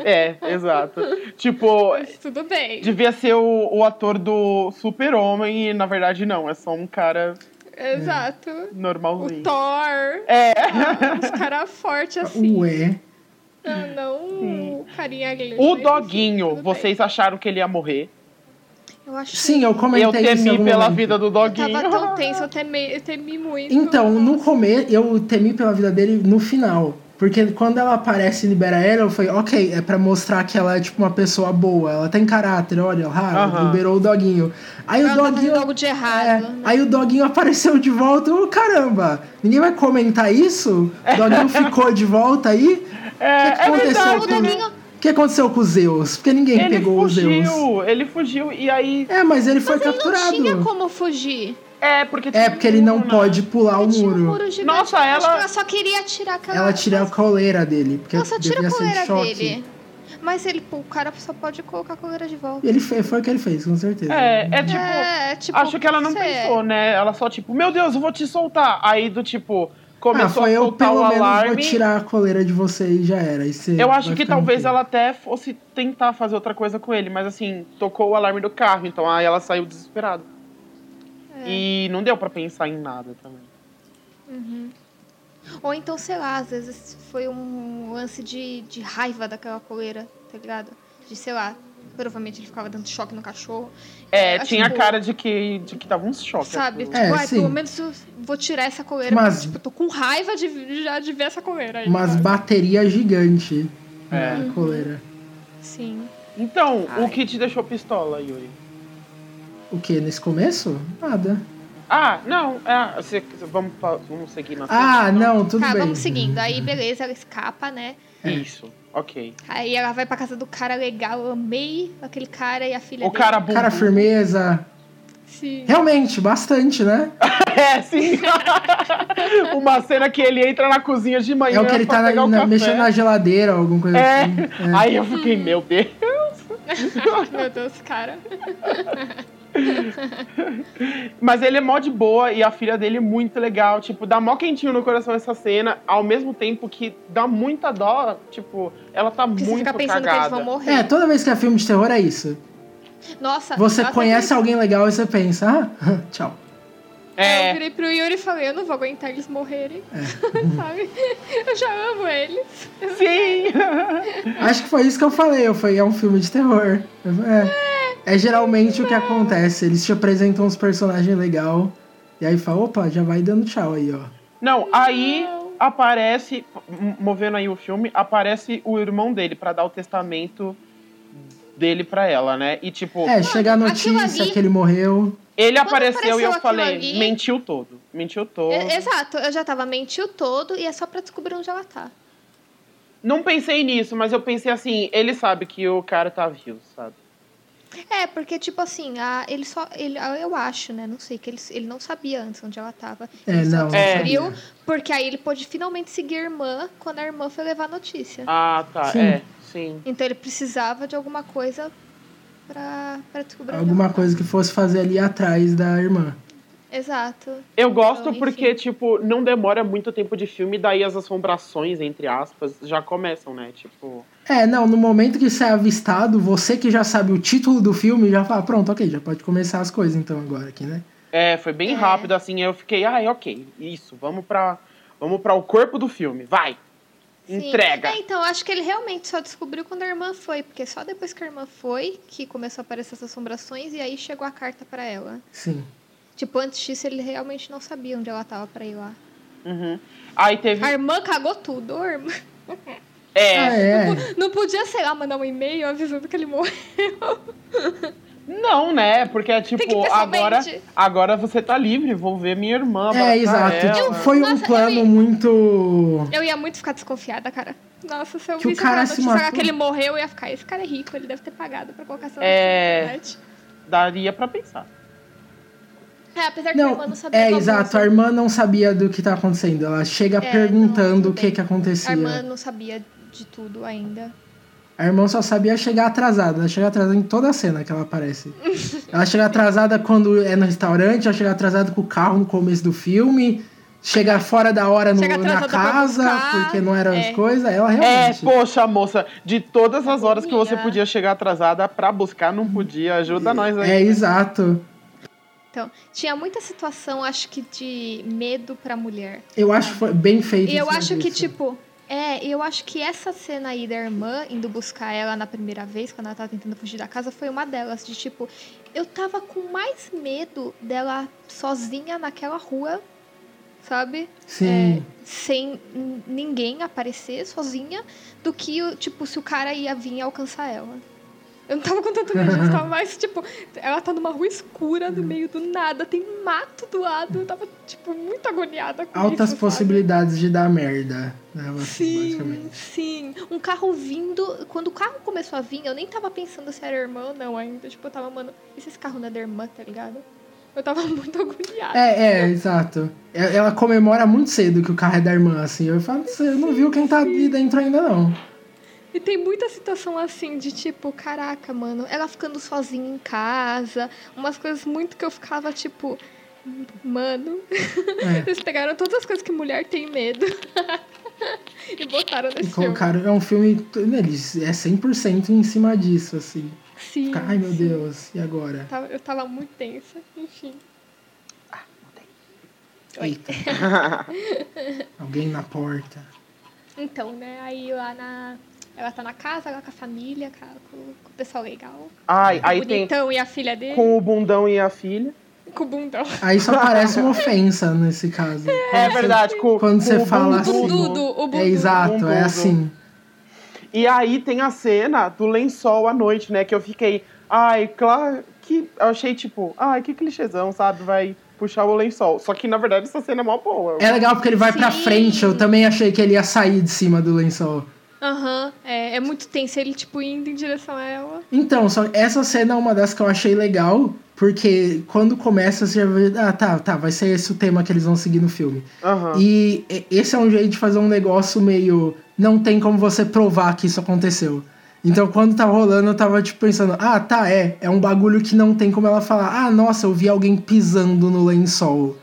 B: é, é, exato. tipo,
A: Mas tudo bem.
B: devia ser o, o ator do Super-Homem e na verdade não, é só um cara
A: Exato.
C: É.
A: O
B: normalzinho.
A: Thor. Ah,
B: É.
A: Os caras
C: *laughs*
A: fortes assim.
C: Ué.
A: Ah, Não o carinha grande. mas,
B: O
A: assim,
B: doguinho,
A: tudo bem.
B: vocês acharam que ele ia morrer?
A: Eu acho
C: Sim, eu
B: E
C: comentei
B: eu
C: isso em
B: temi
C: algum
B: pela
C: momento.
B: vida do
A: que eu
B: doguinho.
A: tava tão tenso, eu temi, eu temi muito.
C: Então, no começo, eu temi pela vida dele no final. Porque quando ela aparece e libera ela, eu falei, ok, é pra mostrar que ela é tipo uma pessoa boa, ela tem caráter, olha, ah,
B: Aham.
C: liberou o doguinho. Aí
A: Ela
C: o
A: tá fazendo
C: doguinho.
A: algo de errado,
C: É,
A: né?
C: Aí o doguinho apareceu de volta, eu, caramba, ninguém vai comentar isso?
B: *laughs*
C: O doguinho ficou de volta aí?
B: É,
C: o que, que
B: é
C: aconteceu
B: verdade,
C: com
A: doguinho-
C: O que aconteceu com o Zeus? Porque ninguém
B: Ele
C: pegou o Zeus.
B: fugiu, ele fugiu e aí
C: É, mas ele foi
A: Mas ele não
C: capturado.
A: tinha como fugir.
B: é porque
C: É, porque ele não
B: né?
C: pode pular o
A: Tinha um
C: muro.
A: muro gigante.
B: Nossa,
A: Acho que
B: ela-
A: ela só queria tirar aquela.
C: Ela tira a coleira dele, porque
A: Nossa, tira
C: devia
A: a
C: ser de
A: coleira
C: choque.
A: dele. Mas ele, pô, o cara só pode colocar a coleira de volta.
C: E Ele fe- foi o que ele fez, com certeza. Ah,
B: É, é tipo,
A: é, tipo,
B: acho que ela não
A: cê-
B: pensou, né? Ela só tipo, meu Deus, eu vou te soltar. Aí do tipo,
C: ah,
B: começou
C: foi
B: a
C: eu
B: soltar
C: pelo
B: o
C: menos
B: alarme.
C: vou tirar a coleira de você e já era. E você
B: Eu
C: vai
B: acho que
C: ficar
B: talvez
C: no
B: ela até fosse tentar fazer outra coisa com ele, mas assim, tocou o alarme do carro, então aí ela saiu desesperada. E não deu pra pensar em nada também.
A: Ou então, sei lá, às vezes foi um lance de, de raiva daquela coleira, tá ligado? De, sei lá, provavelmente ele ficava dando choque no cachorro.
B: É,
A: Acho
B: tinha a
A: que-
B: cara de que, de que tava um choque.
A: assim, Sabe?
B: aquilo.
A: Tipo, ai,
C: é. sim.
A: pelo menos eu vou tirar essa coleira.
C: Mas-
A: Mas... Tipo, eu tô com raiva de, já de ver essa coleira aí.
C: Mas
A: sabe?
C: bateria gigante
B: É.
C: na coleira.
A: Sim.
B: Então, o que te deixou pistola, Yuri?
C: O que? Nesse começo? Nada.
B: Ah, não, é, você- vamos, pa- vamos seguir na
C: Ah,
B: frente,
C: não, tudo
A: tá,
C: bem.
A: vamos seguindo. Aí, beleza, ela escapa, né?
B: então? Isso, ok.
A: Aí ela vai pra casa do cara legal. Eu amei aquele cara e a filha
B: O
A: dele.
B: cara bom.
C: Cara, firmeza.
A: Sim.
C: Realmente, bastante, né?
B: É, sim. *laughs* Uma cena que ele entra na cozinha de manhã.
C: É o que ele
B: pra
C: tá na-
B: pegar o
C: na-
B: café.
C: mexendo na geladeira ou alguma coisa
B: É.
C: assim.
B: Aí eu fiquei, meu Deus.
A: Meu Deus, cara.
B: Mas ele é mó de boa e a filha dele é muito legal. Tipo, dá mó quentinho no coração essa cena, ao mesmo tempo que dá muita dó. Tipo, ela tá
A: Porque você
B: muito
A: fica pensando que eles
B: cagada.
A: vão morrer.
C: É, toda vez que é filme de terror é isso.
A: Nossa.
C: Você
A: nossa,
C: conhece alguém legal e você pensa, ah, *laughs* tchau.
A: Aí Eu
B: É,
A: virei pro Yuri e falei, eu não vou aguentar eles morrerem.
C: É.
A: *laughs* Sabe? Eu já amo eles.
B: *laughs*
A: *laughs*
B: sim!
C: Acho que foi isso que eu falei. Eu falei, é um filme de terror. É, é geralmente o que acontece. Eles te apresentam uns personagens legal e aí fala, opa, já vai dando tchau aí, ó.
B: Não, aí aparece, m- movendo aí o filme, aparece o irmão dele pra dar o testamento dele pra ela, né? E tipo,
C: É, chega a
A: aquilo
C: notícia
A: ali-
C: que ele morreu.
B: ele
A: Quando
B: apareceu e
A: apareceu
B: eu
A: aquilo
B: falei,
A: ali- é,
B: mentiu todo. Mentiu todo.
A: E- Exato, eu já tava mentiu todo e é só pra descobrir onde ela tá.
B: Não pensei nisso, mas eu pensei assim, ele sabe que o cara tá vivo, sabe?
A: É, porque, tipo assim, a, ele só. Ele, a- eu acho, né? Não sei, que ele, ele não sabia antes onde ela tava.
C: É,
A: ele
C: não.
A: só
B: É.
A: descobriu, porque aí ele pôde finalmente seguir a irmã quando a irmã foi levar a notícia.
B: Ah, tá,
C: Sim.
B: é, sim.
A: Então ele precisava de alguma coisa pra, pra descobrir onde
C: Alguma
A: ela tá.
C: coisa que fosse fazer ali atrás da irmã.
A: Exato. Então,
B: Eu gosto
A: enfim.
B: porque, tipo, não demora muito tempo de filme, daí as assombrações, entre aspas, já começam, né? Tipo.
C: É, não, no momento que você é avistado, você que já sabe o título do filme, já fala, pronto, ok, já pode começar as coisas então agora aqui, né?
B: É, foi bem
A: É.
B: rápido, assim, eu fiquei, ai, ok, isso, vamos pra. Vamos para o corpo do filme, vai!
A: Sim.
B: Entrega!
A: É, então, acho que ele realmente só descobriu quando a irmã foi, porque só depois que a irmã foi que começou a aparecer essas assombrações e aí chegou a carta pra ela.
C: Sim.
A: Tipo, antes disso ele realmente não sabia onde ela tava pra ir lá.
B: Uhum. Aí teve.
A: A irmã cagou tudo, a irmã. *laughs*
C: Ah,
B: É.
C: é.
A: Não podia, sei lá, mandar um e-mail avisando que ele morreu. *laughs*
B: Não, né? Porque é tipo,
A: Tem que ir
B: agora,
A: pessoalmente.
B: agora você tá livre, vou ver minha irmã. abraçar
C: É, exato.
B: ela.
C: Foi um
A: Nossa,
C: plano
A: eu-
C: muito.
A: Eu ia muito ficar desconfiada, cara. Nossa, se eu
C: Que o
A: visse
C: cara
A: aquela
C: se
A: notícia lá
C: matou.
A: que ele morreu, eu ia ficar, esse cara é rico, ele deve ter pagado pra colocar essa
B: É.
A: notícia na internet.
B: Daria pra pensar.
A: É, apesar que a
C: Não,
A: irmã não sabia
C: é
A: do abuso.
C: exato. A irmã não sabia do que tá acontecendo. Ela chega
A: É, não,
C: perguntando
A: tudo
C: o que
A: bem.
C: que acontecia.
A: A irmã não sabia de tudo ainda.
C: A irmã só sabia chegar atrasada. Ela chega atrasada em toda a cena que
A: *laughs*
C: ela aparece. ela chega atrasada quando é no restaurante, ela chega atrasada com o carro no começo do filme, chega fora da hora no-
A: Chega
C: na
A: atrasada pra
C: casa,
A: buscar,
C: porque não eram
A: é.
C: as coisas. Ela
B: É,
C: realmente.
B: poxa, moça, de todas as horas que você
A: Agonia.
B: podia chegar atrasada pra buscar, não podia. Ajuda nós aí.
C: é, exato.
A: Então, tinha muita situação, acho que, de medo pra mulher.
C: Eu acho que foi bem feito.
A: E eu
C: esse
A: acho que,
C: serviço.
A: tipo. É, eu acho que essa cena aí da irmã indo buscar ela na primeira vez, quando ela tava tentando fugir da casa, foi uma delas. De tipo, eu tava com mais medo dela sozinha naquela rua, sabe?
C: Sim.
A: É, sem n- ninguém aparecer sozinha, do que, o- tipo, se o cara ia vir alcançar ela. Eu não tava com tanto medo, eu tava mais, tipo, ela tá numa rua escura, no meio do nada, tem mato do lado, eu tava, tipo, muito agoniada com
C: Altas
A: isso, sabe?
C: possibilidades de dar merda. Né, assim,
A: Sim,
C: basicamente.
A: sim. Um carro vindo. Quando o carro começou a vir, eu nem tava pensando se era irmã ou não ainda. Tipo, eu tava, mano, e se esse carro não é da irmã, tá ligado? Eu tava *laughs* muito agoniada.
C: É, é, exato. E- Ela comemora muito cedo que o carro é da irmã, assim. Eu falo, você não viu quem tá ali dentro ainda, não.
A: E tem muita situação assim de tipo, caraca, mano, ela ficando sozinha em casa, umas coisas muito que eu ficava tipo, mano, *laughs*
C: É.
A: eles pegaram todas as coisas que mulher tem medo *laughs* e botaram
C: E
A: nesse filme.
C: colocaram. É um filme. Eles é 100% em cima disso, assim.
A: Sim.
C: Ai, meu
A: sim.
C: Deus, e agora?
A: Tava- Eu tava muito tensa, enfim.
C: Eita.
A: *laughs*
C: Alguém na porta.
A: Então, né, aí lá na. Ela tá na casa, lá com a família, com, a- com- com o pessoal legal.
B: Ai, aí tem
A: bonitão e a filha dele, com,
B: com o bundão e a filha.
A: o bundão.
C: Aí só parece uma ofensa nesse caso.
B: É verdade, com, com
C: Quando você
B: o
C: fala
B: bundudo.
C: assim,
A: Bundudo, o bundudo.
C: É exato, é
B: Bundudo.
C: assim.
B: E aí tem a cena do lençol à noite, né? Que eu fiquei, ai, claro que. Eu achei tipo, ai, que clichêzão, sabe? Vai puxar o lençol. Só que na verdade essa cena é mó boa.
C: É legal porque ele vai pra
A: Sim.
C: frente. Eu também achei que ele ia sair de cima do lençol.
A: Aham, é, é muito tenso ele, tipo, indo em direção a ela.
C: Então, só essa cena é uma das que eu achei legal, porque quando começa você já vê, ah, tá, tá, vai ser esse o tema que eles vão seguir no filme.
B: Aham.
C: E e- esse é um jeito de fazer um negócio meio. Não tem como você provar que isso aconteceu. Então, quando tá rolando, eu tava tipo pensando: ah, tá, é. É um bagulho que não tem como ela falar: ah, nossa, eu vi alguém pisando no lençol.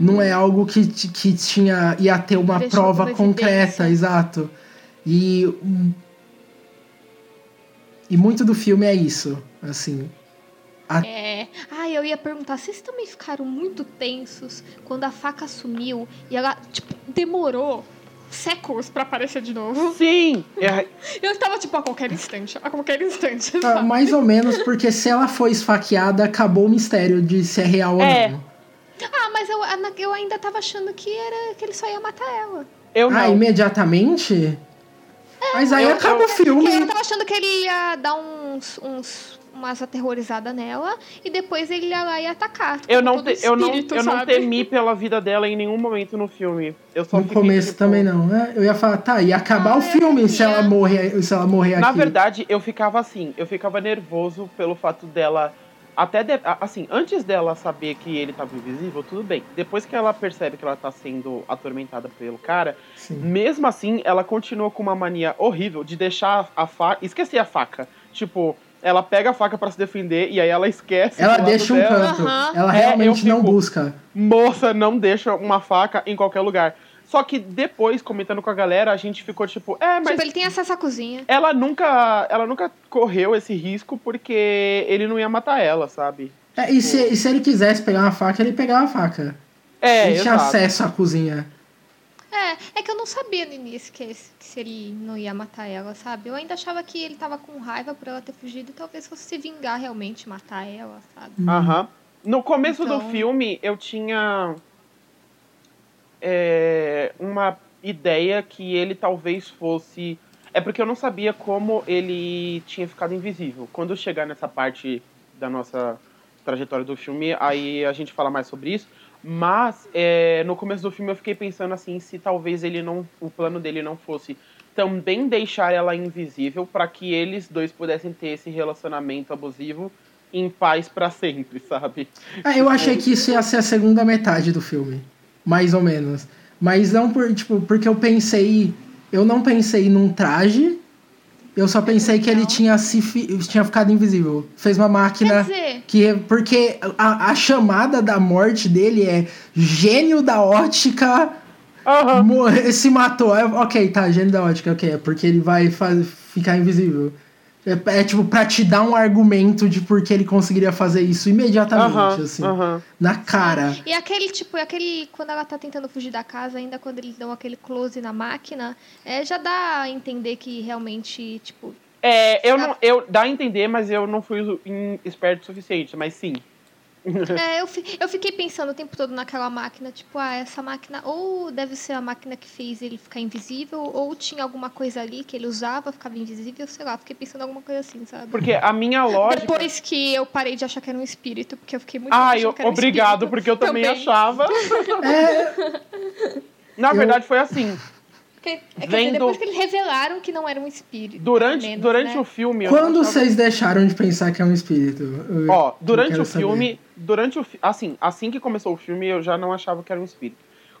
C: Não é algo que, ti- que tinha. ia ter uma
A: Deixou
C: prova
A: alguma
C: concreta,
A: evidência.
C: exato. E. hum, E muito do filme é isso, assim. A-
A: É. Ah, eu ia perguntar, vocês também ficaram muito tensos quando a faca sumiu e ela, tipo, demorou séculos pra aparecer de novo? *laughs*
B: Sim! É,
A: Eu tava, tipo, a qualquer instante, a qualquer instante.
C: Ah,
A: sabe?
C: mais ou menos, porque se ela foi esfaqueada, acabou o mistério de se é real
B: É.
C: ou não.
A: Ah, mas eu, ana- eu ainda tava achando que era que ele só ia matar ela.
B: eu
C: Ah,
B: não.
C: imediatamente? Mas aí
A: É, eu-
C: acaba o
A: Porque eu
C: filme.
A: tava achando que ele ia dar uns, uns umas aterrorizadas nela e depois ele ia lá e atacar. tipo,
B: Eu não,
A: Todo
B: te- eu, não,
A: espírito,
B: eu não
A: sabe?
B: temi pela vida dela em nenhum momento no filme. Eu só
C: No
B: fiquei,
C: começo
B: tipo,
C: também não. né? Eu ia falar, tá, ia acabar
A: Ah,
C: o
A: eu
C: filme se ela
A: queria.
C: morrer, se ela morrer
B: Na
C: aqui.
B: verdade, eu ficava assim, eu ficava nervoso pelo fato dela. Até de- a- assim, antes dela saber que ele tava invisível, tudo bem. Depois que ela percebe que ela tá sendo atormentada pelo cara,
C: Sim.
B: mesmo assim, ela continua com uma mania horrível de deixar a faca. Esquecer a faca. Tipo, ela pega a faca pra se defender e aí ela esquece.
C: Ela
B: do lado
C: deixa um
B: dela.
C: canto.
A: Aham.
B: É,
C: Ela
B: eu
C: realmente não
B: fico-
C: busca.
B: Moça, não deixa uma faca em qualquer lugar. Só que depois, comentando com a galera, a gente ficou tipo, é, mas
A: Tipo, ele tem acesso à cozinha.
B: ela nunca, ela nunca correu esse risco porque ele não ia matar ela, sabe?
C: É, e, se, e se ele quisesse pegar uma faca, ele pegava a faca.
B: É,
C: ele tinha
B: exato.
C: acesso à cozinha.
A: É, é que eu não sabia no início que, esse- que se ele não ia matar ela, sabe? Eu ainda achava que ele tava com raiva por ela ter fugido e talvez fosse se vingar realmente, matar ela, sabe?
B: Aham. No começo do
A: Então-
B: filme, eu tinha é, uma ideia que ele talvez fosse. É porque eu não sabia como ele tinha ficado invisível. Quando chegar nessa parte da nossa trajetória do filme, aí a gente fala mais sobre isso. Mas é, no começo do filme eu fiquei pensando assim, se talvez ele não, o plano dele não fosse também deixar ela invisível para que eles dois pudessem ter esse relacionamento abusivo em paz para sempre, sabe?
C: Ah, eu achei que isso ia ser a segunda metade do filme. Mais ou menos. Mas não por, tipo, porque eu pensei. Eu não pensei num traje. Eu só pensei que ele tinha, se fi- tinha ficado invisível. Fez uma
A: Quer
C: máquina.
A: dizer,
C: Que, porque a, a chamada da morte dele é gênio da ótica
B: Aham.
C: Mor- se matou. É, ok, tá, gênio da ótica, ok. É porque ele vai fa- ficar invisível. É, é, tipo, pra te dar um argumento de por que ele conseguiria fazer isso imediatamente,
B: Aham.
C: assim.
B: aham.
C: Na cara.
A: e aquele tipo, e aquele quando ela tá tentando fugir da casa, ainda quando eles dão aquele close na máquina, é, já dá a entender que realmente, tipo,
B: É, eu não. Eu, dá a entender, mas eu não fui o- em- esperto o suficiente, mas sim.
A: É, eu, fi- eu fiquei pensando o tempo todo naquela máquina, tipo, ah, essa máquina ou deve ser a máquina que fez ele ficar invisível, ou tinha alguma coisa ali que ele usava, ficava invisível, sei lá, fiquei pensando alguma coisa assim, sabe?
B: Porque a
A: *laughs*
B: minha lógica.
A: Depois que eu parei de achar que era um espírito, porque eu fiquei muito achando
B: Ai, Ah, eu-
A: que era um
B: obrigado,
A: espírito
B: porque eu também, achava.
C: *laughs* É,
B: Na
C: Eu-
B: verdade, foi assim.
A: Porque, é, quer dizer,
B: Vendo-
A: depois que eles revelaram que não era um espírito.
B: Durante,
A: menos,
B: durante
A: né?
B: o filme. eu
C: quando
B: achava-
C: vocês deixaram de pensar que é um espírito? Eu-
B: Ó, durante
C: quero
B: o
C: saber.
B: filme, durante o fi- assim, assim que começou o filme, eu já não achava que era um espírito.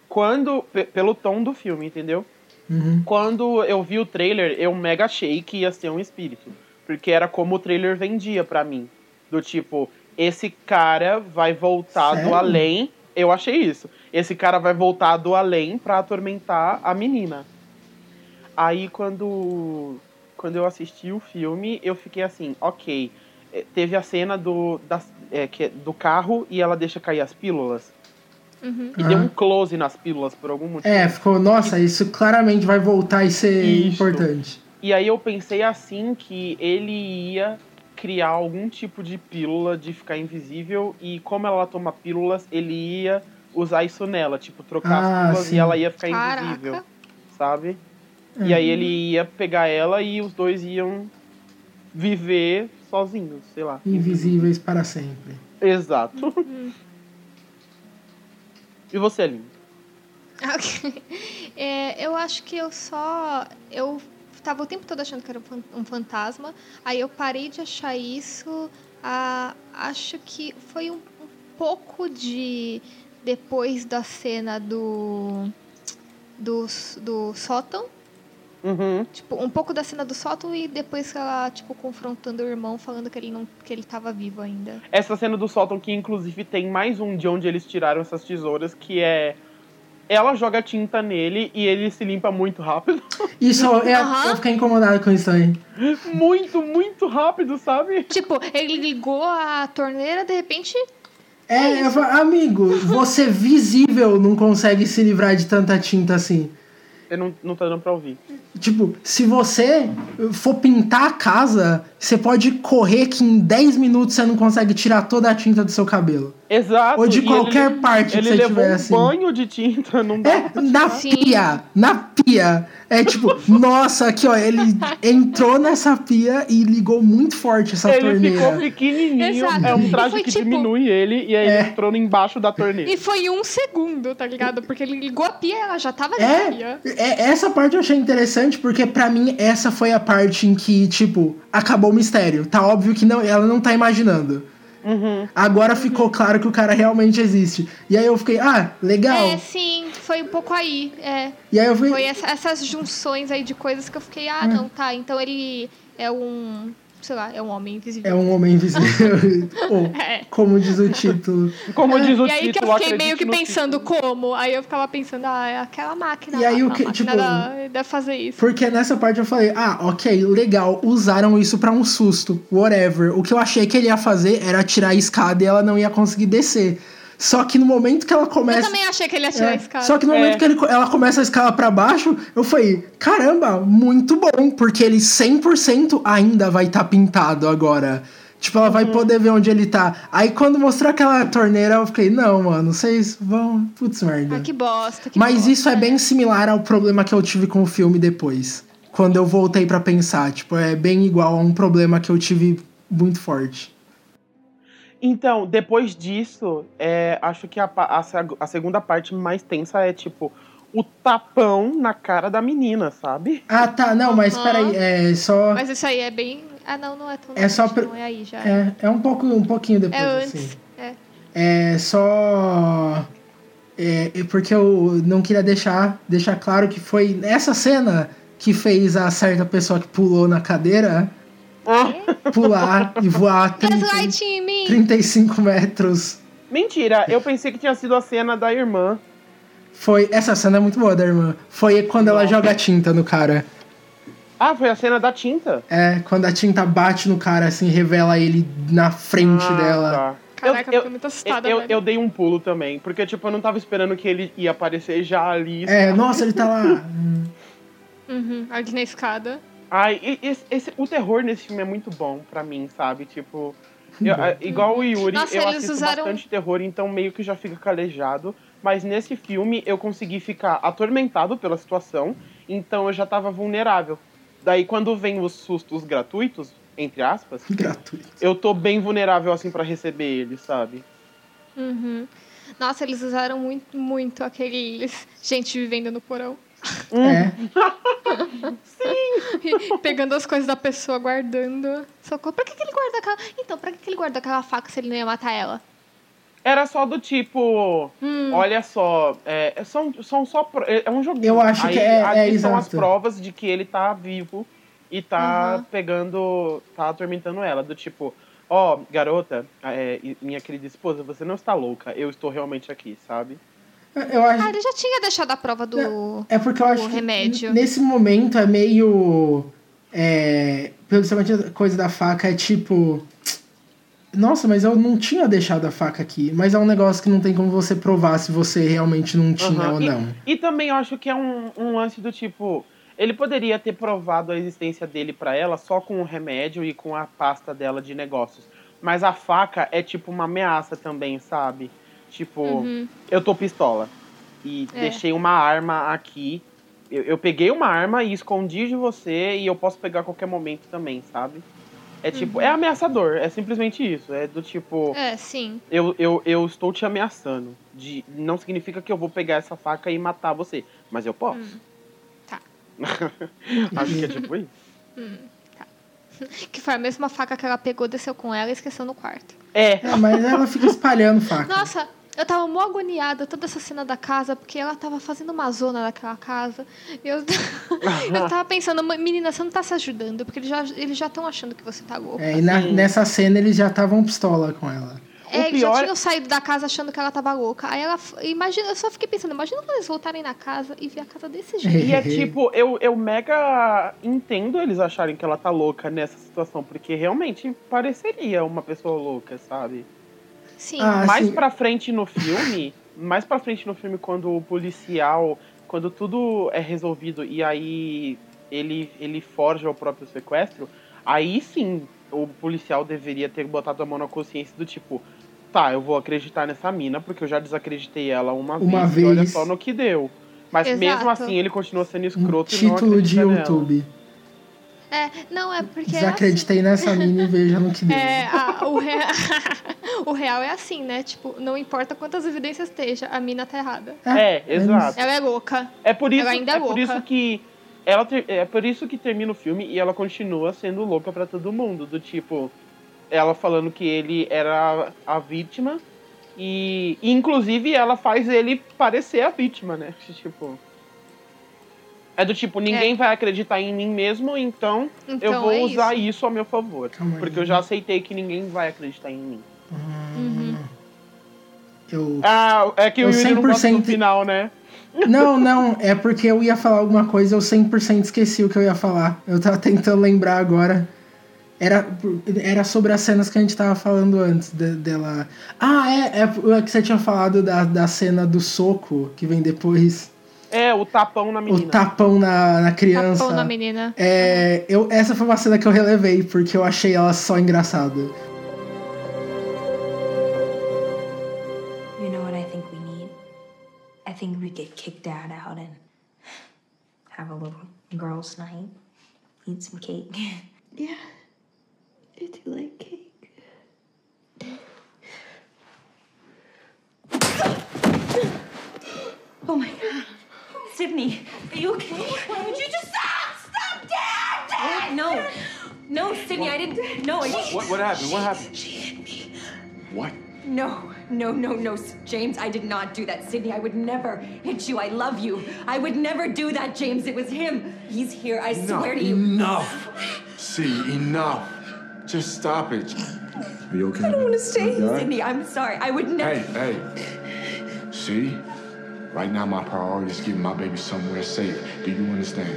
B: Quando pe- pelo tom do filme, entendeu?
C: Uhum.
B: Quando eu vi o trailer, eu mega achei que ia ser um espírito, porque era como o trailer vendia pra mim, do tipo, esse cara vai voltar do
C: Sério?
B: além. Eu achei isso. Esse cara vai voltar do além pra atormentar a menina. Aí quando quando eu assisti o filme, eu fiquei assim, ok. Eh, Teve a cena do, da, é, que é do carro e ela deixa cair as pílulas.
A: Uhum.
B: E
C: Ah.
B: deu um close nas pílulas por algum motivo.
C: É, ficou, nossa, isso claramente vai voltar e ser
B: Isso.
C: importante.
B: E aí eu pensei assim que ele ia criar algum tipo de pílula de ficar invisível e como ela toma pílulas, ele ia usar isso nela, tipo trocar
C: Ah,
B: as pílulas
C: sim.
B: e ela ia ficar invisível,
A: Caraca.
B: sabe? E
C: Uhum.
B: aí ele ia pegar ela e os dois iam viver sozinhos, sei lá.
C: Invisíveis para sempre.
B: Exato. E você, Aline?
A: *laughs* Ok. É, eu acho que eu só. Eu tava o tempo todo achando que era um fan- um fantasma. Aí eu parei de achar isso. Ah, acho que foi um, um pouco de. Depois da cena do. Do, s- do sótão.
B: Uhum.
A: Tipo, um pouco da cena do sótão e depois ela, tipo, confrontando o irmão, falando que ele não que ele tava vivo ainda.
B: Essa cena do sótão que inclusive tem mais um de onde eles tiraram essas tesouras, que é Ela joga tinta nele e ele se limpa muito rápido. *laughs*
C: Isso, é,
A: Aham.
C: eu fiquei incomodado com isso também.
B: muito, muito rápido, sabe?
A: Tipo, ele ligou a torneira, de repente.
C: É, eu falo, amigo, você visível não consegue se livrar de tanta tinta assim.
B: Eu não, não tá dando pra ouvir.
C: Tipo, se você for pintar a casa, você pode correr que em 10 minutos você não consegue tirar toda a tinta do seu cabelo.
B: Exato.
C: Ou
B: e
C: de
B: ele
C: qualquer
B: le-
C: parte que
B: Ele
C: você
B: levou
C: tiver,
B: um
C: assim.
B: banho de tinta, não dá.
C: É, na
A: Sim.
C: pia, na pia. É tipo, nossa, aqui ó, ele entrou nessa pia e ligou muito forte essa
B: Ele
C: torneira.
B: ficou pequenininho,
A: Exato.
B: é um traje
A: E foi
B: que
A: tipo-
B: diminui ele e aí
C: É.
B: ele entrou embaixo da torneira.
A: E foi um segundo, tá ligado? Porque ele ligou a pia e ela já tava na pia.
C: É, é, essa parte eu achei interessante porque pra mim essa foi a parte em que, tipo, acabou o mistério. Tá óbvio que não, ela não tá imaginando.
A: Uhum.
C: Agora ficou claro que o cara realmente existe. E aí eu fiquei, ah, legal.
A: É, sim, foi um pouco aí. É.
C: e aí eu fui,
A: Foi essa- essas junções aí de coisas que eu fiquei,
C: Hum.
A: ah, não, tá. Então ele é um. Sei lá, é um homem invisível.
C: é um homem
A: *laughs*
C: invisível. Ou,
A: É.
C: como diz o título.
B: Como
C: É um
B: diz o
A: E aí que
B: título,
A: eu fiquei meio
B: acredite
A: que
B: no
A: pensando como. Aí eu ficava pensando, ah, é aquela máquina.
C: E aí
A: lá,
C: o
A: aquela
C: que,
A: máquina
C: tipo,
A: da- deve fazer isso.
C: Porque nessa parte eu falei, ah, ok, legal, usaram isso pra um susto, whatever. O que eu achei que ele ia fazer era tirar a escada e ela não ia conseguir descer. Só que no momento que ela
A: Eu
C: começa.
A: também achei que ele ia tirar
C: É,
A: esse cara.
C: Só que no momento
B: É.
C: que ele co- ela começa a escalar pra baixo, eu falei, caramba, muito bom, porque ele 100% ainda vai estar pintado agora. Tipo, ela vai poder ver onde ele tá. Aí quando mostrou aquela torneira, eu fiquei, não, mano, vocês vão. Putz, merda.
A: Ah, que bosta. Que
C: Mas
A: bosta.
C: isso é bem similar ao problema que eu tive com o filme depois. Quando eu voltei pra pensar, tipo, é bem igual a um problema que eu tive muito forte.
B: Então, depois disso, é, acho que a, pa- a seg- a segunda parte mais tensa é, tipo, o tapão na cara da menina, sabe?
C: Ah, tá, não, mas
A: Aham.
C: peraí, é só.
A: Mas isso aí é bem. Ah, não, não é tão.
C: É só
A: longe,
C: pra-
A: Não é aí já. É,
C: É, é um pouco, um pouquinho depois, assim.
A: antes. É.
C: É só. É, é porque eu não queria deixar, deixar claro que foi nessa cena que fez a certa pessoa que pulou na cadeira pular e voar
A: *laughs*
C: 30,
A: Gaslight em mim!
C: 35 metros.
B: *laughs* Mentira, eu pensei que tinha sido a cena da irmã.
C: Foi. Essa cena é muito boa da irmã. Foi quando ela joga tinta no cara.
B: Ah, foi a cena da tinta.
C: É, quando a tinta bate no cara, assim, revela ele na frente
B: Ah,
C: dela.
B: tá.
A: Caraca, eu,
B: eu,
A: fiquei muito
B: eu,
A: assustada.
B: eu,
A: velho.
B: eu dei um pulo também, porque, tipo, eu não tava esperando que ele ia aparecer já ali.
C: É, nossa, ele tá lá. Hum.
A: Uhum, ali na escada.
B: Ai, e- esse, esse- o terror nesse filme é muito bom pra mim, sabe? Tipo, eu- a- igual o Yuri,
A: Nossa,
B: eu
A: eles
B: assisto
A: usaram-
B: bastante terror, então meio que já fica calejado. Mas nesse filme eu consegui ficar atormentado pela situação, então eu já tava vulnerável. Daí quando vem os sustos gratuitos, entre aspas,
C: Gratuito.
B: eu tô bem vulnerável assim pra receber eles, sabe?
A: Uhum. Nossa, eles usaram muito, muito aqueles gente vivendo no porão. *laughs*
C: É.
A: E pegando as coisas da pessoa, guardando. Socorro. Pra que, que ele guarda aquela. Então, pra que, que ele guarda aquela faca se ele não ia matar ela?
B: Era só do tipo,
A: Hum.
B: olha só, é, é- são, são só. pro- É é um joguinho.
C: Eu acho
B: Aí,
C: que é-
B: Aqui
C: é,
B: são as
C: exato.
B: provas de que ele tá vivo e tá
A: Aham.
B: pegando. tá atormentando ela. Do tipo, ó, garota, é, e- minha querida esposa, você não está louca, eu estou realmente aqui, sabe?
C: Eu
A: Ah,
C: acho.
A: ele já tinha deixado a prova do.
C: É porque eu acho
A: o
C: que
A: remédio.
C: n- nesse momento é meio. É, principalmente a coisa da faca é tipo. Nossa, mas eu não tinha deixado a faca aqui. Mas é um negócio que não tem como você provar se você realmente não tinha
B: Aham.
C: ou
B: E-
C: não.
B: E, também eu acho que é um, um lance do tipo. Ele poderia ter provado a existência dele pra ela só com o remédio e com a pasta dela de negócios. Mas a faca é tipo uma ameaça também, sabe? Tipo.
A: Uhum.
B: eu tô pistola. E
A: É.
B: deixei uma arma aqui. Eu, eu peguei uma arma e escondi de você e eu posso pegar a qualquer momento também, sabe? É
A: Uhum.
B: tipo, é ameaçador, é simplesmente isso. É do tipo,
A: É, sim.
B: eu, eu, eu estou te ameaçando. De, não significa que eu vou pegar essa faca e matar você, mas eu posso.
A: Tá.
B: *laughs* Acho que é tipo isso.
A: Que foi a mesma faca que ela pegou, desceu com ela e esqueceu no quarto.
B: É,
C: É, mas ela fica espalhando faca.
A: Nossa, eu tava mó agoniada toda essa cena da casa, porque ela tava fazendo uma zona naquela casa. E eu, *laughs* eu tava pensando, menina, você não tá se ajudando, porque eles já estão achando que você tá louca.
B: Assim.
C: É, e na- nessa cena eles já estavam pistola com ela.
A: É,
B: o
A: eles já
B: pior
A: tinham saído da casa achando que ela tava louca. Aí ela. f- Imagina, eu só fiquei pensando, imagina quando eles voltarem na casa e ver a casa desse jeito.
B: E é tipo, eu, eu mega entendo eles acharem que ela tá louca nessa situação, porque realmente pareceria uma pessoa louca, sabe?
A: Sim.
C: Ah,
B: mais
C: sim.
B: pra frente no filme, mais pra frente no filme, quando o policial, quando tudo é resolvido e aí ele, ele forja o próprio sequestro, aí sim o policial deveria ter botado a mão na consciência do tipo, tá, eu vou acreditar nessa mina, porque eu já desacreditei ela uma,
C: Uma
B: vez, e olha
C: vez.
B: só no que deu. Mas
A: Exato.
B: mesmo assim ele continua sendo
C: um
B: escroto e não
C: título de
B: acredita nela.
C: YouTube.
A: É, não, é porque. é assim.
C: Desacreditei nessa mina e veja no que
A: *laughs*
C: deu.
A: É, a- o, rea- *laughs* o real é assim, né? Tipo, não importa quantas evidências esteja, a mina tá errada.
B: É, exato.
A: Ela é louca.
B: É por isso,
A: Ela ainda é
B: é por
A: louca.
B: isso que ela ter- é por isso que termina o filme e ela continua sendo louca pra todo mundo, do tipo ela falando que ele era a a vítima e, e, inclusive ela faz ele parecer a vítima, né? *laughs* Tipo é do tipo, ninguém vai acreditar em mim mesmo, então,
A: Então
B: eu vou
A: é
B: usar
A: isso.
B: isso. a meu favor.
C: Calma aí.
B: porque eu já aceitei que ninguém vai acreditar em mim.
C: Eu...
B: Ah, é que o
C: Eu
B: Yuri não gosta do
C: 100%
B: final, né?
C: Não, não, é porque eu ia falar alguma coisa, eu 100% esqueci o que eu ia falar. Eu tava tentando lembrar agora. Era, era sobre as cenas que a gente tava falando antes de- dela. Ah, é, é, é que você tinha falado da, da cena do soco que vem depois.
B: É, o tapão na menina.
C: O tapão na, na criança.
A: Tapão Tá na menina.
C: É, eu, essa foi uma cena que eu relevei, porque eu achei ela só engraçada.
D: You know what I think we need? I think we could kick dad out and have a little girls' night, eat some cake. *laughs*
G: Yeah. I do like cake.
D: Oh my god. Sydney, are you okay? Why would you just stop? Stop, Dad! Dad! No. No, Sydney, I didn't. No, I didn't.
F: What, what happened? What happened? What?
D: No, no, no, no, S- James, I did not do that. Sydney, I would never hit you. I love you. I would never do that, James. It was him. He's here. I
F: No,
D: swear to you.
F: Enough. See, enough. Just stop it. Are you okay?
D: I don't want to stay,
F: You all right?
D: Sydney. I'm sorry. I would never.
F: Hey, hey. See? Right now, my priority is getting my baby somewhere safe. Do you understand?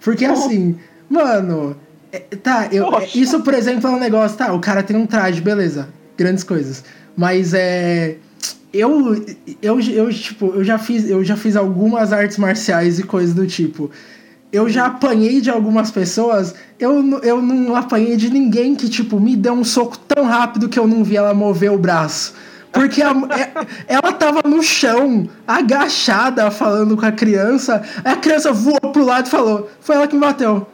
C: Porque assim, mano, é, tá, eu, é,
B: Poxa.
C: isso por exemplo é um negócio, tá, o cara tem um traje, beleza, grandes coisas. Mas é. Eu, eu, eu, tipo, eu já fiz, eu já fiz algumas artes marciais e coisas do tipo. Eu já apanhei de algumas pessoas, eu, n- eu não apanhei de ninguém que, tipo, me deu um soco tão rápido que eu não vi ela mover o braço. Porque a- é- ela tava no chão, agachada, falando com a criança. A criança voou pro lado e falou: Foi ela que me bateu.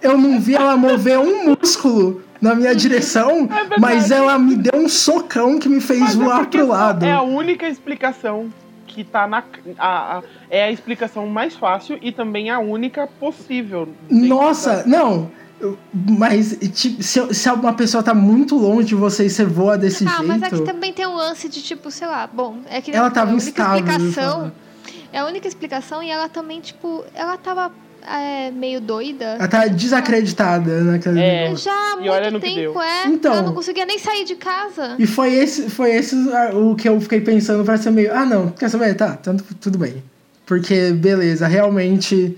C: Eu não vi ela mover um músculo na minha direção,
B: é verdade.
C: mas ela me deu um socão que me fez
B: Mas é
C: voar
B: porque
C: pro lado.
B: É a única explicação que tá na. A, a- é a explicação mais fácil e também a única possível. dentro
C: Nossa, não. eu- Mas tipo, se, eu- se uma pessoa tá muito longe de você e você voa desse
A: Ah, mas aqui
C: jeito.
A: também tem um lance de tipo, sei lá, bom, é que
C: Ela tava
A: a única
C: instável, eu
A: explicação.
C: falo.
A: É a única explicação e ela também, tipo, ela tava é, meio doida.
C: Ela tá desacreditada naquele
B: É.
C: negócio.
A: Já há
B: E
A: muito
B: olha no que
A: tempo,
B: deu.
A: é.
C: Então.
A: Ela não conseguia nem sair de casa.
C: E foi esse, foi esse ah, o que eu fiquei pensando pra ser meio. Ah, não, quer saber? Tá, tanto, tudo bem. Porque, beleza, realmente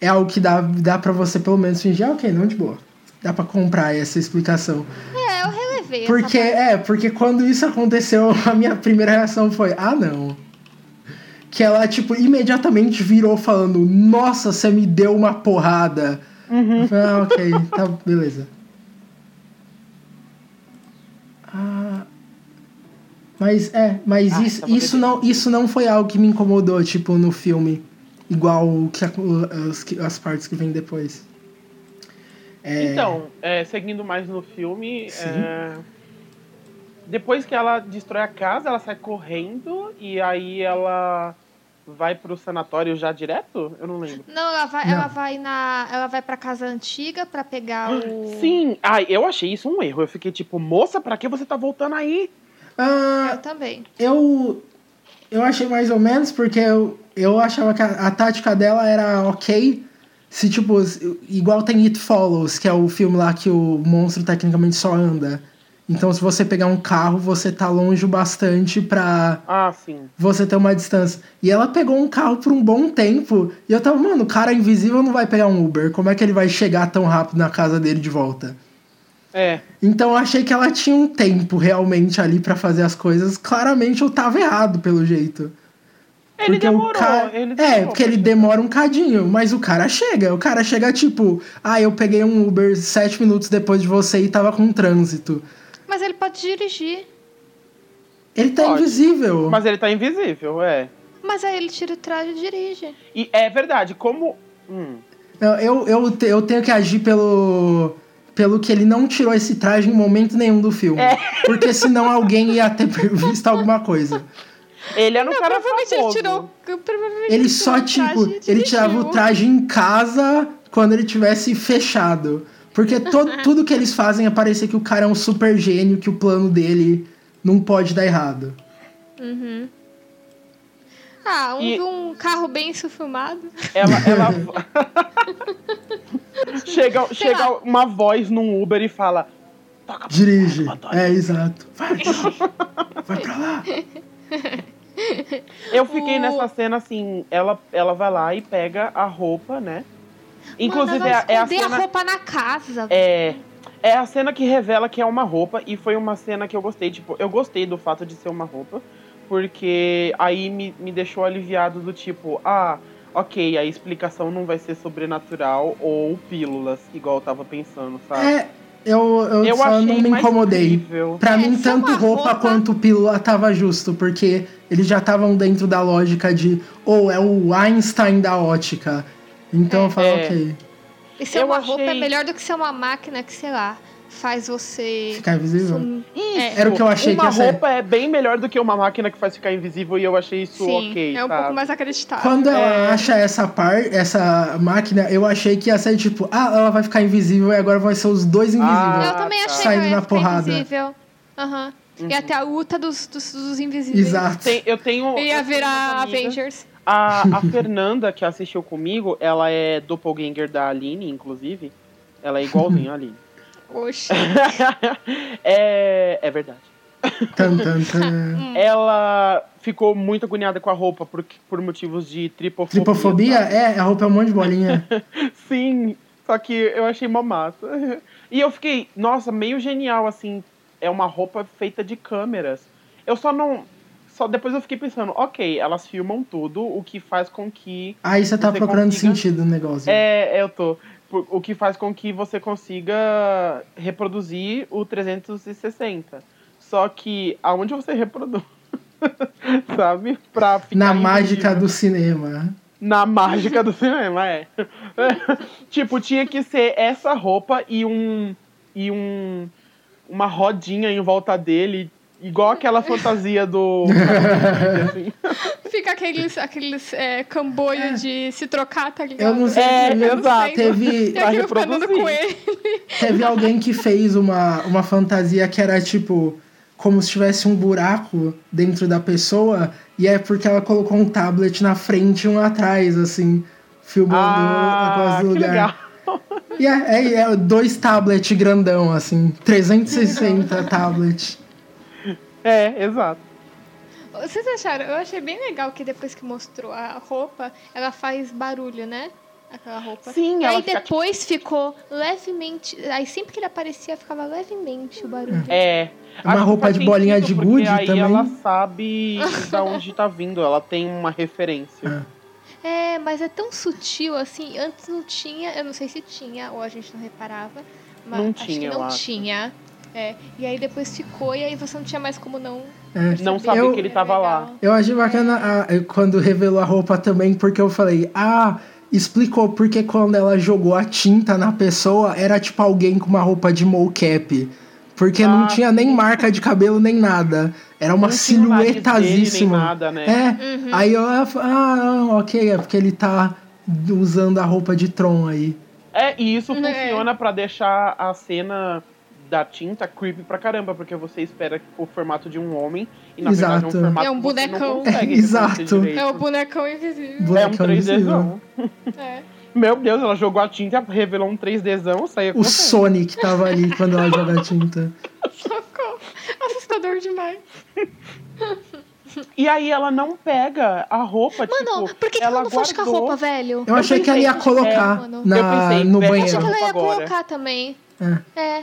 C: é algo que dá, dá pra você pelo menos fingir, ah, ok, não de boa. Dá pra comprar essa explicação.
A: É, eu relevei. essa
C: Porque, é, porque quando isso aconteceu, *laughs* a minha primeira reação foi, ah, não. Que ela, tipo, imediatamente virou falando, nossa, você me deu uma porrada. Eu falei, ah, ok, tá, beleza. Ah, mas, é, mas
B: Ah,
C: isso,
B: então vou
C: isso,
B: beber.
C: não, isso não foi algo que me incomodou, tipo, no filme. Igual o que, a- o- as, que- as partes que vêm depois. É,
B: Então, é, seguindo mais no filme,
C: Sim.
B: é, depois que ela destrói a casa, ela sai correndo e aí ela vai pro sanatório já direto? Eu não lembro.
A: Não, ela vai,
C: Não.
A: ela vai na, ela vai para casa antiga pra pegar Ah, o
B: Sim, ai, eu achei isso um erro. Eu fiquei tipo, moça, pra que você tá voltando aí?
C: ah,
A: Eu também.
C: Eu, eu achei mais ou menos, porque eu, eu achava que a, a tática dela era ok. Se, tipo, s- igual tem It Follows, que é o filme lá que o monstro tecnicamente só anda. Então, se você pegar um carro, você tá longe o bastante pra
B: Ah, sim.
C: você ter uma distância. E ela pegou um carro por um bom tempo. E eu tava, mano, o cara invisível não vai pegar um Uber. Como é que ele vai chegar tão rápido na casa dele de volta?
B: É.
C: Então eu achei que ela tinha um tempo realmente ali pra fazer as coisas. Claramente eu tava errado, pelo jeito.
B: Ele
C: o
B: demorou,
C: ca-
B: ele
C: É,
B: demorou
C: porque
B: pra
C: ele
B: chegar.
C: demora um cadinho, mas o cara chega. O cara chega tipo, ah, eu peguei um Uber sete minutos depois de você e tava com trânsito.
A: Mas ele pode dirigir.
C: Ele tá
B: Pode.
C: invisível.
B: Mas ele tá invisível, é.
A: Mas aí ele tira o traje e dirige.
B: E é verdade, como. Hum,
C: Eu, eu, eu, te- eu tenho que agir pelo. Pelo que ele não tirou esse traje em momento nenhum do filme.
B: É.
C: Porque senão alguém ia ter *laughs* visto alguma coisa.
B: ele era um cara
A: provavelmente ele
B: famoso.
A: tirou. Provavelmente
C: Ele
A: tirou
C: só,
A: o traje
C: tipo,
A: e
C: ele
A: dirigiu.
C: tirava o traje em casa quando ele tivesse fechado. Porque to, tudo que eles fazem é parecer que o cara é um super gênio, que o plano dele não pode dar errado.
A: Ah, um,
B: E-
A: um carro bem sufilmado.
B: Ela,
A: *laughs*
B: *laughs* ela... chega chega uma voz num Uber e fala.
C: Ah, Dirige. É, exato. Vai pra lá. *laughs* Vai pra lá.
B: Eu fiquei
A: O-
B: nessa cena assim, ela, ela vai lá e pega a roupa, né? Inclusive
A: Mano, ela
B: é, é a
A: escondeu
B: cena.
A: a roupa na casa.
B: É. É a cena que revela que é uma roupa e foi uma cena que eu gostei. Tipo, eu gostei do fato de ser uma roupa, porque aí me, me deixou aliviado do tipo, ah, ok, a explicação não vai ser sobrenatural ou pílulas, igual eu tava pensando, sabe?
C: É, eu, eu,
B: eu
C: só
B: achei
C: não me
B: mais
C: incomodei.
B: incrível.
C: Pra
A: É,
C: mim,
A: foi
C: tanto
A: uma
C: roupa,
A: roupa-
C: quanto pílula tava justo, porque eles já estavam dentro da lógica de, ou é o Einstein da ótica. Então eu falo,
B: É.
C: ok,
A: E ser
B: Eu
A: uma roupa é
B: achei-
A: melhor do que ser uma máquina que, sei lá, faz você.
C: ficar invisível.
A: sumir.
B: Isso,
C: Era o que eu achei
B: uma
C: que ia ser.
B: roupa é bem melhor do que uma máquina que faz ficar invisível e eu achei isso
A: Sim,
B: ok, tá.
A: é um
B: sabe?
A: pouco mais acreditável.
C: Quando
B: É.
C: ela acha essa par, essa máquina, eu achei que ia ser tipo, ah, ela vai ficar invisível e agora vão ser os dois invisíveis.
A: Eu
B: Ah.
A: também
B: tá. Uhum.
A: achei que
C: Saindo
A: ela
C: na
A: ia ficar
C: porrada.
A: invisível. Aham. E até a luta dos, dos, dos invisíveis.
C: Exato.
B: Tem- eu tenho.
A: Ia
B: eu tenho uma
A: virar
B: amiga-
A: Avengers.
B: A, a Fernanda, que assistiu comigo, ela é doppelganger da Aline, inclusive. Ela é igualzinha a Aline. *laughs*
A: Oxi.
B: é, é verdade.
C: *laughs* Tan,
B: *laughs*
C: tan,
B: Hum.
C: tan.
B: Ela ficou muito agoniada com a roupa por, por motivos de tripofobia.
C: Tripofobia?
B: tá.
C: É, a roupa é um monte de bolinha.
B: *laughs* Sim, só que eu achei mó massa. E eu fiquei, nossa, meio genial, assim. É uma roupa feita de câmeras. Eu só não. Só depois eu fiquei pensando, ok, elas filmam tudo, o que faz com que
C: Aí você tá
B: Você
C: procurando
B: consiga-
C: sentido no negócio.
B: É, eu tô. Por- O que faz com que você consiga reproduzir o 360. Só que aonde você reproduz? *laughs* Sabe? Pra ficar
C: Na
B: invisível.
C: mágica do cinema.
B: Na mágica do cinema, é. *laughs* tipo, tinha que ser essa roupa e um. e um. uma rodinha em volta dele. Igual aquela fantasia
C: *laughs*
B: do. assim.
A: *laughs* Fica aqueles, aqueles é, camboio de se trocar, tá ligado?
C: Eu não sei.
B: É,
C: eu não sei.
B: exato.
C: Teve,
A: E
B: Vai
A: aqui eu ficando
B: reproduzir.
A: com ele.
C: Teve alguém que fez uma, uma fantasia que era tipo como se tivesse um buraco dentro da pessoa, e é porque ela colocou um tablet na frente e um atrás, assim, filmando a
B: Ah,
C: coisa do
B: que
C: lugar.
B: legal.
C: E é, é- é dois tablets grandão, assim, 360 tablets.
B: É, exato.
A: Vocês acharam? Eu achei bem legal que depois que mostrou a roupa, ela faz barulho, né? Aquela roupa.
B: Sim,
A: e
B: ela
A: aí
B: fica, tipo,
A: depois ficou levemente. Aí sempre que ele aparecia, ficava levemente o barulho.
B: É.
C: Uma
B: Acho que
C: roupa
B: faz
C: de bolinha
B: sentido,
C: de
B: porque
C: gude
B: aí
C: também.
B: ela sabe da onde tá vindo, ela tem uma referência.
A: É, mas é tão sutil assim. Antes não tinha, eu não sei se tinha, ou a gente não reparava. Mas
B: Não
A: acho que
B: tinha, eu
A: não
B: acho.
A: tinha. É, e aí depois ficou, e aí você não tinha mais como não.
C: É.
B: Não
A: perceber.
B: sabia
C: Eu-
B: que ele tava lá.
C: Eu achei bacana a- quando revelou a roupa também, porque eu falei, ah, explicou porque quando ela jogou a tinta na pessoa, era tipo alguém com uma roupa de mocap. Porque não
B: Ah,
C: tinha nem marca de cabelo, nem nada. Era uma
B: Não tinha o nariz dele, nem
C: silhuetazíssima.
B: nada, né?
C: É, aí eu, ah, ah, ok, é porque ele tá usando a roupa de Tron aí.
B: É, e isso
A: É.
B: funciona pra deixar a cena da tinta creepy pra caramba, porque você espera o formato de um homem e na verdade é
C: Exato.
B: um formato
A: É um
B: que você
A: bonecão.
B: Não consegue
C: É, exato.
B: reconhecer direito.
A: É o bonecão invisível.
B: É um
C: Bonecão invisível.
B: 3Dzão.
A: É. *laughs*
B: Meu Deus, ela jogou a tinta, revelou um 3Dzão, saiu
C: O Sonic tava ali quando ela joga a tinta.
A: Só ficou assustador demais.
B: E aí ela não pega a roupa,
A: Mano,
B: tipo,
A: por que, que ela
B: ela
A: não foge com a
B: guardou-
A: roupa, velho?
C: Eu achei que ela ia colocar
A: mano.
C: na,
B: Eu pensei, né?
C: no
B: velho,
A: Eu achei
C: banheiro.
A: que ela ia
B: Agora.
A: colocar também. É.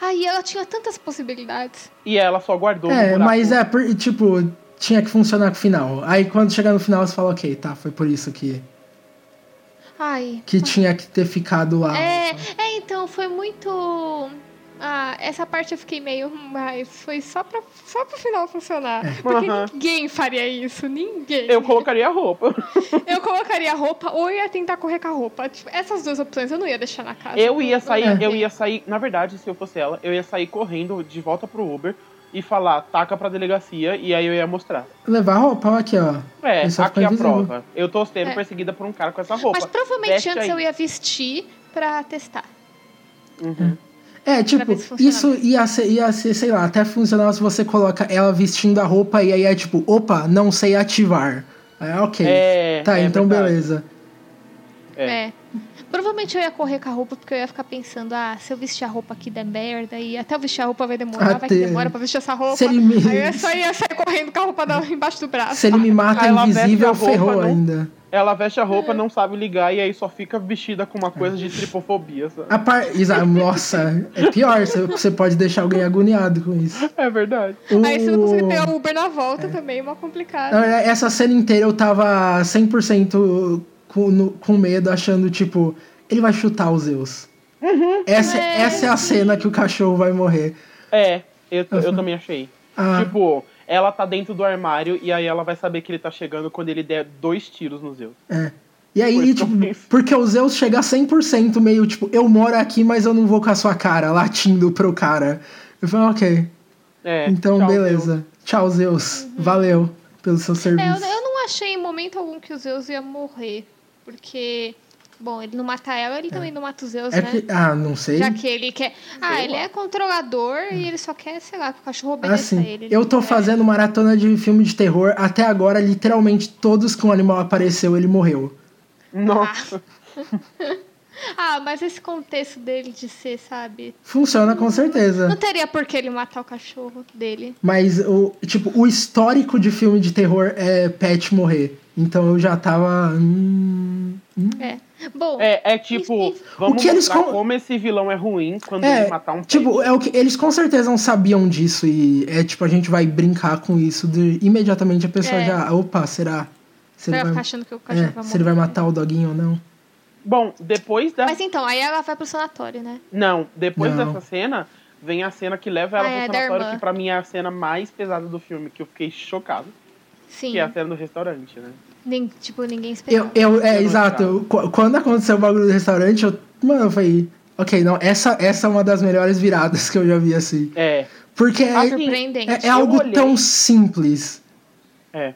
A: Aí ela tinha tantas possibilidades.
B: E ela só guardou no
C: É,
B: buraco.
C: mas é, por- tipo, tinha que funcionar com o final. Aí quando chegar no final, você fala, ok, tá, foi por isso que,
A: Ai.
C: que tinha que ter ficado lá.
A: É, é, então, foi muito. Ah, essa parte eu fiquei meio. Mas foi só pra, só pro final funcionar.
C: É.
A: Porque
B: Aham.
A: ninguém faria isso, ninguém.
B: Eu colocaria a roupa.
A: Eu colocaria a roupa ou ia tentar correr com a roupa. Tipo, essas duas opções eu não ia deixar na casa.
B: Eu ia sair,
A: É.
B: eu ia sair, na verdade, se eu fosse ela, eu ia sair correndo de volta pro Uber e falar, taca pra delegacia, e aí eu ia mostrar.
C: Levar a roupa aqui, ó.
B: É,
C: Isso vai
B: aqui
C: ficar
B: é a
C: invisível.
B: prova. Eu tô sendo
A: É.
B: perseguida por um cara com essa roupa.
A: Mas provavelmente
B: Veste
A: antes
B: aí.
A: eu ia vestir pra testar.
B: Uhum.
C: É, tipo,
A: ver se funciona
C: isso ia ser, ia ser, sei lá, até funcional se você coloca ela vestindo a roupa e aí é tipo, opa, não sei ativar. É, ok.
B: É,
C: tá,
B: é
C: então
B: verdade.
C: beleza.
B: É.
A: É. Provavelmente eu ia correr com a roupa, porque eu ia ficar pensando, ah, se eu vestir a roupa aqui der merda, e até eu vestir a roupa vai demorar, vai que
C: Até-
A: demora pra vestir essa roupa.
C: Se ele me-
A: Aí eu só ia sair correndo com a roupa da- *laughs* embaixo do braço.
C: Se ele me mata
B: ela veste a
C: invisível,
B: roupa,
C: ferrou
B: né?
C: ainda.
B: Ela veste a roupa, não sabe ligar, e aí só fica vestida com uma coisa de tripofobia, sabe?
C: A par... Isa- Nossa, é pior, você- você pode deixar alguém agoniado com isso.
B: É verdade.
A: Aí você não consegue
C: O-
A: pegar o Uber na volta também, é uma complicada.
C: Na verdade, Essa cena inteira eu tava 100% com, no- com medo, achando, tipo, ele vai chutar os Zeus. Essa,
A: É,
C: essa é a cena que o cachorro vai morrer.
B: É, eu, eu também achei.
C: Ah,
B: Tipo, ela tá dentro do armário e aí ela vai saber que ele tá chegando quando ele der dois tiros no Zeus.
C: é. E aí,
B: Foi
C: tipo,
B: tão bem.
C: porque o Zeus chega a 100% meio, tipo, eu moro aqui, mas eu não vou com a sua cara, latindo pro cara. Eu falei, ok,
B: É,
C: então
B: tchau,
C: beleza. Tchau, Zeus. Valeu pelo seu
A: Uhum. É,
C: serviço.
A: eu, eu não achei em momento algum que o Zeus ia morrer, porque, bom, ele não mata ela, ele também não mata o Zeus,
C: É
A: né?
C: que- ah, não sei.
A: Já que ele quer. Ah,
B: Sei
A: ele
B: lá.
A: é controlador e ele só quer, sei lá, que o cachorro obedeça a
C: Assim,
A: ele. tá ele
C: Hum. eu
A: não
C: tô
A: quer-
C: fazendo maratona de filme de terror. Até agora, literalmente, todos que um animal apareceu, ele morreu.
B: Zeus. Nossa.
A: Ah, mas esse contexto dele de ser, sabe?
C: Funciona com
A: Não
C: certeza.
A: teria por que ele matar o cachorro dele.
C: Mas, o, tipo, o histórico de filme de terror é pet morrer. Então eu já tava. hum,
A: É. Bom,
B: É, é tipo,
A: Isso,
B: vamos
C: O que eles
B: mostrar
C: com-
B: como esse vilão é ruim quando
C: É,
B: ele matar um
C: tipo,
B: peixe.
C: é o que, eles com certeza não sabiam disso. E é tipo, a gente vai brincar com isso. de- imediatamente a pessoa
A: É.
C: já. Opa, será? Se
A: você vai
C: ele
A: ficar
C: vai,
A: achando que o cachorro
C: é,
A: vai
C: se ele vai
A: morrer.
C: matar o doguinho ou não.
B: Bom, depois da.
A: Mas então, aí ela vai pro sanatório, né?
B: Não, depois
C: Não.
B: dessa cena, vem a cena que leva ela
A: Ah, é,
B: pro
A: da
B: sanatório,
A: irmã.
B: que pra mim é a cena mais pesada do filme, que eu fiquei chocado.
A: Sim.
B: Que é a cena do restaurante, né?
A: Nem, tipo, ninguém esperava.
C: Eu, eu,
B: Eu
C: é,
B: não
C: exato.
B: esperava.
C: Eu- qu- Quando aconteceu o bagulho do restaurante, eu. Mano, eu falei. Ok, não, essa, essa é uma das melhores viradas *laughs* que eu já vi, assim.
B: É,
C: Porque é,
B: Assim,
A: Surpreendente.
C: é- é
B: eu
C: algo
B: olhei.
C: tão simples.
B: é.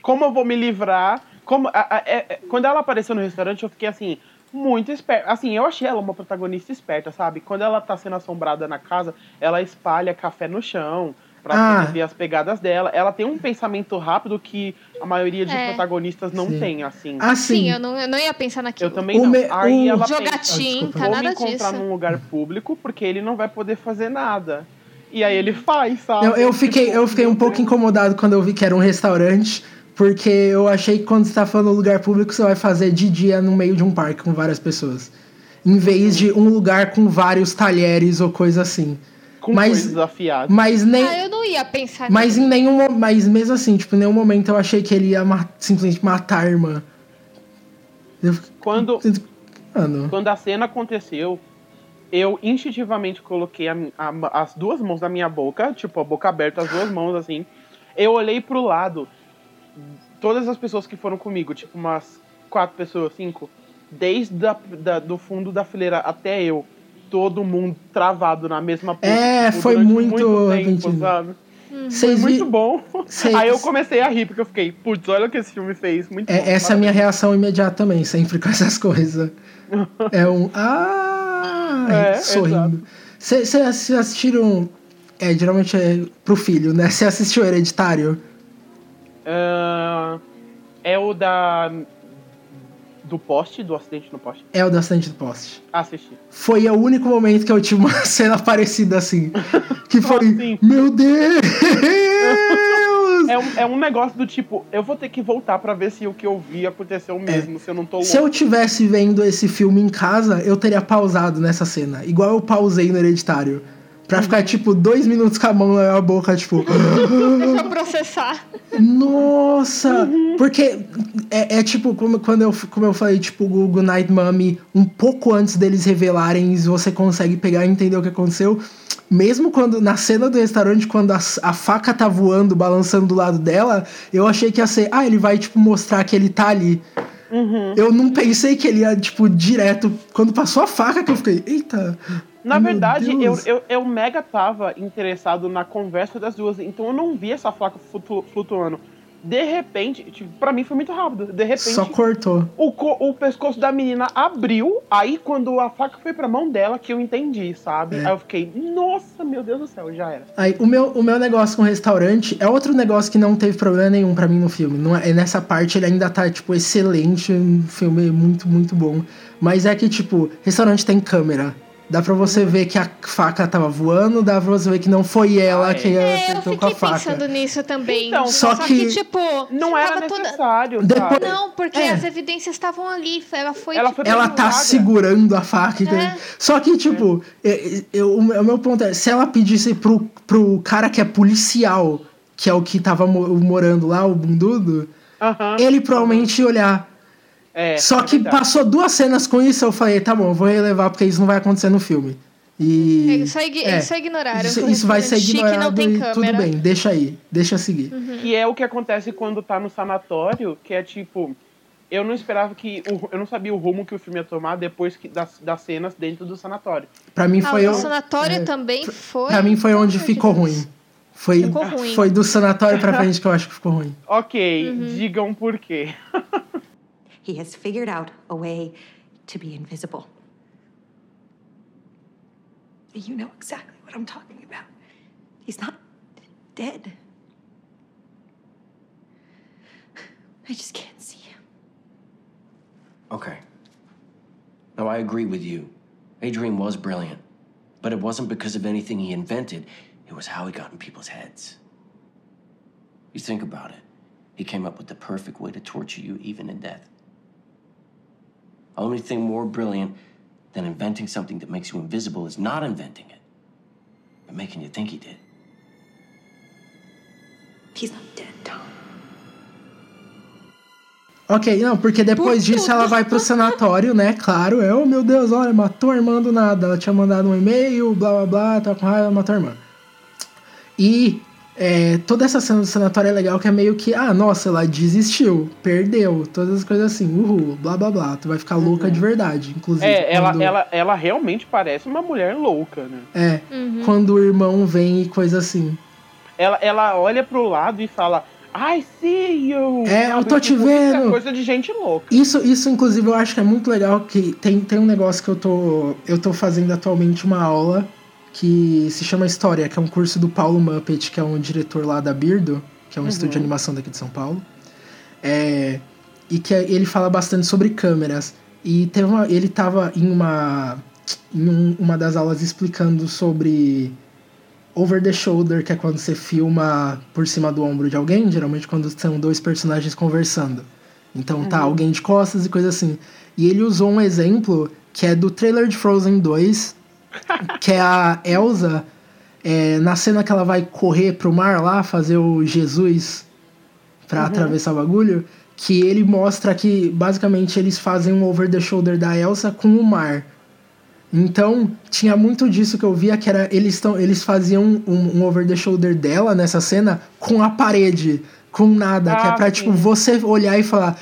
B: Como eu vou me livrar? Como, a- a- é- é- quando ela apareceu no restaurante, eu fiquei assim, muito esperta. Assim, eu achei ela uma protagonista esperta, sabe? Quando ela tá sendo assombrada na casa, ela espalha café no chão pra
C: Ah.
B: ver as pegadas dela. Ela tem um pensamento rápido que a maioria de
A: É.
B: protagonistas não
C: Sim.
B: tem, assim.
C: Assim.
A: Sim, eu não, eu não ia pensar naquilo.
B: Eu também
C: O
B: não.
C: me-
B: Aí
C: o-
B: ela
A: Jogar
B: pensa,
A: tinta,
B: vou me
A: tá nada
B: encontrar
A: disso.
B: num lugar público porque ele não vai poder fazer nada. E aí ele faz, sabe?
C: Eu, eu fiquei, eu fiquei um pouco incomodado quando eu vi que era um restaurante, porque eu achei que quando você tá falando lugar público, você vai fazer de dia no meio de um parque com várias pessoas. Em vez de um lugar com vários talheres ou coisa assim.
B: com
C: mas-
B: coisas afiadas.
C: Mas nem.
A: Ah, eu não ia pensar
C: Mas
A: nisso.
C: em nenhum mo- mas mesmo assim, tipo, em nenhum momento eu achei que ele ia ma- simplesmente matar a irmã. Eu fiquei-
B: Quando,
C: Mano.
B: quando a cena aconteceu, eu instintivamente coloquei a mi- a- as duas mãos na minha boca, tipo, a boca aberta, as duas mãos assim. Eu olhei pro lado, todas as pessoas que foram comigo, tipo, umas quatro pessoas, cinco, desde da, da- do fundo da fileira até eu, todo mundo travado na mesma
C: É,
B: tipo,
C: foi
B: durante
C: muito repentino.
B: sabe?
C: Vocês vi...
B: Hum. Muito bom.
C: Sei-
B: Aí eu comecei a rir, porque eu fiquei, putz, olha o que esse filme fez. Muito bom,
C: é, essa é a
B: parabéns.
C: minha reação imediata também, sempre com
B: *laughs*
C: essas coisas. É um. Ah!
B: É,
C: sorrindo. Vocês assistiram. É, geralmente é pro filho, né? Você assistiu Hereditário?
B: Ah, é o da Do poste, do acidente no poste. Ah,
C: É o do acidente do poste.
B: Assisti.
C: Foi o único momento que eu tive uma *laughs* cena parecida assim. Que
B: Como
C: foi.
B: assim?
C: Meu Deus!
B: É um, é um negócio do tipo, eu vou ter que voltar pra ver se o que eu vi aconteceu mesmo, se eu não tô louco.
C: É. Se eu tivesse vendo esse filme em casa, eu teria pausado nessa cena. Igual eu pausei no Hereditário. Pra ficar, tipo, dois minutos com a mão na boca, tipo. *gasps*
A: Deixa eu processar.
C: Nossa! Porque é, é tipo, como, quando eu, como eu falei, tipo, o Goodnight Mommy, um pouco antes deles revelarem, você consegue pegar e entender o que aconteceu. Mesmo quando, na cena do restaurante, quando a, s- a faca tá voando, balançando do lado dela, eu achei que ia ser, ah, ele vai, tipo, mostrar que ele tá ali.
B: Uhum.
C: Eu não pensei que ele ia, tipo, direto. Quando passou a faca, que eu fiquei, eita.
B: Na
C: meu
B: verdade, eu,
C: Deus."
B: eu, eu mega tava interessado na conversa das duas, então eu não vi essa faca flutu- flutuando. De repente, tipo, pra mim foi muito rápido. De repente,
C: Só cortou.
B: o, co- o pescoço da menina abriu, aí quando a faca foi pra mão dela, que eu entendi, sabe?
C: É.
B: Aí eu fiquei, nossa, meu Deus do céu, já era.
C: Aí, o meu, o meu negócio com restaurante é outro negócio que não teve problema nenhum pra mim no filme. Não é, nessa parte ele ainda tá, tipo, excelente, um filme muito, muito bom. Mas é que, tipo, restaurante tem câmera. Dá pra você ver que a faca tava voando, dá pra você ver que não foi ela
B: Ah, é.
C: que
A: É, eu
C: acertou
A: fiquei
C: com a faca.
A: pensando nisso também.
B: Então,
A: só,
C: Só
A: que,
C: que-
A: tipo.
B: Não era
A: tava toda-
B: necessário,
C: Depois-
B: sabe?
A: Não, porque
C: É.
A: as evidências estavam ali. Ela foi.
B: Ela
A: tipo,
B: foi
C: Ela tá
B: pendurada.
C: segurando a faca. entendeu?
A: É.
C: Só que, tipo, eu- eu- o meu o meu ponto é, se ela pedisse pro, pro cara que é policial, que é o que tava mo- morando lá, o bundudo,
B: Aham,
C: ele provavelmente ia olhar.
B: é,
C: Só
B: é
C: que
B: verdade.
C: passou duas cenas com isso, eu falei, tá bom, eu vou relevar porque isso não vai acontecer no filme. E.
A: Eles só, ign-
C: é,
A: eles só ignoraram.
C: Isso,
A: com
C: isso vai ser
A: restaurante chique,
C: ignorado
A: não tem
C: e
A: câmera. Uhum.
C: tudo bem, deixa aí, deixa seguir.
B: Que é o que acontece quando tá no sanatório, que é tipo. Eu não esperava que. o- eu não sabia o rumo que o filme ia tomar depois que, das, das cenas dentro do sanatório.
C: Pra mim
A: Ah,
C: foi
A: o
C: o-
A: do sanatório
C: é,
A: também foi.
C: Pra mim foi
A: Pelo
C: onde
A: amor de
C: ficou
A: Deus.
C: ruim. Foi,
A: Ficou ruim.
C: foi do sanatório pra frente que eu acho que ficou ruim.
B: Ok,
A: Uhum.
B: digam por quê.
D: He has figured out a way to be invisible. You know exactly what I'm talking about. He's not dead. I just can't see him.
E: Okay. Now, I agree with you. Adrian was brilliant, but it wasn't because of anything he invented, it was how he got in people's heads. You think about it. He came up with the perfect way to torture you, even in death. Only thing more brilliant than inventing something that makes you invisible is not inventing it, but making you think he did.
D: He's not dead, Tom.
C: Ok, não, porque depois
A: Por
C: disso ela
A: tudo.
C: vai pro sanatório, né? Claro, é, oh meu Deus, olha, matou a irmã do nada. Ela tinha mandado um e-mail, blá blá blá, tá com raiva, matou a irmã. E é, toda essa cena do sanatório é legal, que é meio que, ah, nossa, ela desistiu, perdeu, todas as coisas assim, uhul, blá blá blá, tu vai ficar louca de verdade, inclusive.
B: Uhum. É,
C: quando-
B: ela, ela, ela realmente parece uma mulher louca, né?
C: É,
A: Uhum.
C: quando o irmão vem e coisa assim.
B: Ela, ela olha pro lado e fala. I see you!
C: É, eu tô te
B: Tipo, isso é
C: vendo.
B: coisa de gente louca.
C: Isso, isso, inclusive, eu acho que é muito legal que tem, tem um negócio que eu tô, eu tô fazendo atualmente uma aula que se chama História, que é um curso do Paulo Muppet, que é um diretor lá da Birdo, que é um estúdio de animação daqui de São Paulo. É, e que ele fala bastante sobre câmeras. E teve uma, ele tava em uma em um- uma das aulas explicando sobre over the shoulder, que é quando você filma por cima do ombro de alguém, geralmente quando são dois personagens conversando. Então
B: Uhum.
C: tá alguém de costas e coisa assim. E ele usou um exemplo que é do trailer de Frozen
B: *laughs*
C: 2, que é a Elsa é, na cena que ela vai correr pro mar lá, fazer o Jesus
B: Uhum.
C: pra atravessar o bagulho, que ele mostra que basicamente eles fazem um over the shoulder da Elsa com o mar. Então, tinha muito disso que eu via, que era eles, tão, eles faziam um, um over the shoulder dela nessa cena com a parede, com nada, que é
B: Ah,
C: pra,
B: sim.
C: tipo, você olhar e falar,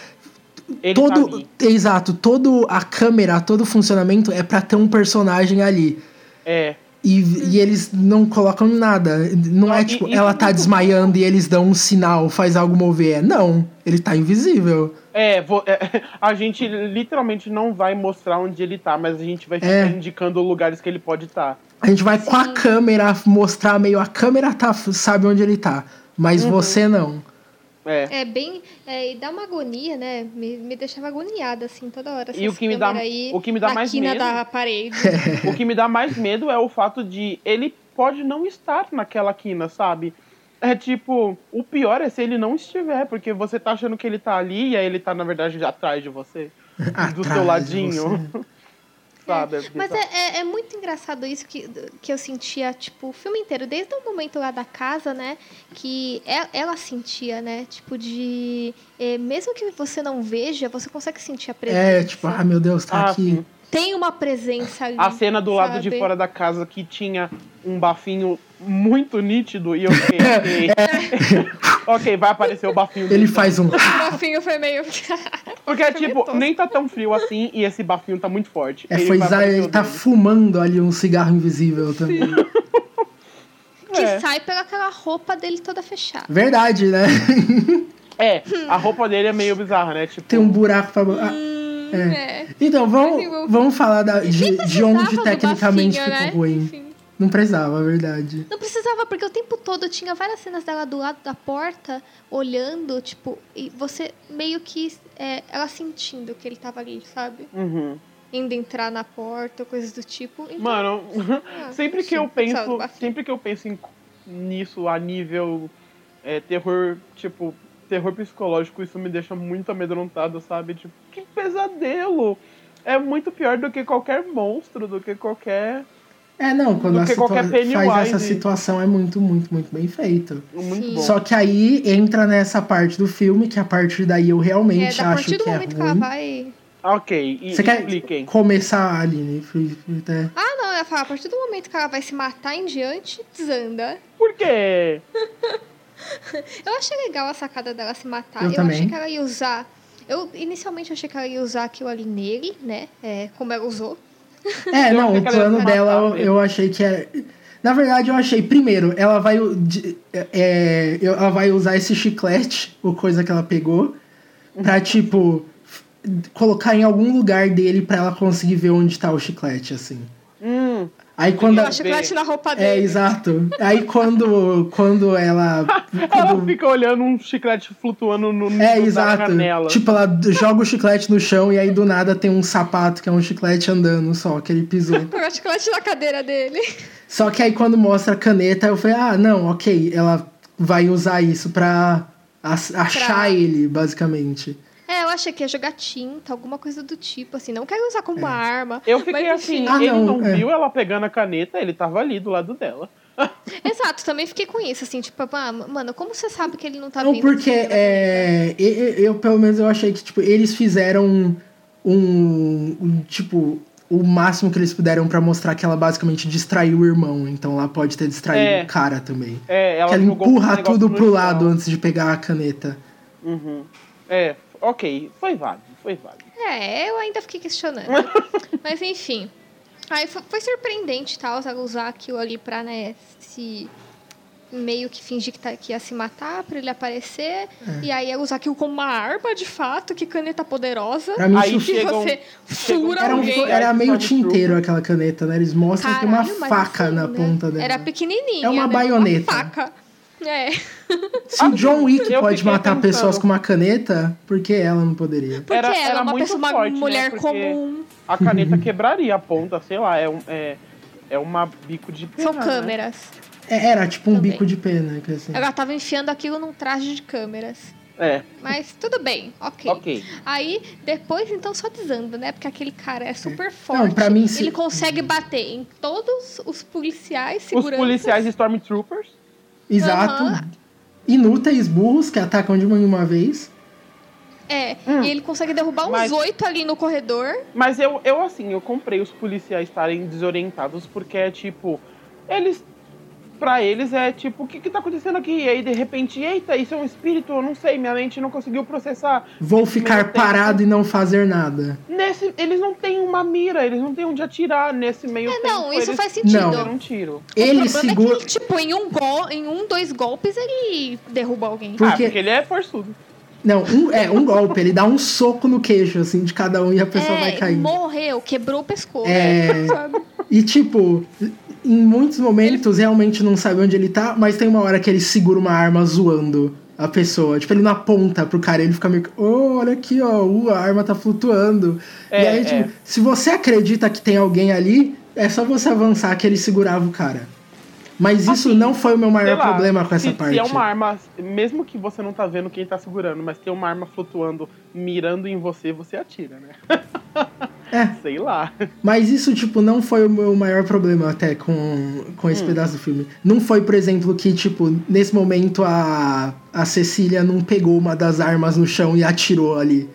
B: Ele tá
C: todo
B: ali.
C: exato todo a câmera todo o funcionamento é pra ter um personagem ali
B: É.
C: e, e eles não colocam nada não é
B: e-
C: tipo
B: e-
C: ela tá desmaiando e eles dão um sinal faz algo mover não ele tá invisível
B: É, vo- é, *laughs* a gente literalmente não vai mostrar onde ele tá, mas a gente vai ficar
C: É.
B: indicando lugares que ele pode tá. estar.
C: a gente vai com a
B: Uhum.
C: câmera mostrar meio a câmera tá sabe onde ele tá mas você não
B: É.
A: É bem. É, e dá uma agonia, né? Me, me deixava agoniada, assim, toda hora.
B: E
A: essas
B: o que me dá-
A: câmeras aí,
B: o que me dá
A: na
B: mais
A: quina
B: medo-
A: da
C: *laughs*
A: parede.
C: É.
B: O que me dá mais medo é o fato de ele pode não estar naquela quina, sabe? É tipo, o pior é se ele não estiver, porque você tá achando que ele tá ali e aí ele tá, na verdade, já atrás de você. do
C: Atrás de
B: seu ladinho. *laughs* sabe?
A: Mas é, é- é muito engraçado isso que, que eu sentia, tipo, o filme inteiro, desde o momento lá da casa, né? Que e- ela, sentia, né? Tipo, de. eh, mesmo que você não veja, você consegue sentir a presença.
C: É, tipo, ah, meu Deus, tá
B: Ah,
C: aqui.
B: sim.
A: Tem uma presença ali.
B: A cena do lado de
A: sabe?
B: fora da casa que tinha um bafinho muito nítido e eu fiquei. ok. *laughs*
C: É.
B: ok, vai aparecer o bafinho
C: Ele
B: nítido. *laughs*
C: faz um.
A: O bafinho foi meio. *laughs*
B: Porque é tipo,
A: Tosse.
B: nem tá tão frio assim e esse bafinho tá muito forte.
C: É, foi
B: vai
C: Zaya,
B: aparecer
C: ele
B: o
C: tá
B: dedo.
C: fumando ali um cigarro invisível também.
A: que
B: É.
A: sai pelaquela roupa dele toda fechada.
B: *laughs*
C: Verdade, né?
B: É, a roupa dele é meio bizarra, né? Tipo,
C: Tem um buraco pra. Ah,
A: É.
C: Então, vamos,
A: Mas eu-
C: vamos falar da- de, de onde
A: Precisava do
C: tecnicamente
A: bafinho,
C: ficou
A: né?
C: ruim.
A: Enfim.
C: Não precisava, é verdade.
A: Não precisava, porque o tempo todo tinha várias cenas dela do lado da porta, olhando, tipo, e você meio que. é, ela sentindo que ele tava ali, sabe?
B: uhum.
A: Indo entrar na porta, coisas do tipo. Então,
B: Mano,
A: ah,
B: sempre que
A: sim,
B: eu
A: precisava do
B: penso.
A: bafinho.
B: Sempre que eu penso em- nisso a nível é, terror, tipo, terror psicológico, isso me deixa muito amedrontado, sabe? Tipo, que pesadelo! É muito pior do que qualquer monstro, do que qualquer.
C: É, não, quando
B: Do
C: a
B: que
C: situa-
B: qualquer
C: faz essa
B: Pennywise.
C: situação é muito, muito, muito bem feito.
B: um Muito
A: Sim.
B: bom.
C: Só que aí entra nessa parte do filme, que a partir daí eu
A: É,
C: realmente
A: da
C: acho
A: partir do
C: que é
A: momento que ela
C: ruim.
A: vai.
B: Ok, e
C: Você quer
B: expliquem.
C: começar, Aline? Fui- fui até-
A: Ah, não, eu ia falar, a partir do momento que ela vai se matar em diante, desanda.
B: Por quê?
A: Eu achei legal a sacada dela se matar.
C: Eu também.
A: achei que ela ia usar. Eu inicialmente achei que ela ia usar aquilo ali nele, né? É, como ela usou.
C: É,
B: Eu
C: não,
B: achei que
C: o
B: ela ia
C: plano
B: se
C: dela
B: matar
C: eu,
B: mesmo.
C: eu achei que é. Na verdade, eu achei, primeiro, ela vai. o- de- é, eu- ela vai usar esse chiclete, ou coisa que ela pegou, pra, tipo, f- colocar em algum lugar dele pra ela conseguir ver onde tá o chiclete, assim.
B: Hum,
C: Aí quando.
A: Eu
C: a-
A: acho que ela tira a roupa
C: É,
A: dele.
C: exato. Aí quando, quando ela.
B: ela
C: quando-
B: fica olhando um chiclete flutuando no, no na
C: É, exato.
B: canela.
C: Tipo, ela d- joga o chiclete no chão e aí do nada tem um sapato que é um chiclete andando só, que ele pisou.
A: Eu acho que ela tira a cadeira dele.
C: Só que aí quando mostra a caneta, eu falei, ah, não, ok, ela vai usar isso pra as- achar
A: Pra-
C: ele, basicamente.
A: É, eu achei que ia jogar tinta, alguma coisa do tipo, assim. Não quero usar como arma.
B: Eu fiquei
A: mas,
B: assim,
A: enfim.
C: É. Ah,
B: ele
C: não,
B: não,
C: é.
B: viu ela pegando a caneta, ele tava ali do lado dela.
A: Exato, também fiquei com isso, assim, tipo, ah, mano, como você sabe que ele não tá
C: não,
A: vendo?
C: porque
A: Você pegou
C: é, e- e- eu, pelo menos, eu achei que, tipo, eles fizeram um, um- um, tipo, o máximo que eles puderam pra mostrar que ela basicamente distraiu o irmão. Então ela pode ter distraído
B: É.
C: o cara também.
B: É,
C: Ela
B: ela
C: que ela
B: jogou um
C: empurra
B: negócio
C: tudo
B: no
C: pro
B: chão.
C: lado antes de pegar a caneta.
B: Uhum. É, ok, foi válido, foi válido.
A: É, eu ainda fiquei
C: *laughs*
A: questionando. Mas enfim. Aí fo- foi surpreendente, tal, ela usar aquilo ali pra, né, se meio que fingir que, tá, que ia se matar pra ele
C: É.
A: aparecer. E aí ela usar aquilo como uma arma, de fato, que caneta poderosa.
C: Pra mim,
B: Aí
C: isso
A: Que
B: chega um-
A: você
B: chega um-
A: fura
C: era, um-
A: alguém.
C: era meio
B: Stormtrooper.
C: tinteiro aquela caneta, né? Eles mostram que tem uma
A: Caralho, mas
C: faca
A: assim,
C: na
A: né?
C: ponta dela.
A: Era pequenininha.
C: É uma
A: né?
C: baioneta.
A: Uma faca. É.
C: Se o John Wick
B: eu
C: pode
B: fiquei
C: matar
B: pensando.
C: pessoas com uma caneta, por que ela não poderia?
A: Porque
B: Era-
A: ela
B: era
A: é uma
B: muito
A: pessoa, uma
B: forte, né?
A: mulher
B: Porque-
A: comum.
B: A caneta quebraria a ponta, sei lá, é um. É, é uma bico de pena,
A: São
B: né?
A: câmeras.
C: É, Era tipo um
A: Também.
C: bico de pena, que assim.
A: Ela tava enfiando aquilo num traje de câmeras.
B: É,
A: Mas tudo bem, ok.
B: ok.
A: Aí, depois, então, só desanda, né? Porque aquele cara é super forte.
C: Não, pra mim, se-
A: Ele consegue bater em todos os policiais
B: Os
A: seguranças.
B: policiais Stormtroopers.
C: Exato.
A: Aham.
C: Inúteis burros que atacam de uma em uma vez.
A: É,
C: Hum.
A: e ele consegue derrubar uns
B: Mas-
A: oito ali no corredor. É,
B: Mas eu, eu, assim, eu comprei os policiais estarem desorientados porque é tipo. Eles. Pra eles é tipo, o que que tá acontecendo aqui? E aí de repente, eita, isso é um espírito, eu não sei, minha mente não conseguiu processar.
C: Vou
B: Esse
C: ficar
B: primeiro tempo-
C: parado e não fazer nada.
B: Nesse, eles não têm uma mira, eles não têm onde atirar nesse meio
A: É,
B: tempo.
A: não, isso
B: eles
A: faz sentido.
C: Então, Não.
B: deram um tiro.
C: Ele
A: o problema
C: segura.
A: é que ele, tipo, em um, gol, em um, dois golpes, ele derruba alguém.
C: Por
B: Ah,
C: quê?
B: porque ele é forçudo.
C: Não, um, é um golpe. Ele dá um soco no queixo, assim, de cada um e a pessoa
A: é,
C: vai cair.
A: morreu, quebrou o pescoço.
C: É.
A: sabe?
C: E, tipo, em muitos momentos realmente não sabe onde ele tá, mas tem uma hora que ele segura uma arma zoando. a pessoa. Tipo, ele não aponta pro cara, ele fica meio que, oh, olha aqui, ó, uh, a arma tá flutuando.
B: É,
C: e aí,
B: é.
C: tipo, se você acredita que tem alguém ali, é só você avançar que ele segurava o cara. Mas isso não foi o meu
B: Assim, Sei
C: maior
B: lá,
C: problema com essa
B: se,
C: parte.
B: Se é uma arma, mesmo que você não tá vendo quem tá segurando, mas tem uma arma flutuando, mirando em você, você atira, né?
C: *laughs* É.
B: Sei lá.
C: Mas isso, tipo, não foi o meu maior problema até com, com esse pedaço do filme. Não foi, por exemplo, que, tipo, nesse momento a, a Cecília não pegou uma das armas no chão e atirou ali.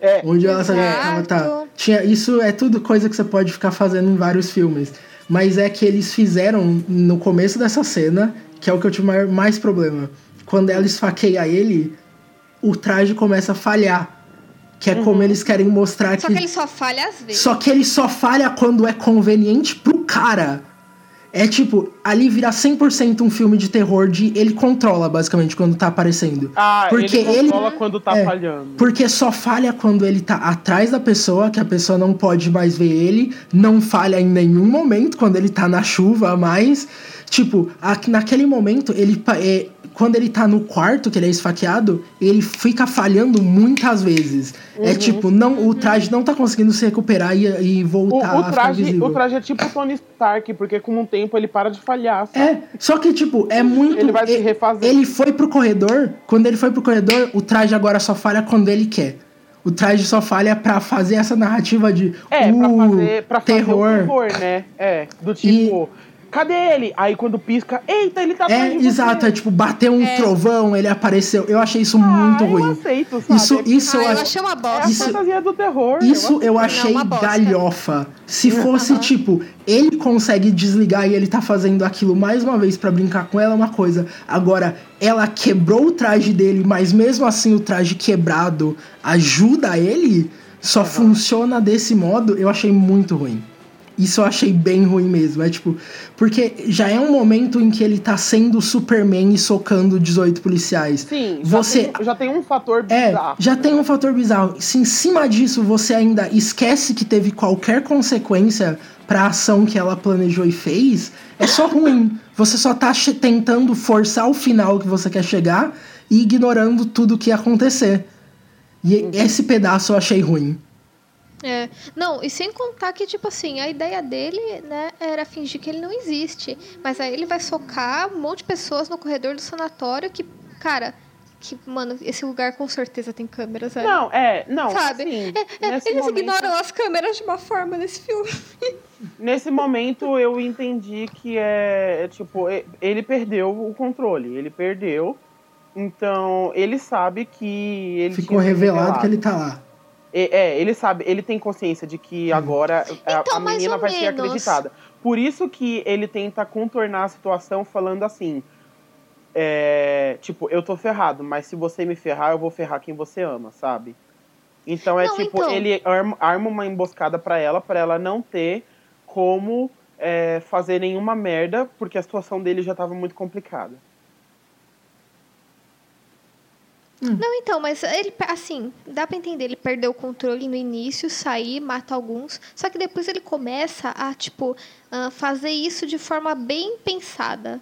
B: É,
C: Onde ela, sabe, ela tá.
A: Exato.
C: Tinha, isso é tudo coisa que você pode ficar fazendo em vários filmes. Mas é que eles fizeram no começo dessa cena, que é o que eu tive maior- mais problema. Quando ela esfaqueia ele, o traje começa a falhar. Que é como eles querem mostrar
A: Só que ele só falha às vezes.
C: só que ele só falha quando é conveniente pro cara. É tipo, ali vira 100% um filme de terror de ele controla, basicamente, quando tá aparecendo.
B: Ah,
C: Porque
B: ele controla
C: ele-
B: quando tá
C: é.
B: falhando.
C: Porque só falha quando ele tá atrás da pessoa, que a pessoa não pode mais ver ele. Não falha em nenhum momento quando ele tá na chuva a mais. Tipo, a- naquele momento, ele pa- é, quando ele tá no quarto, que ele é esfaqueado, ele fica falhando muitas vezes.
B: Uhum.
C: É tipo, não, o traje não tá conseguindo se recuperar e, e
B: O,
C: voltar
B: o
C: a ficar
B: traje,
C: visível.
B: o traje é tipo o Tony Stark, porque com um tempo ele para de falhar. sabe?
C: É, só que, tipo, é muito.
B: Ele vai se
C: e-
B: refazer.
C: Ele foi pro corredor. Quando ele foi pro corredor, o traje agora só falha quando ele quer. O traje só falha pra fazer essa narrativa de.
B: É, pra
C: uh,
B: fazer, pra fazer
C: terror.
B: o terror, né? É, do tipo, cadê ele? Aí quando pisca, eita, ele tá atrás
C: É,
B: de você.
C: exato, é tipo, bateu um trovão, ele apareceu. Eu achei isso muito
B: ah,
C: ruim.
B: Eu aceito, sabe?
C: Isso, isso
A: ah, eu
C: eu acho.
A: achei uma
B: É
A: bosta.
B: a
C: isso-
B: fantasia do terror.
C: Isso eu achei
A: uma bosta.
C: galhofa. Se fosse tipo, ele consegue desligar e ele tá fazendo aquilo mais uma vez pra brincar com ela, é uma coisa. Agora, ela quebrou o traje dele, mas mesmo assim o traje quebrado ajuda ele, só funciona desse modo, eu achei muito ruim. Isso eu achei bem ruim mesmo. É tipo, porque já é um momento em que ele tá sendo Superman e socando 18 policiais.
B: Sim, já
C: você
B: tem, já tem um fator
C: é,
B: bizarro.
C: já tem um fator bizarro. Se em cima disso você ainda esquece que teve qualquer consequência pra ação que ela planejou e fez, é só ruim. Você só tá che- tentando forçar o final que você quer chegar e ignorando tudo que ia acontecer. E esse pedaço eu achei ruim.
A: É. Não, e sem contar que, tipo assim, a ideia dele, né, era fingir que ele não existe. Mas aí ele vai socar um monte de pessoas no corredor do sanatório que, cara, que, mano, esse lugar com certeza tem câmeras,
C: um
A: velho.
B: Não, é, não,
A: Sabe?
B: assim,
A: É, é,
B: nesse
A: eles
B: momento-
A: ignoram as câmeras de uma forma nesse filme.
B: Nesse momento eu entendi que é, é tipo, e- ele perdeu o controle, ele perdeu. Então, ele sabe que ele
C: Ficou
B: tinha se
C: revelado que ele tá lá.
B: E- É, ele sabe, ele tem consciência de que agora é, a,
A: Então,
B: a
A: mais
B: menina
A: ou
B: vai ser
A: menos.
B: acreditada. Por isso que ele tenta contornar a situação falando assim: é, tipo, eu tô ferrado, mas se você me ferrar, eu vou ferrar quem você ama, sabe? Então é
A: Não,
B: tipo,
A: então.
B: ele arma, arma uma emboscada pra ela, pra ela não ter como é, fazer nenhuma merda, porque a situação dele já tava muito complicada.
A: Não, então, mas ele, assim, dá pra entender, ele perdeu o controle no início, sair, mata alguns, só que depois ele começa a, tipo, ah, fazer isso de forma bem pensada,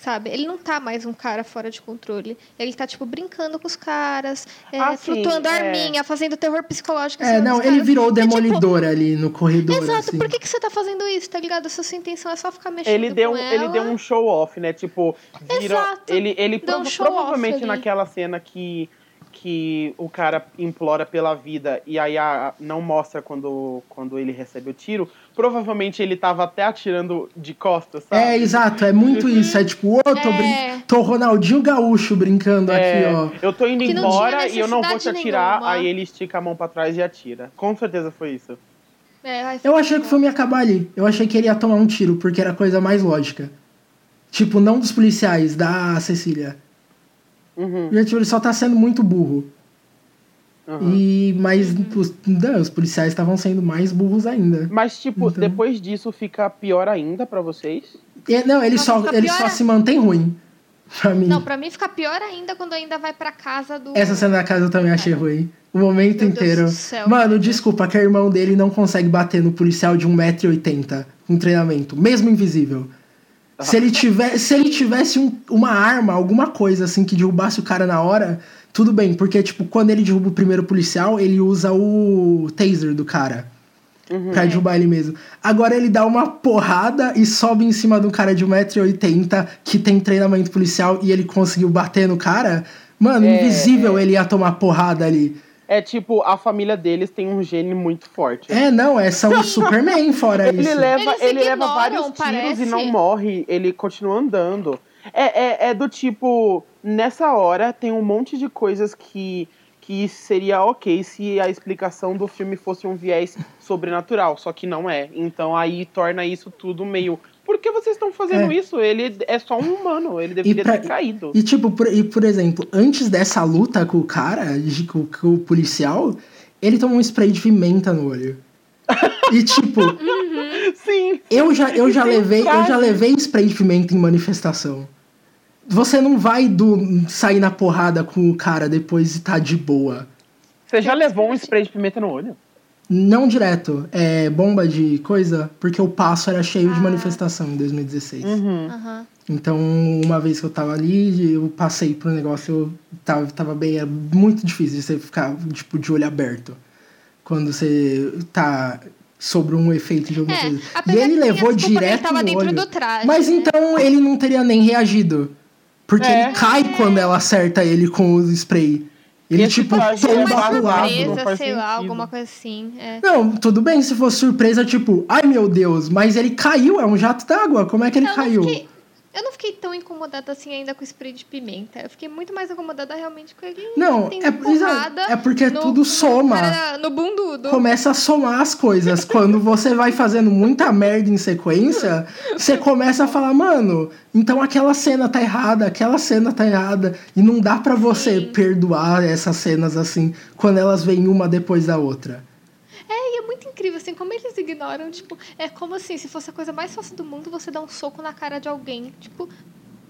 A: sabe? Ele não tá mais um cara fora de controle, ele tá, tipo, brincando com os caras, é,
B: Ah, sim,
A: flutuando
B: é.
A: arminha, fazendo terror psicológico. em
C: É,
A: cima
C: não,
A: dos
C: ele
A: caras.
C: virou o
A: E, tipo,
C: demolidor ali no corredor.
A: Exato,
C: assim.
A: por que, que você tá fazendo isso, tá ligado? Se a sua intenção é só ficar mexendo
B: Ele deu,
A: com ela...
B: ele deu um show off, né? Tipo, virou,
A: Exato.
B: ele ele
A: Deu um
B: prova-
A: show off
B: provavelmente
A: ali.
B: naquela cena que que o cara implora pela vida e aí a- não mostra quando, quando ele recebe o tiro, provavelmente ele tava até atirando de costas, sabe?
C: É, exato, é muito isso. É tipo, ô, tô, brin-
A: É.
C: tô Ronaldinho Gaúcho brincando
B: É,
C: aqui, ó.
B: Eu tô indo
A: Que não tinha
B: embora e eu não vou te
A: necessidade
B: atirar,
A: nenhuma.
B: aí ele estica a mão pra trás e atira. Com certeza foi isso.
A: É, ai,
C: Eu achei que o filme ia acabar ali. Eu achei que ele ia tomar um tiro, porque era a coisa mais lógica. Tipo, não dos policiais, da Cecília.
B: Uhum,
C: E, tipo, ele só tá sendo muito burro.
B: uhum.
C: E, mas os, não, os policiais estavam sendo mais burros ainda.
B: Mas, tipo,
C: então?
B: depois disso fica pior ainda pra vocês?
C: E, não, ele,
A: Nossa,
C: só,
A: fica
C: ele
A: pior
C: só
A: a-
C: se mantém ruim. Pra mim.
A: Não, pra mim fica pior ainda quando ainda vai pra casa do...
C: um Essa cena é da casa eu também achei ruim. O momento
A: É. Meu Deus
C: inteiro.
A: do céu,
C: Mano,
A: cara.
C: desculpa, que o irmão um dele não consegue bater no policial de 1,80m com treinamento, mesmo invisível. Se ele tivesse, se ele tivesse um- uma arma, alguma coisa assim que derrubasse o cara na hora, tudo bem, porque tipo, quando ele derruba o primeiro policial, ele usa o taser do cara.
B: Uhum.
C: Pra derrubar ele mesmo. Agora ele dá uma porrada e sobe em cima de um cara de 1,80m que tem treinamento policial e ele conseguiu bater no cara. Mano,
B: É,
C: invisível ele ia tomar porrada ali.
B: É tipo, a família deles tem um gene muito forte.
C: É, não, é só o Superman fora
B: Ele
C: isso.
B: leva,
A: Eles
B: ele leva
A: ignoram,
B: vários tiros
A: parece.
B: e não morre, ele continua andando. É, é, é do tipo, nessa hora tem um monte de coisas que, que seria ok se a explicação do filme fosse um viés sobrenatural, só que não é. Então aí torna isso tudo meio. Por que vocês estão fazendo
C: É.
B: isso? Ele é só um humano, ele deveria
C: pra-
B: ter
C: *laughs*
B: caído.
C: E tipo, por, e, por exemplo, antes dessa luta com o cara, de- com, com o policial, ele toma um spray de pimenta no
B: *laughs*
C: olho. E tipo,
B: Sim,
C: eu já, eu já
B: Tem
C: levei, eu já
B: frase.
C: levei spray de pimenta em manifestação. Você não vai do sair na porrada com o cara depois e tá de boa.
B: você já levou um spray de pimenta no olho?
C: Não direto, é bomba de coisa, porque o passo era cheio
B: Ah.
C: de manifestação em 2016.
B: Uhum.
A: Aham.
C: Então, uma vez que eu tava ali, eu passei pro negócio, eu tava, tava bem. É muito difícil você ficar, tipo, de olho aberto. Quando você tá sobre um efeito de alguma
A: É,
C: coisa. E
A: apesar
C: ele
A: que tem a
C: levou
A: desculpa que ele
C: direto
A: tava
C: no
A: dentro
C: olho.
A: do traje,
C: Mas
A: né?
C: então ele não teria nem reagido. Porque
B: É.
C: ele cai quando ela acerta ele com o spray. Ele,
B: Esse
C: tipo,
B: traje é
C: tomba
B: mais
C: do lado.
B: surpresa,
A: Presa,
B: não
A: sei
B: faz
A: lá,
B: sentido.
A: alguma coisa assim. É.
C: Não, tudo bem se fosse surpresa, tipo, ai meu Deus, mas ele caiu, é um jato d'água, como é que ele
A: Eu não
C: caiu?
A: fiquei- Eu não fiquei tão incomodada assim ainda com o spray de pimenta. Eu fiquei muito mais incomodada realmente com ele.
C: Não,
A: tendo
C: é,
A: porrada
C: é porque
A: no-
C: tudo
A: no
C: soma.
A: cara- No bundudo.
C: começa a somar as coisas. Quando você vai fazendo muita merda em sequência, você começa a falar, mano, então aquela cena tá errada, aquela cena tá errada. E não dá pra você perdoar essas cenas assim, quando elas vêm uma depois da outra.
A: É, e é muito incrível, assim, como eles ignoram. Tipo, é como assim, se fosse a coisa mais fácil do mundo, você dar um soco na cara de alguém. Tipo,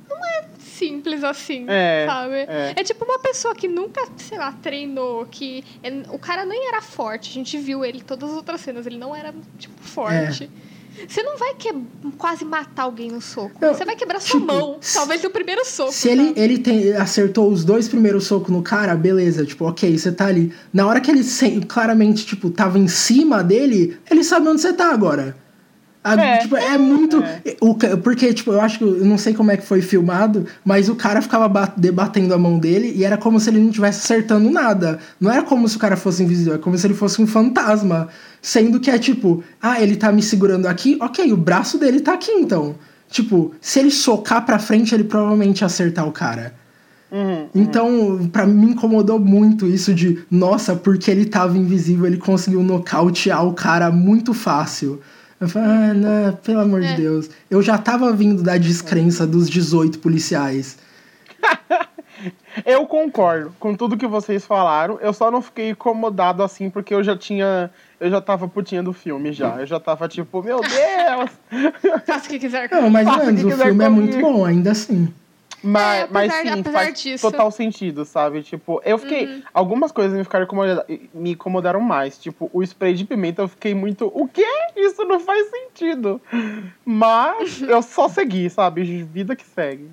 A: não é simples assim,
B: É,
A: sabe?
B: é.
A: tipo uma pessoa que nunca, sei lá, treinou, que... é- o cara nem era forte, a gente viu ele em todas as outras cenas, ele não era, tipo, forte.
B: É.
A: Você não vai que... é quase matar alguém no soco.
C: Não,
A: você vai quebrar sua
C: tipo,
A: mão,
C: se-
A: talvez no primeiro soco.
C: Se ele,
A: sabe?
C: ele tem, acertou os dois primeiros socos no cara, beleza, tipo, ok, você tá ali. Na hora que ele se- claramente, tipo, tava em cima dele, ele sabe onde você tá agora. A- tipo,
B: É.
C: é. muito. o ca- porque, tipo, eu acho que. Eu não sei como é que foi filmado, mas o cara ficava ba- debatendo a mão dele e era como se ele não estivesse acertando nada. Não era como se o cara fosse invisível, é como se ele fosse um fantasma. Sendo que é tipo, ah, ele tá me segurando aqui, ok, o braço dele tá aqui então. Tipo, se ele socar pra frente, ele provavelmente ia acertar o cara. Então, pra mim, incomodou muito isso de, nossa, porque ele tava invisível, ele conseguiu nocautear o cara muito fácil. Eu falei, ah, não, pelo amor de Deus. Eu já tava vindo da descrença dos 18 policiais.
B: Eu concordo com tudo que vocês falaram. Eu só não fiquei incomodado assim porque eu já tinha. Eu já tava putinha do filme já. Eu já tava tipo,
A: *laughs*
B: meu Deus!
A: tá? Faça o que quiser.
C: Não, mas,
B: Faça o que
C: mano, o
B: quiser
C: filme é
B: comigo.
C: muito bom, ainda assim.
B: mas,
A: É, apesar-
B: mas sim,
A: apesar
B: faz
A: disso. Uhum.
B: total sentido, sabe? Tipo, eu fiquei. Algumas coisas me ficaram incomoda- me incomodaram mais. Tipo, o spray de pimenta eu fiquei muito. O quê? Isso não faz sentido.
A: *laughs*
B: Mas eu só segui, sabe? Vida que segue.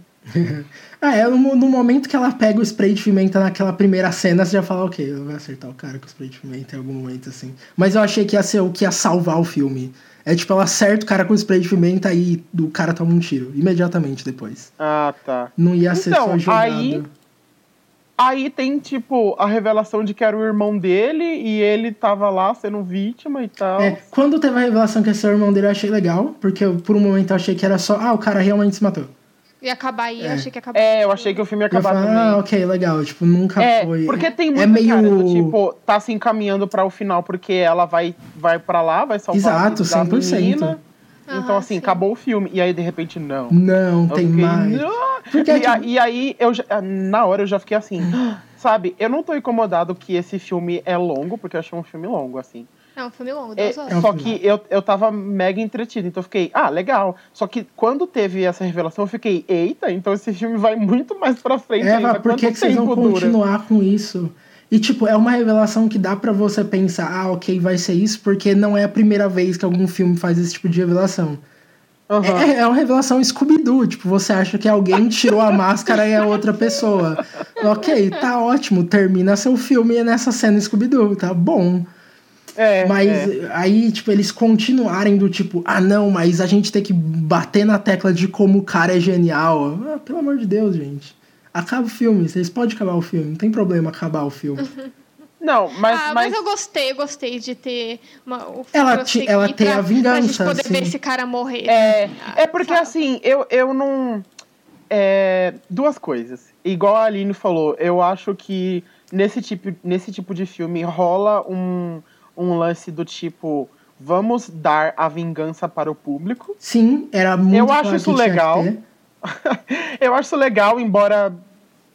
C: Ah, é, no, mo- no momento que ela pega o spray de pimenta naquela primeira cena, você já fala, ok, eu vou acertar o cara com o spray de pimenta em algum momento, assim. Mas eu achei que ia ser o que ia salvar o filme. É tipo, ela acerta o cara com o spray de pimenta e o cara toma um tiro, imediatamente depois.
B: Ah, tá.
C: Não ia ser
B: Então,
C: só jogado.
B: aí- Aí tem, tipo, a revelação de que era o irmão dele e ele tava lá sendo vítima e tal.
C: É, quando teve a revelação que esse é o irmão dele, eu achei legal, porque eu, por um momento eu achei que era só, ah, o cara realmente se matou.
A: E acabar aí, eu achei que acabou.
B: É, eu achei que o filme ia
C: E eu
B: acabar
C: falei,
B: também.
C: ah, ok, legal, tipo, nunca
B: é,
C: foi.
B: porque tem
C: é
B: muita
C: meio...
B: cara do tipo, tá se encaminhando pra o final porque ela vai vai para lá, vai salvar a
C: Exato,
B: vida da
C: 100%.
B: menina. Então
A: Ah,
B: assim,
A: sim.
B: acabou o filme e aí de repente não.
C: Não,
B: Eu
C: tem
B: fiquei,
C: mais.
B: "Não!"
C: Porque,
B: e,
C: tipo-
B: a- e aí, eu já- ah, na hora eu já fiquei assim, sabe? Eu não tô incomodado que esse filme é longo, porque eu achei um filme longo, assim.
A: É um filme longo,
B: É,
A: duas horas.
B: só
C: É um
B: que eu, eu tava mega entretido, então eu fiquei, ah, legal. Só que quando teve essa revelação, eu fiquei, eita, então esse filme vai muito mais pra frente. ainda.
C: Eva, por
B: Quanto
C: que, que vocês vão
B: tempo dura?
C: continuar com isso? E, tipo, é uma revelação que dá pra você pensar, ah, ok, vai ser isso, porque não é a primeira vez que algum filme faz esse tipo de revelação.
B: Aham.
C: É, é uma revelação Scooby-Doo. Tipo, você acha que alguém tirou a máscara e é outra pessoa. Ok, tá ótimo. Termina seu filme nessa cena Scooby-Doo. Tá bom.
B: É,
C: Mas
B: é.
C: aí, tipo, eles continuarem do tipo, ah não, mas a gente tem que bater na tecla de como o cara é genial. Ah, pelo amor de Deus, gente. Acaba o filme, vocês podem acabar o filme, não tem problema acabar o filme.
B: Não, mas,
A: ah, mas...
B: mas,
A: eu gostei, eu gostei de ter uma. o-
C: Ela
A: prosseguir
C: ti- ela tem
A: pra-
C: a vingança,
A: Pra gente poder ver
C: assim.
A: esse cara morrer.
B: É,
A: Ah,
B: é porque
A: sabe?
B: assim, eu, eu não. é, duas coisas. Igual a Aline falou, eu acho que nesse tipo, nesse tipo de filme rola um, um lance do tipo: vamos dar a vingança para o público.
C: Sim, era muito
B: Eu acho
C: claro
B: isso
C: que tinha que
B: legal.
C: ter.
B: *laughs* eu acho isso legal, embora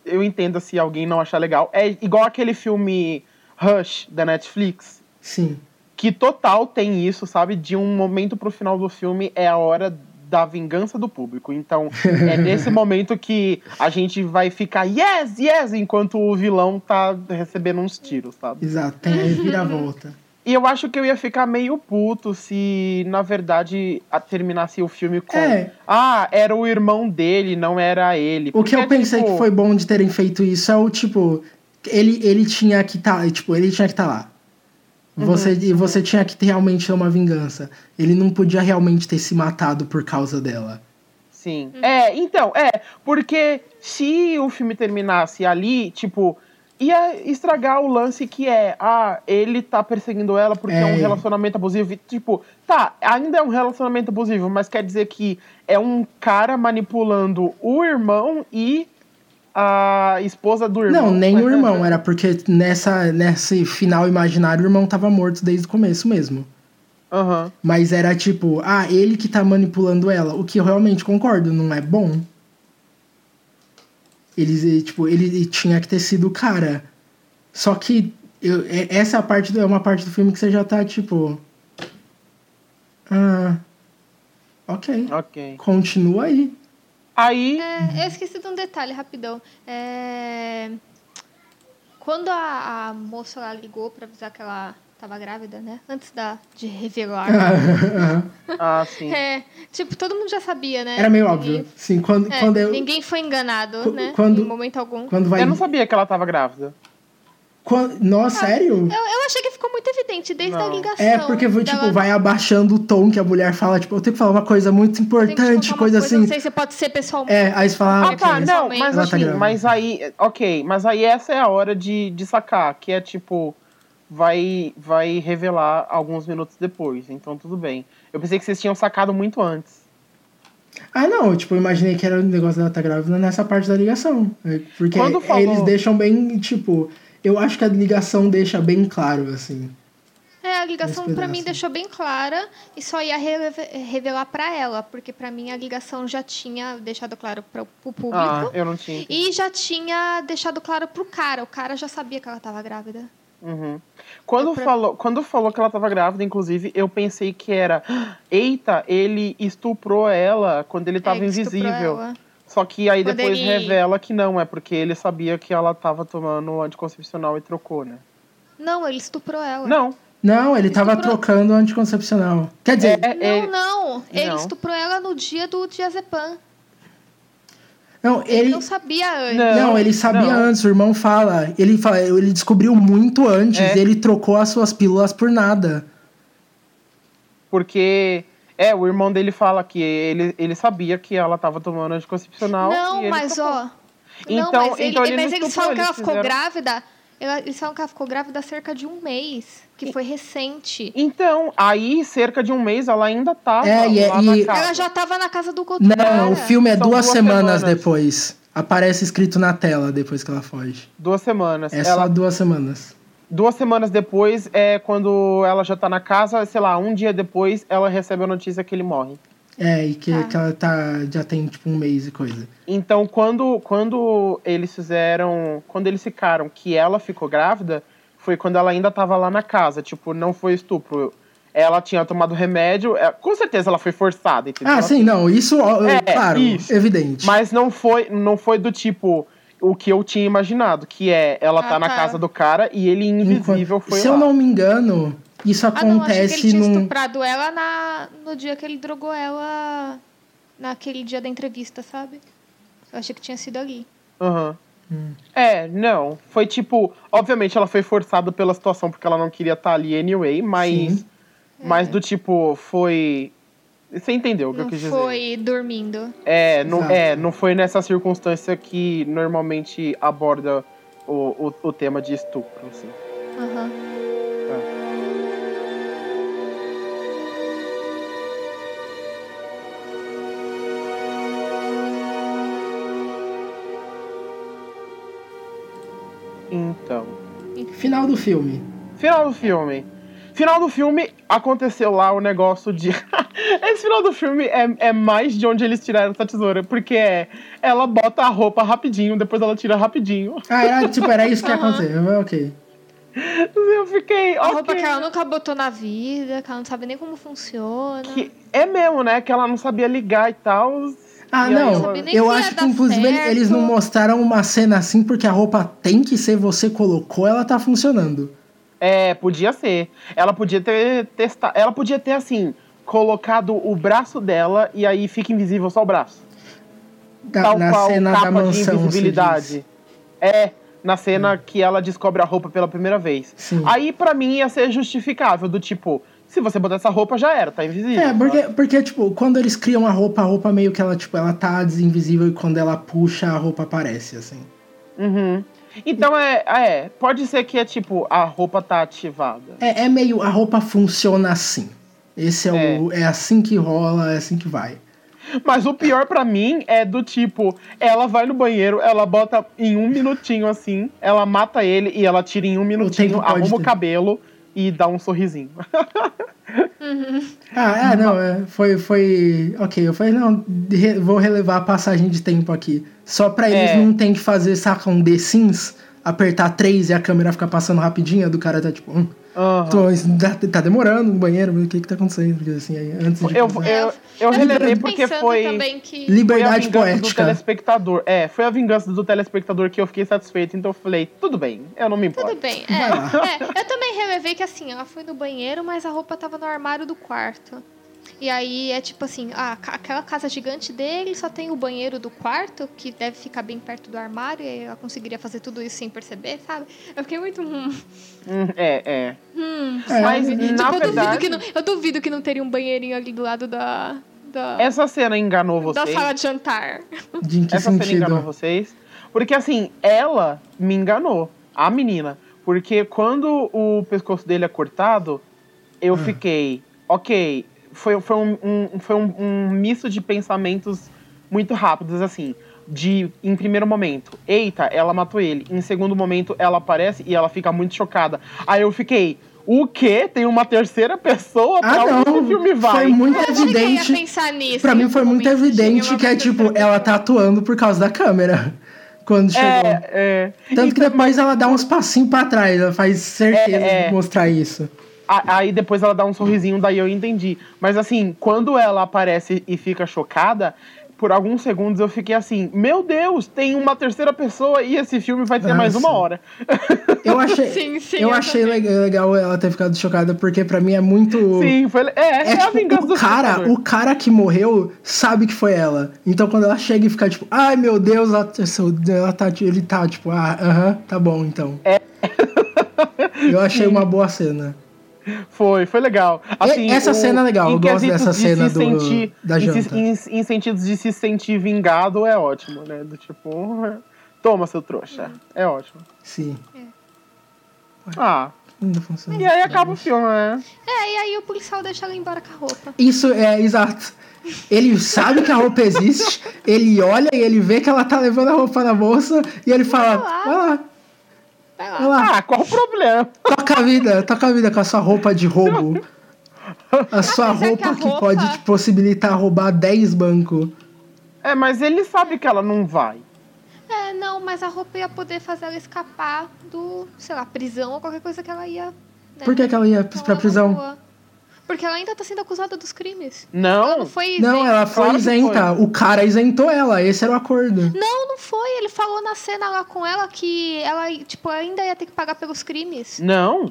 B: eu entenda se alguém não achar legal. É igual aquele filme Rush da Netflix.
C: Sim.
B: que total tem isso, sabe? De um momento pro final do filme é a hora da vingança do público.
C: *laughs*
B: Então, é nesse momento que a gente vai ficar yes, yes, enquanto o vilão tá recebendo uns tiros, sabe?
C: Exato, tem a reviravolta.
B: E eu acho que eu ia ficar meio puto se, na verdade, a- terminasse o filme com.
C: É.
B: Ah, era o irmão dele, não era ele.
C: O que
B: Porque,
C: eu pensei
B: tipo,
C: que foi bom de terem feito isso é o tipo, ele, ele tinha que tá, tipo, ele tinha que estar tá lá.
B: Uhum.
C: Você, E você tinha que ter realmente ter uma vingança. Ele não podia realmente ter se matado por causa dela.
B: Sim. É, então, é, porque se o filme terminasse ali, tipo, ia estragar o lance que é, ah, ele tá perseguindo ela porque é,
C: É.
B: um relacionamento abusivo. E, tipo, tá, ainda é um relacionamento abusivo, mas quer dizer que é um cara manipulando o irmão e a esposa do irmão. é Uhum.
C: Não, nem o irmão, é. era porque nessa, nesse final imaginário o irmão tava morto desde o começo mesmo.
B: Aham.
C: Mas era tipo, ah, ele que tá manipulando ela, o que eu realmente concordo, não é bom. Eles, eh, tipo, ele tinha que ter sido o cara. Só que eu- é- essa é a parte do- é uma parte do filme que você já tá tipo. Ah. Ok.
B: Ok.
C: Continua aí.
A: *laughs*
B: Aí.
A: É, eu esqueci de um detalhe rapidão. É, Quando a, a moça lá ligou pra avisar que ela tava grávida, né? Antes da, de revelar.
B: Ah, sim.
A: É, tipo, todo mundo já sabia, né?
C: *laughs* Era meio
A: Ninguém-
C: óbvio. Sim, quando,
A: é,
C: quando eu.
A: Ninguém foi enganado,
C: Qu-
A: né?
C: quando-
A: Em momento algum.
C: Quando vai.
B: Eu não sabia que ela tava grávida.
C: Quan- Nossa, sério?
A: Eu, eu achei que ficou muito evidente desde a
B: Não.
A: ligação.
C: É, porque, tipo,
A: dela-
C: vai abaixando o tom que a mulher fala, tipo, eu tenho que falar uma coisa muito
A: "Eu tenho que te
C: importante,
A: contar uma
C: coisa,
A: Não
C: assim.
A: sei se pode ser pessoalmente.
C: É, aí você fala,
B: Ah,
C: ok.
B: tá, não, mas
A: Ela
C: tá
B: assim,
C: grávida.
B: mas aí, ok, mas aí essa é a hora de, de sacar, que é tipo, vai, vai revelar alguns minutos depois, então tudo bem. Eu pensei que vocês tinham sacado muito antes.
C: Ah, não, tipo, eu imaginei que era o negócio dela tá grávida nessa parte da ligação. né? Porque
B: Quando
C: é,
B: falou-
C: eles deixam bem, tipo, eu acho que a ligação deixa bem claro, assim.
A: É, a ligação
C: Nesse
A: pra mim
C: pedaço.
A: deixou bem clara e só ia reve- revelar pra ela, porque pra mim a ligação já tinha deixado claro para o público
B: Ah, eu não tinha. entendido.
A: e já tinha deixado claro pro cara. O cara já sabia que ela tava grávida.
B: Uhum. Quando,
A: Eu pra-
B: falou, quando falou que ela tava grávida, inclusive, eu pensei que era, *gasps* "Ah, eita, ele estuprou ela quando ele tava
A: É, que estuprou
B: invisível.
A: ela.
B: Só que aí
A: Quando
B: depois
A: ele-
B: revela que não, é porque ele sabia que ela tava tomando anticoncepcional e trocou, né?
A: Não, ele estuprou ela.
B: Não,
C: Não, ele tava
A: Estuprou-
C: trocando o anticoncepcional. Quer dizer,
B: é,
A: Não,
B: é-
A: não. Ele
B: Não.
A: estuprou ela no dia do diazepam.
C: não,
A: Ele
C: ele.
A: não sabia antes.
B: Não.
C: Não, ele sabia
B: não.
C: antes, o irmão fala. Ele fala, ele descobriu muito antes,
B: É.
C: ele trocou as suas pílulas por nada.
B: Porque é, o irmão dele fala que ele, ele sabia que ela tava tomando anticoncepcional. e
A: Não,
B: ele
A: mas
B: tocou.
A: ó. não,
B: Então-
A: mas, ele-
B: então ele
A: mas
B: não
A: eles
B: estuprou,
A: falam que ela
B: eles
A: ficou
B: fizeram-
A: grávida. ela- Eles falam que ela ficou grávida há cerca de um mês, que foi recente.
B: Então, aí, cerca de um mês, ela ainda tava
C: É, e-
B: lá na
C: e-
B: casa.
A: Ela já tava na casa do Couto.
C: Não,
A: Cara.
C: o filme é
B: São
C: duas,
B: duas
C: semanas,
B: semanas.
C: depois. Aparece escrito na tela depois que ela foge.
B: Duas semanas.
C: É
B: ela,
C: só duas semanas.
B: Duas semanas depois, é quando ela já tá na casa, sei lá, um dia depois, ela recebe a notícia que ele morre.
C: É, e que,
A: Tá.
C: que ela tá, já tem tipo um mês e coisa.
B: Então, quando, quando eles fizeram. Quando eles ficaram que ela ficou grávida, foi quando ela ainda tava lá na casa. Tipo, não foi estupro. Ela tinha tomado remédio. é, com certeza ela foi forçada, entendeu?
C: Ah, sim, não, isso, ó,
B: É,
C: claro,
B: isso.
C: evidente.
B: Mas não foi, não foi do tipo. O que eu tinha imaginado, que é ela
A: Ah,
B: tá na
A: tá.
B: casa do cara e ele invisível
C: Enquanto-
B: foi
C: Se
B: lá.
C: eu não me engano, Isso
A: Ah, não, achei que ele
C: acontece
A: tinha
C: num.
A: estuprado ela na, no dia que ele drogou ela naquele dia da entrevista, sabe? Eu achei que tinha sido ali.
B: Aham.
C: Hum.
B: É, não. Foi tipo. Obviamente ela foi forçada pela situação porque ela não queria estar ali anyway, mas.
C: Sim.
B: Mas do tipo, foi. Você entendeu o que eu
A: É. não
B: quis dizer?
A: foi dormindo.
B: É não,
C: Exato.
B: é, não foi nessa circunstância que normalmente aborda o, o, o tema de estupro, assim.
A: Aham.
B: Então.
C: Final do filme.
B: Final do filme. Final do filme aconteceu lá o negócio de. *laughs* Esse final do filme é, é mais de onde eles tiraram essa tesoura, porque é. Ela bota a roupa rapidinho, depois ela tira rapidinho. *laughs*
C: Ah, era, tipo, era isso que ia acontecer. Ok.
B: Eu fiquei.
A: A roupa
B: ok.
A: que ela nunca botou na vida, que ela não sabe nem como funciona.
B: Que é mesmo, né? Que ela não sabia ligar e tal.
C: Ah,
B: E aí
C: não.
B: ela-
A: Sabia nem
C: Eu
A: se ia
C: acho que,
A: dar
C: inclusive, ele-
A: certo.
C: eles não mostraram uma cena assim, porque a roupa tem que ser você colocou, ela tá funcionando.
B: É, podia ser. Ela podia ter testado. Ela podia ter, assim, colocado o braço dela e aí fica invisível só o braço.
C: Da-
B: tal
C: na
B: qual
C: cena
B: capa
C: da mansão.
B: de
C: se diz. Hum.
B: invisibilidade. É, na cena que ela descobre a roupa pela primeira vez.
C: Sim.
B: Aí, pra mim, ia ser justificável, do tipo, se você botar essa roupa, já era, tá invisível.
C: É, porque, porque, tipo, quando eles criam a roupa, a roupa meio que ela, tipo, ela tá desinvisível e quando ela puxa, a roupa aparece, assim.
B: Uhum. Então, é, é, pode ser que é tipo, a roupa tá ativada.
C: É, é meio, a roupa funciona assim. Esse é, o. É assim que rola, é assim que vai.
B: Mas o pior pra mim é do tipo, ela vai no banheiro, ela bota em um minutinho assim, ela mata ele e ela tira em um minutinho,
C: tempo pode
B: arruma o
C: ter.
B: cabelo e dá um sorrisinho. *laughs*
C: Ah, é,
B: Uhum.
C: não, é, foi, foi. Ok, eu falei, não, re- vou relevar a passagem de tempo aqui. Só pra eles
B: É.
C: não tem que fazer, saca, um The Sims, apertar três e a câmera ficar passando rapidinho, do cara tá tipo, hum,
B: Aham.
C: tô, isso tá, tá demorando no banheiro, mas o que que tá acontecendo? Porque assim, aí, antes de.
B: Eu,
C: pensar.
B: eu, eu relevei porque
A: pensando
B: foi.
A: também que.
B: Foi a
C: Liberdade
B: vingança do
C: poética.
B: telespectador. É, foi a vingança do telespectador que eu fiquei satisfeito, então eu falei, tudo bem, eu não me importo.
A: Tudo bem,
C: Vai lá.
A: é.
B: *laughs*
A: É, Eu também relevei que assim, ela foi no banheiro, mas a roupa tava no armário do quarto. E aí é tipo assim, ah, ca- aquela casa gigante dele só tem o banheiro do quarto, que deve ficar bem perto do armário, e ela conseguiria fazer tudo isso sem perceber, sabe? Eu fiquei muito. *laughs* Hum,
B: Hum, É, é.
A: hum.
C: É,
B: Mas
C: é,
B: na
A: tipo, eu, duvido
B: verdade,
A: que não, eu duvido que não teria um banheirinho ali do lado da. Da,
B: essa cena enganou
A: da
B: É vocês.
A: sala de
B: *laughs*
A: jantar.
C: de em que
B: Essa cena enganou
C: sentido?
B: vocês. Porque assim, ela me enganou, a menina. Porque quando o pescoço dele é cortado,
C: Hum.
B: eu fiquei, ok, foi, foi, um, um- foi um, um misto de pensamentos muito rápidos, assim. De, em primeiro momento, eita, ela matou ele. Em segundo momento, ela aparece e ela fica muito chocada. Aí eu fiquei, o quê? Tem uma terceira pessoa?
C: Ah,
B: pra onde esse filme
C: não,
B: vai?
C: foi muito
A: Eu não cheguei a
C: evidente.
A: pensar nisso.
C: Pra mim
A: nesse
C: foi muito
A: momento,
C: evidente
A: cheguei a
C: que é
A: pensar
C: tipo,
A: nisso.
C: ela tá atuando por causa da câmera. *laughs* Quando chegou.
B: É, é.
C: Tanto que depois ela dá uns passinhos pra trás, ela faz certeza
B: É, é.
C: de mostrar isso.
B: A- Aí depois ela dá um sorrisinho, daí eu entendi. Mas assim, quando ela aparece e fica chocada, por alguns segundos eu fiquei assim: Meu Deus, tem uma terceira pessoa e esse filme vai ter mais
C: Nossa.
B: uma hora.
A: *laughs*
C: Eu achei,
A: Sim, sim,
C: eu
A: eu
C: achei le- legal ela ter ficado chocada, porque pra mim é
B: *laughs*
C: muito.
B: Sim, foi. É, é,
C: É
B: a vingança
C: tipo,
B: do
C: o cara,
B: espectador.
C: o cara que morreu sabe que foi ela. Então quando ela chega e fica tipo, ai meu Deus, ela, ela tá, ele tá tipo, ah, aham, tá bom então.
B: É.
C: Eu achei uma boa cena.
B: Foi, foi legal. Assim,
C: essa cena é legal,
B: em
C: eu gosto
B: quesitos
C: dessa
B: de
C: cena
B: se
C: do-
B: sentir-
C: da
B: em se-
C: janta.
B: Em, em sentidos de se sentir vingado, é ótimo, né? Do tipo, toma seu trouxa. É ótimo.
C: Sim,
B: Ah,
C: ainda funciona.
B: e aí acaba o filme, né?
A: É, e aí o policial deixa ela embora com a roupa.
C: Isso é exato. Ele sabe que a roupa existe, ele olha e ele vê que ela tá levando a roupa na bolsa e ele fala:
A: lá.
C: vai lá,
A: Vai
C: vai
A: lá.
C: lá,
B: Ah, qual o problema?
C: toca a vida, toca a vida com a sua roupa de roubo. A sua
A: Apesar que a
C: roupa que
A: roupa-
C: pode te possibilitar roubar 10 bancos.
B: É, mas ele sabe que ela não vai.
A: É, não, mas a roupa ia poder fazer ela escapar do, sei lá, prisão ou qualquer coisa que ela ia. Né?
C: Por que, que ela ia
A: Então
C: pra
A: ela
C: prisão?
A: voa. Porque ela ainda tá sendo acusada dos crimes. Ela
B: Não.
A: não foi
C: Não,
A: isenta.
C: ela foi
B: Claro que
C: isenta. O cara isentou ela, esse era o acordo.
A: Não, não foi. Ele falou na cena lá com ela que ela, tipo, ainda ia ter que pagar pelos crimes.
B: Não.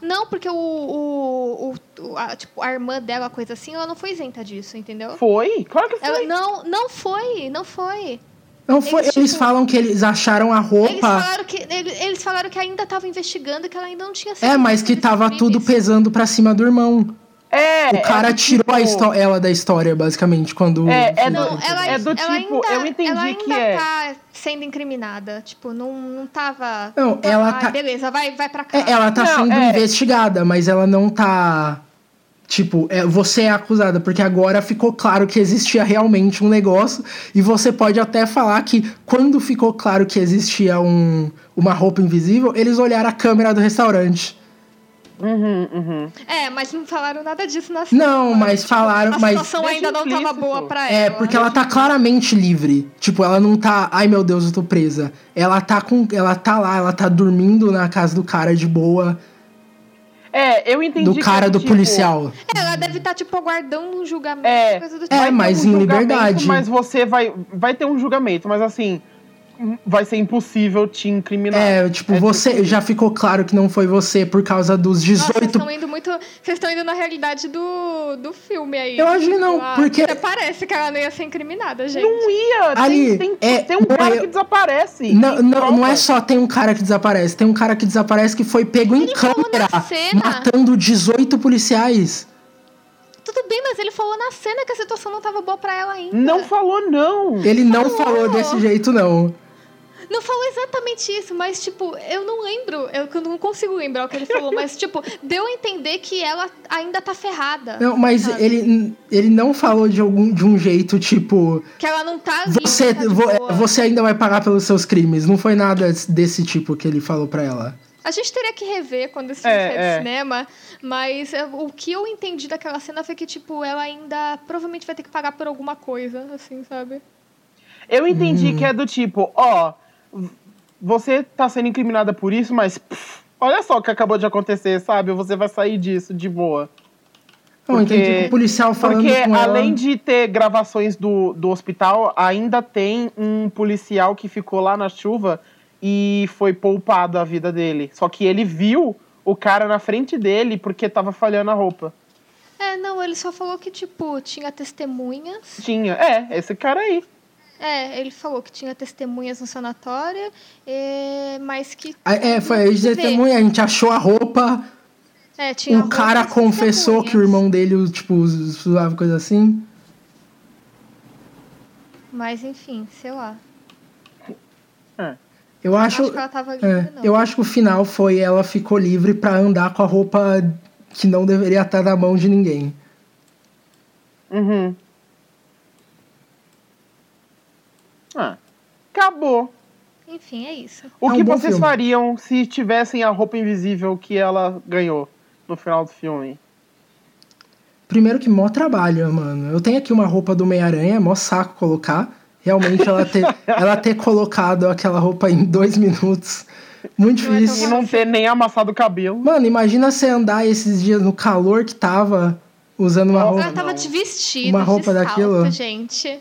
A: Não, Não, porque o, o, o- o- a, tipo, a irmã dela, coisa assim, ela não foi isenta disso, entendeu?
B: Foi? Claro que foi.
A: Ela, não, não foi, não foi.
C: Não foi,
A: Eles,
C: eles,
A: tipo,
C: falam que eles acharam a
A: Eles
C: roupa.
A: falaram, que, ele- eles falaram que ainda tava investigando, que ela ainda não tinha sido.
C: É, mas que
A: desses
C: tava
A: crimes.
C: tudo pesando pra cima do irmão.
B: É,
C: O cara
B: é do
C: tirou a
B: tipo-
C: histó- ela da história, basicamente, quando.
B: É, é
A: Não,
B: do-
A: ela,
B: é do
A: ela
B: tipo,
A: ainda,
B: eu entendi
A: ela ainda
B: que é.
A: tá sendo incriminada. Tipo, não, não tava. tipo,
C: Não, ela
A: Ai,
C: tá-
A: Beleza, vai, vai pra cá.
C: É, ela tá
B: Não,
C: sendo
B: é.
C: investigada, mas ela não tá. Tipo, é, você é acusada, porque agora ficou claro que existia realmente um negócio. E você pode até falar que quando ficou claro que existia um, uma roupa invisível, eles olharam a câmera do restaurante.
B: Uhum, uhum.
A: É, mas não falaram nada disso na cena. né?
C: Não, mas
B: tipo,
C: falaram.
A: A
C: mas
A: situação ainda não
B: Deixa
A: tava
B: implícito.
A: boa pra
C: É,
A: ela. né?
B: né?
C: porque ela tá claramente livre. Tipo, ela não tá, ai meu Deus, eu tô presa. Ela tá com, ela tá lá, ela tá dormindo na casa do cara de boa,
B: É, eu entendi
C: do
B: que
C: cara
B: era
C: do
B: tipo,
C: policial.
A: Ela deve estar, tipo, aguardando um julgamento.
B: É,
A: coisa do tipo.
C: é,
B: vai ter
C: mas em
B: julgamento,
C: liberdade.
B: Mas você vai, vai ter um julgamento, mas assim, vai ser impossível te incriminar.
C: É, tipo,
B: É,
C: você já ficou claro que não foi você por causa dos
A: Nossa, vocês
C: 18.
A: estão indo muito. Vocês estão indo na realidade do, do filme aí.
C: Eu acho que não,
A: Ah,
C: porque-
A: até parece que ela não ia ser incriminada, gente.
B: Não ia! tem-
C: Ali,
B: tem,
C: é,
B: tem um cara
C: eu-
B: que desaparece.
C: não,
B: tem
C: não, não é
B: prova.
C: só tem um cara que desaparece, tem um cara que desaparece que foi pego em
A: falou na
C: câmera
A: cena.
C: matando 18 policiais.
A: Tudo bem, mas ele falou na cena que a situação não tava boa pra ela ainda.
B: Não falou, não!
C: Ele não
A: Falou.
C: falou desse jeito não.
A: Não falou exatamente isso, mas, tipo, eu não lembro. Eu eu não consigo lembrar o que ele falou,
C: *laughs*
A: mas, tipo, deu a entender que ela ainda tá ferrada.
C: Não, mas
A: sabe?
C: ele, ele não falou de algum de um jeito tipo
A: Que ela não tá livre,
C: Você,
A: tá de
C: vo- é,
A: boa.
C: você ainda vai pagar pelos seus crimes. Não foi nada desse tipo que ele falou pra ela.
A: A gente teria que rever quando esse filme
B: É,
A: sair do
B: é.
A: cinema, mas é, o que eu entendi daquela cena foi que, tipo, ela ainda provavelmente vai ter que pagar por alguma coisa, assim, sabe?
B: Eu entendi
C: Uhum.
B: que é do tipo, ó, v- você tá sendo incriminada por isso, mas pff, olha só o que acabou de acontecer, sabe? Você vai sair disso de boa.
C: Não,
B: Porque-
C: entendi que o policial falando
B: Porque
C: com ela.
B: além de ter gravações do, do hospital, ainda tem um policial que ficou lá na chuva e foi poupado a vida dele. Só que ele viu o cara na frente dele porque tava falhando a roupa.
A: É, não, ele só falou que, tipo, tinha testemunhas.
B: Tinha, é, esse cara aí.
A: É, ele falou que tinha testemunhas no sanatório, é, mas que.
C: Ah, É, foi aí de
A: Vê.
C: testemunha, a gente achou a roupa,
A: É, tinha
C: o Um cara
A: roupas e
C: confessou que o
A: testemunhas.
C: irmão dele, tipo, zoava coisa assim.
A: Mas enfim, sei lá.
C: Eu
A: Acho,
C: acho.
A: que ela tava livre,
C: é,
A: não.
C: eu acho que o final foi ela ficou livre pra andar com a roupa que não deveria estar na mão de ninguém.
B: Uhum. Ah, acabou.
A: Enfim, é isso.
B: O
C: É um
B: que
C: bom
B: vocês
C: filme.
B: fariam se tivessem a roupa invisível que ela ganhou no final do filme?
C: Primeiro que mó trabalho, mano. Eu tenho aqui uma roupa do Meia-Aranha, é mó saco colocar. Realmente,
A: *laughs*
C: ela ter, ela ter colocado aquela roupa em dois minutos, muito
A: Não é tão
B: E
C: difícil.
B: não ter nem amassado o cabelo.
C: Mano, imagina você andar esses dias no calor que tava, usando uma
B: Nossa,
C: roupa.
A: *laughs* ela tava de vestido,
C: Uma roupa
A: de salto,
C: daquilo?
A: gente.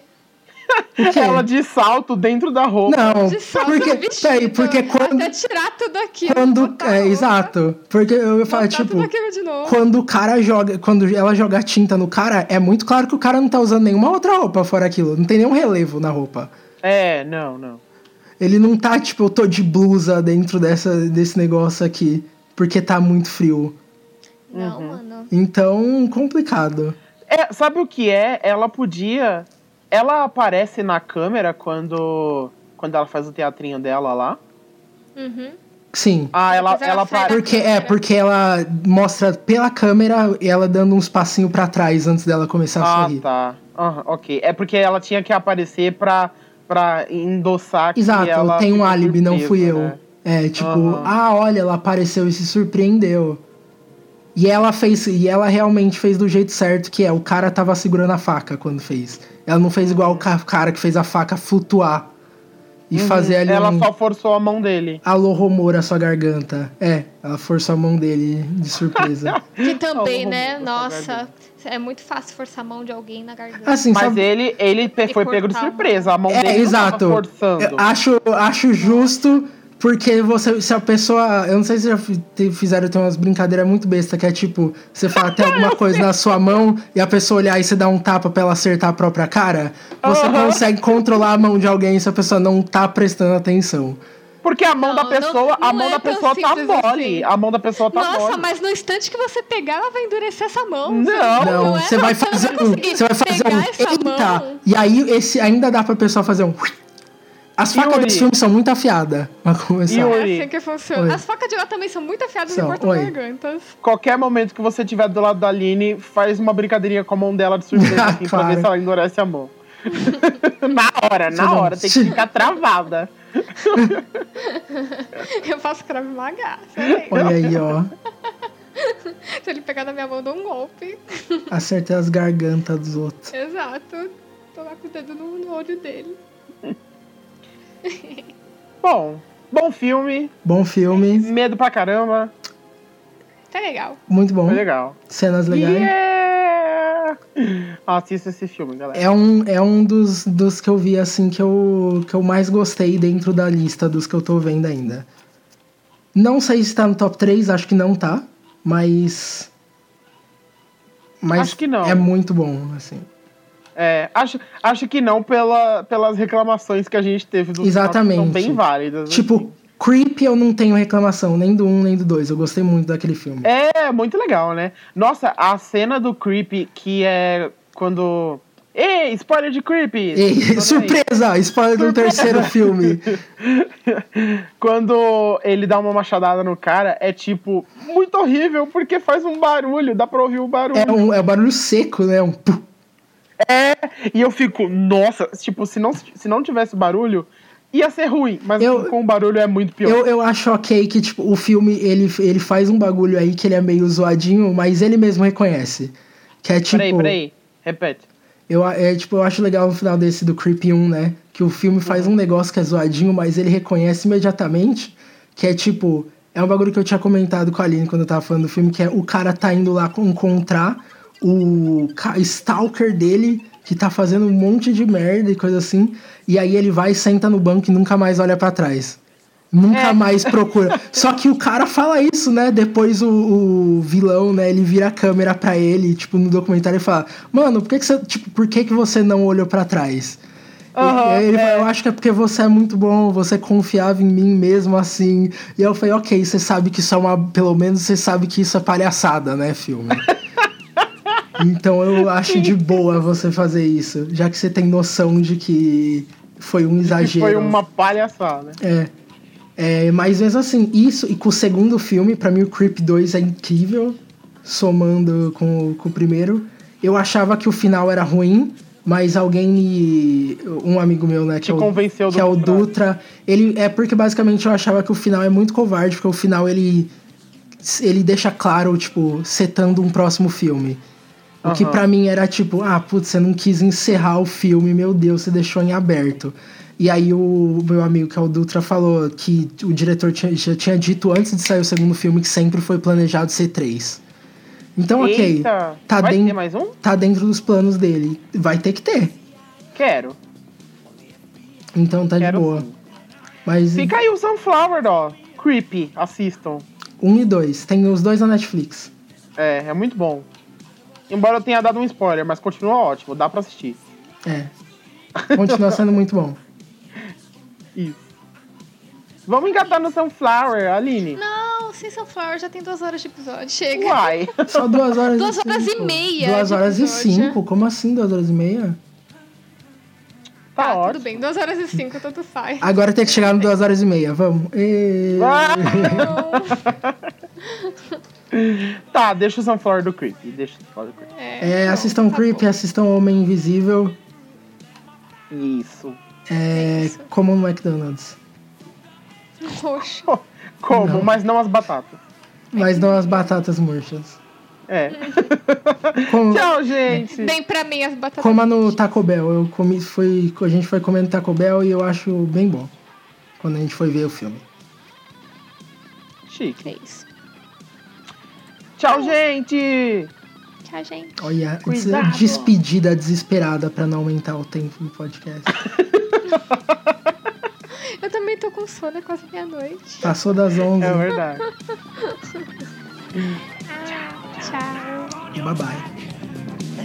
C: O quê?
B: Ela de salto dentro da roupa.
C: Não,
A: De salto, de
C: porque,
A: vestido.
C: peraí, porque quando.
A: Até tirar tudo aquilo.
C: quando
A: botar a
C: é,
A: roupa,
C: exato. Porque eu ia falar,
A: botar
C: tipo.
A: tudo aquilo de novo.
C: Quando o cara joga. Quando ela joga tinta no cara, é muito claro que o cara não tá usando nenhuma outra roupa fora aquilo. Não tem nenhum relevo na roupa.
B: É, não, não.
C: Ele não tá, tipo, eu tô de blusa dentro dessa, desse negócio aqui, porque tá muito frio.
A: Não, mano.
C: Então, complicado.
B: É, sabe o que é? Ela podia. Ela aparece na câmera quando. Quando ela faz o teatrinho dela lá.
A: Uhum.
C: Sim.
B: Ah, ela,
A: Depois ela
B: ela
A: sai da
B: aparece.
C: Porque é, porque ela mostra pela câmera e ela dando uns passinhos pra trás antes dela começar a
B: Ah,
C: sorrir.
B: tá. Aham, ok. É porque ela tinha que aparecer pra, pra endossar que
C: Exato,
B: ela
C: tem um
B: ficou
C: álibi, não
B: surpresa,
C: fui eu.
B: né?
C: É, tipo,
B: Aham.
C: ah, olha, ela apareceu e se surpreendeu. E ela fez, e ela realmente fez do jeito certo, que é o cara tava segurando a faca quando fez. Ela não fez igual o ca- cara que fez a faca flutuar e fazer ali
B: Uhum. né? Ela
C: um
B: só forçou a mão dele.
C: alô rumor a sua garganta. É, ela forçou a mão dele
B: *laughs*
C: de surpresa.
A: Que também,
B: Não,
A: né?
B: vamos botar a
A: Nossa, é muito fácil forçar a mão de alguém na garganta.
C: Assim,
B: Mas
C: sabe?
B: ele, ele pe-
A: E
B: foi pego de
A: cortar a mão.
B: surpresa. A mão
A: tá
C: É,
B: dele não tava
C: exato.
B: forçando.
C: Eu acho, acho justo Porque você, se a pessoa. Eu não sei se já fi- te- fizeram ter umas brincadeiras muito besta, que é tipo, você fala
A: *laughs*
C: tem alguma coisa na sua mão e a pessoa olhar e você dá um tapa pra ela acertar a própria cara. Você consegue controlar a mão de alguém se a pessoa não tá prestando atenção.
B: Porque a mão
A: Não,
B: da pessoa,
A: não-
B: a
A: não
B: mão
A: é
B: da
A: tão
B: pessoa tá
A: simples
B: mole.
A: assim.
B: A mão da pessoa tá
A: Nossa,
B: mole.
A: mas no instante que você pegar, ela vai endurecer essa mão.
B: Não.
C: Não,
A: é?
C: você vai
A: não
C: fazer um.
A: conseguir
C: Você vai fazer
A: pegar
C: um.
A: essa
C: Eita!
A: mão.
C: E aí, esse ainda dá pra pessoa fazer um. As facas
B: Yuri.
C: desse filme são muito afiadas. Pra começar.
B: Yuri.
A: É assim que funciona.
C: Oi.
A: As facas de lá também são muito afiadas
C: São,
A: e cortam
C: oi.
A: gargantas. *laughs*
B: Qualquer momento que você tiver do lado da Aline, faz uma brincadeirinha com a mão dela de surpresa
C: *laughs* Ah,
B: assim, pra
C: claro.
B: ver se ela endurece a mão. *laughs* na hora, na
C: não-
B: hora. Tem que ficar travada.
A: Eu faço cravo maga. sei lá.
C: Olha aí, ó.
A: *laughs* Se ele pegar na minha mão, eu dou um golpe. *laughs*
C: Acertei as gargantas dos outros.
A: Exato. Tô lá com o dedo no, no olho dele.
B: Bom, bom filme.
C: Bom filme,
B: Medo pra caramba.
A: Tá legal.
C: muito bom.
B: Foi legal.
C: Cenas legais.
B: Yeah! Assista esse filme, galera.
C: É um, é um dos, dos que eu vi, assim, que eu, que eu mais gostei dentro da lista dos que eu tô vendo ainda. Não sei se tá no top 3, acho que não tá, mas. Mas
B: Acho que não.
C: é muito bom, assim.
B: É, acho, acho que não pela, pelas reclamações que a gente teve do
C: Exatamente.
B: São bem válidas. né?
C: Tipo, Creep eu não tenho reclamação, nem do 1, um, nem do 2. Eu gostei muito daquele filme.
B: É, muito legal, né? Nossa, a cena do Creepy, que é quando. Ei, spoiler de Creepy!
C: Ei, *laughs*
B: Tudo bem.
C: surpresa! Spoiler do terceiro filme.
B: *laughs* Quando ele dá uma machadada no cara, é tipo, muito horrível, porque faz um barulho, dá pra ouvir o barulho. É,
C: É um, é um barulho seco, né? Um pu.
B: E eu fico, nossa, tipo, se não, se não tivesse barulho, ia ser ruim, mas
C: Eu-
B: com o barulho é muito pior.
C: Eu, eu acho ok que, tipo, o filme, ele, ele faz um bagulho aí que ele é meio zoadinho, mas ele mesmo reconhece. Que é tipo...
B: Peraí, peraí, repete.
C: Eu, a- é, tipo, eu acho legal no final desse do Creepy 1, né? Que o filme faz um
B: Uhum.
C: negócio que é zoadinho, mas ele reconhece imediatamente. Que é tipo. É um bagulho que eu tinha comentado com a Aline quando eu tava falando do filme, que é o cara tá indo lá encontrar o ca- stalker dele, que tá fazendo um monte de merda e coisa assim. E aí ele vai, senta no banco e nunca mais olha pra trás. Nunca mais procura. Só que o cara fala isso, né? Depois o, o vilão, né? Ele vira a câmera pra ele, tipo, no documentário, ele fala: Mano, por que, que você. Tipo, por que, que você não olhou pra trás? E-
B: Aham,
C: e aí ele
B: é.
C: fala, eu acho que é porque você é muito bom, você confiava em mim mesmo assim. E eu falei, ok, você sabe que isso é uma. Pelo menos você sabe que isso é palhaçada, né, *laughs* filme? então eu acho de boa você fazer isso, já que você tem noção de que foi um
B: Que
C: exagero.
B: foi uma palhaçada.
C: É. É, mas mesmo assim, isso e com o segundo filme, pra mim o Creep 2 é incrível, somando com, o- com o primeiro. Eu achava que o final era ruim, mas alguém me. Um amigo meu, né, que,
B: Te
C: é o,
B: convenceu do
C: que é o
B: contrário.
C: Dutra, ele. É porque basicamente eu achava que o final é muito covarde, porque o final ele. Ele deixa claro, tipo, setando um próximo filme. O que
B: Aham.
C: pra mim era tipo, ah, putz, você não quis encerrar o filme, meu Deus, você deixou em aberto. E aí o meu amigo, que é o Dutra, falou que o diretor tinha- já tinha dito antes de sair o segundo filme que sempre foi planejado ser três. Então,
B: Eita,
C: ok, tá,
B: vai
C: den-
B: ter mais um?
C: tá dentro dos planos dele. Vai ter que ter.
B: Quero,
C: Então tá
B: quero
C: de boa.
B: sim.
C: Mas
B: Fica aí o Sunflower, ó. Creepy, assistam.
C: um e dois. Tem os dois na Netflix.
B: É, é muito bom. Embora eu tenha dado um spoiler, mas continua ótimo, dá pra assistir.
C: É. Continua sendo muito bom.
B: Isso. *laughs* Vamos engatar no Sunflower, Aline.
A: Não, sem Sunflower já tem duas horas de episódio. Chega. *laughs*
B: Uai.
A: Tá
C: Só duas horas
A: Duas horas e
C: cinco.
A: meia
C: Duas
A: de
C: horas e
A: episódio.
C: cinco? Como assim duas horas e meia?
B: Tá
A: Ah, tudo
B: ótimo.
A: bem. Duas horas e cinco, tanto faz.
C: Agora tem que chegar no duas horas e meia, vamos. Ê.
B: Ah,
C: *laughs*
A: Então,
B: tá, deixa o Sunflower do Creepy. Deixa o Sunflower do Creepy.
A: é,
C: É,
A: então,
C: assistam
A: tá
C: Creep,
A: bom.
C: assistam Homem Invisível,
B: Isso.
C: é,
A: isso.
C: como no McDonald's.
A: Roxo.
B: Como? Mas não as batatas.
C: Mas não as batatas murchas. *laughs*
B: É.
C: Com,
B: Tchau, gente.
A: Bem pra mim as batatas.
C: coma no Taco Bell. Eu comi, fui, a gente foi comendo Taco Bell e eu acho bem bom. Quando a gente foi ver o filme.
B: Chique.
A: É isso.
B: Tchau, gente.
A: Tchau, gente.
C: Olha,
B: Cuidado.
C: despedida desesperada pra não aumentar o tempo do podcast.
A: Eu também tô com sono, é quase meia-noite.
C: Passou das 11.
B: É verdade.
A: Ah, Tchau.
C: Bye bye.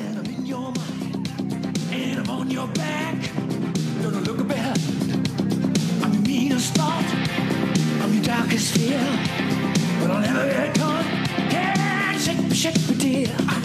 I: Darkest fear, but I'll never get caught. Can't shake, shake, my dear.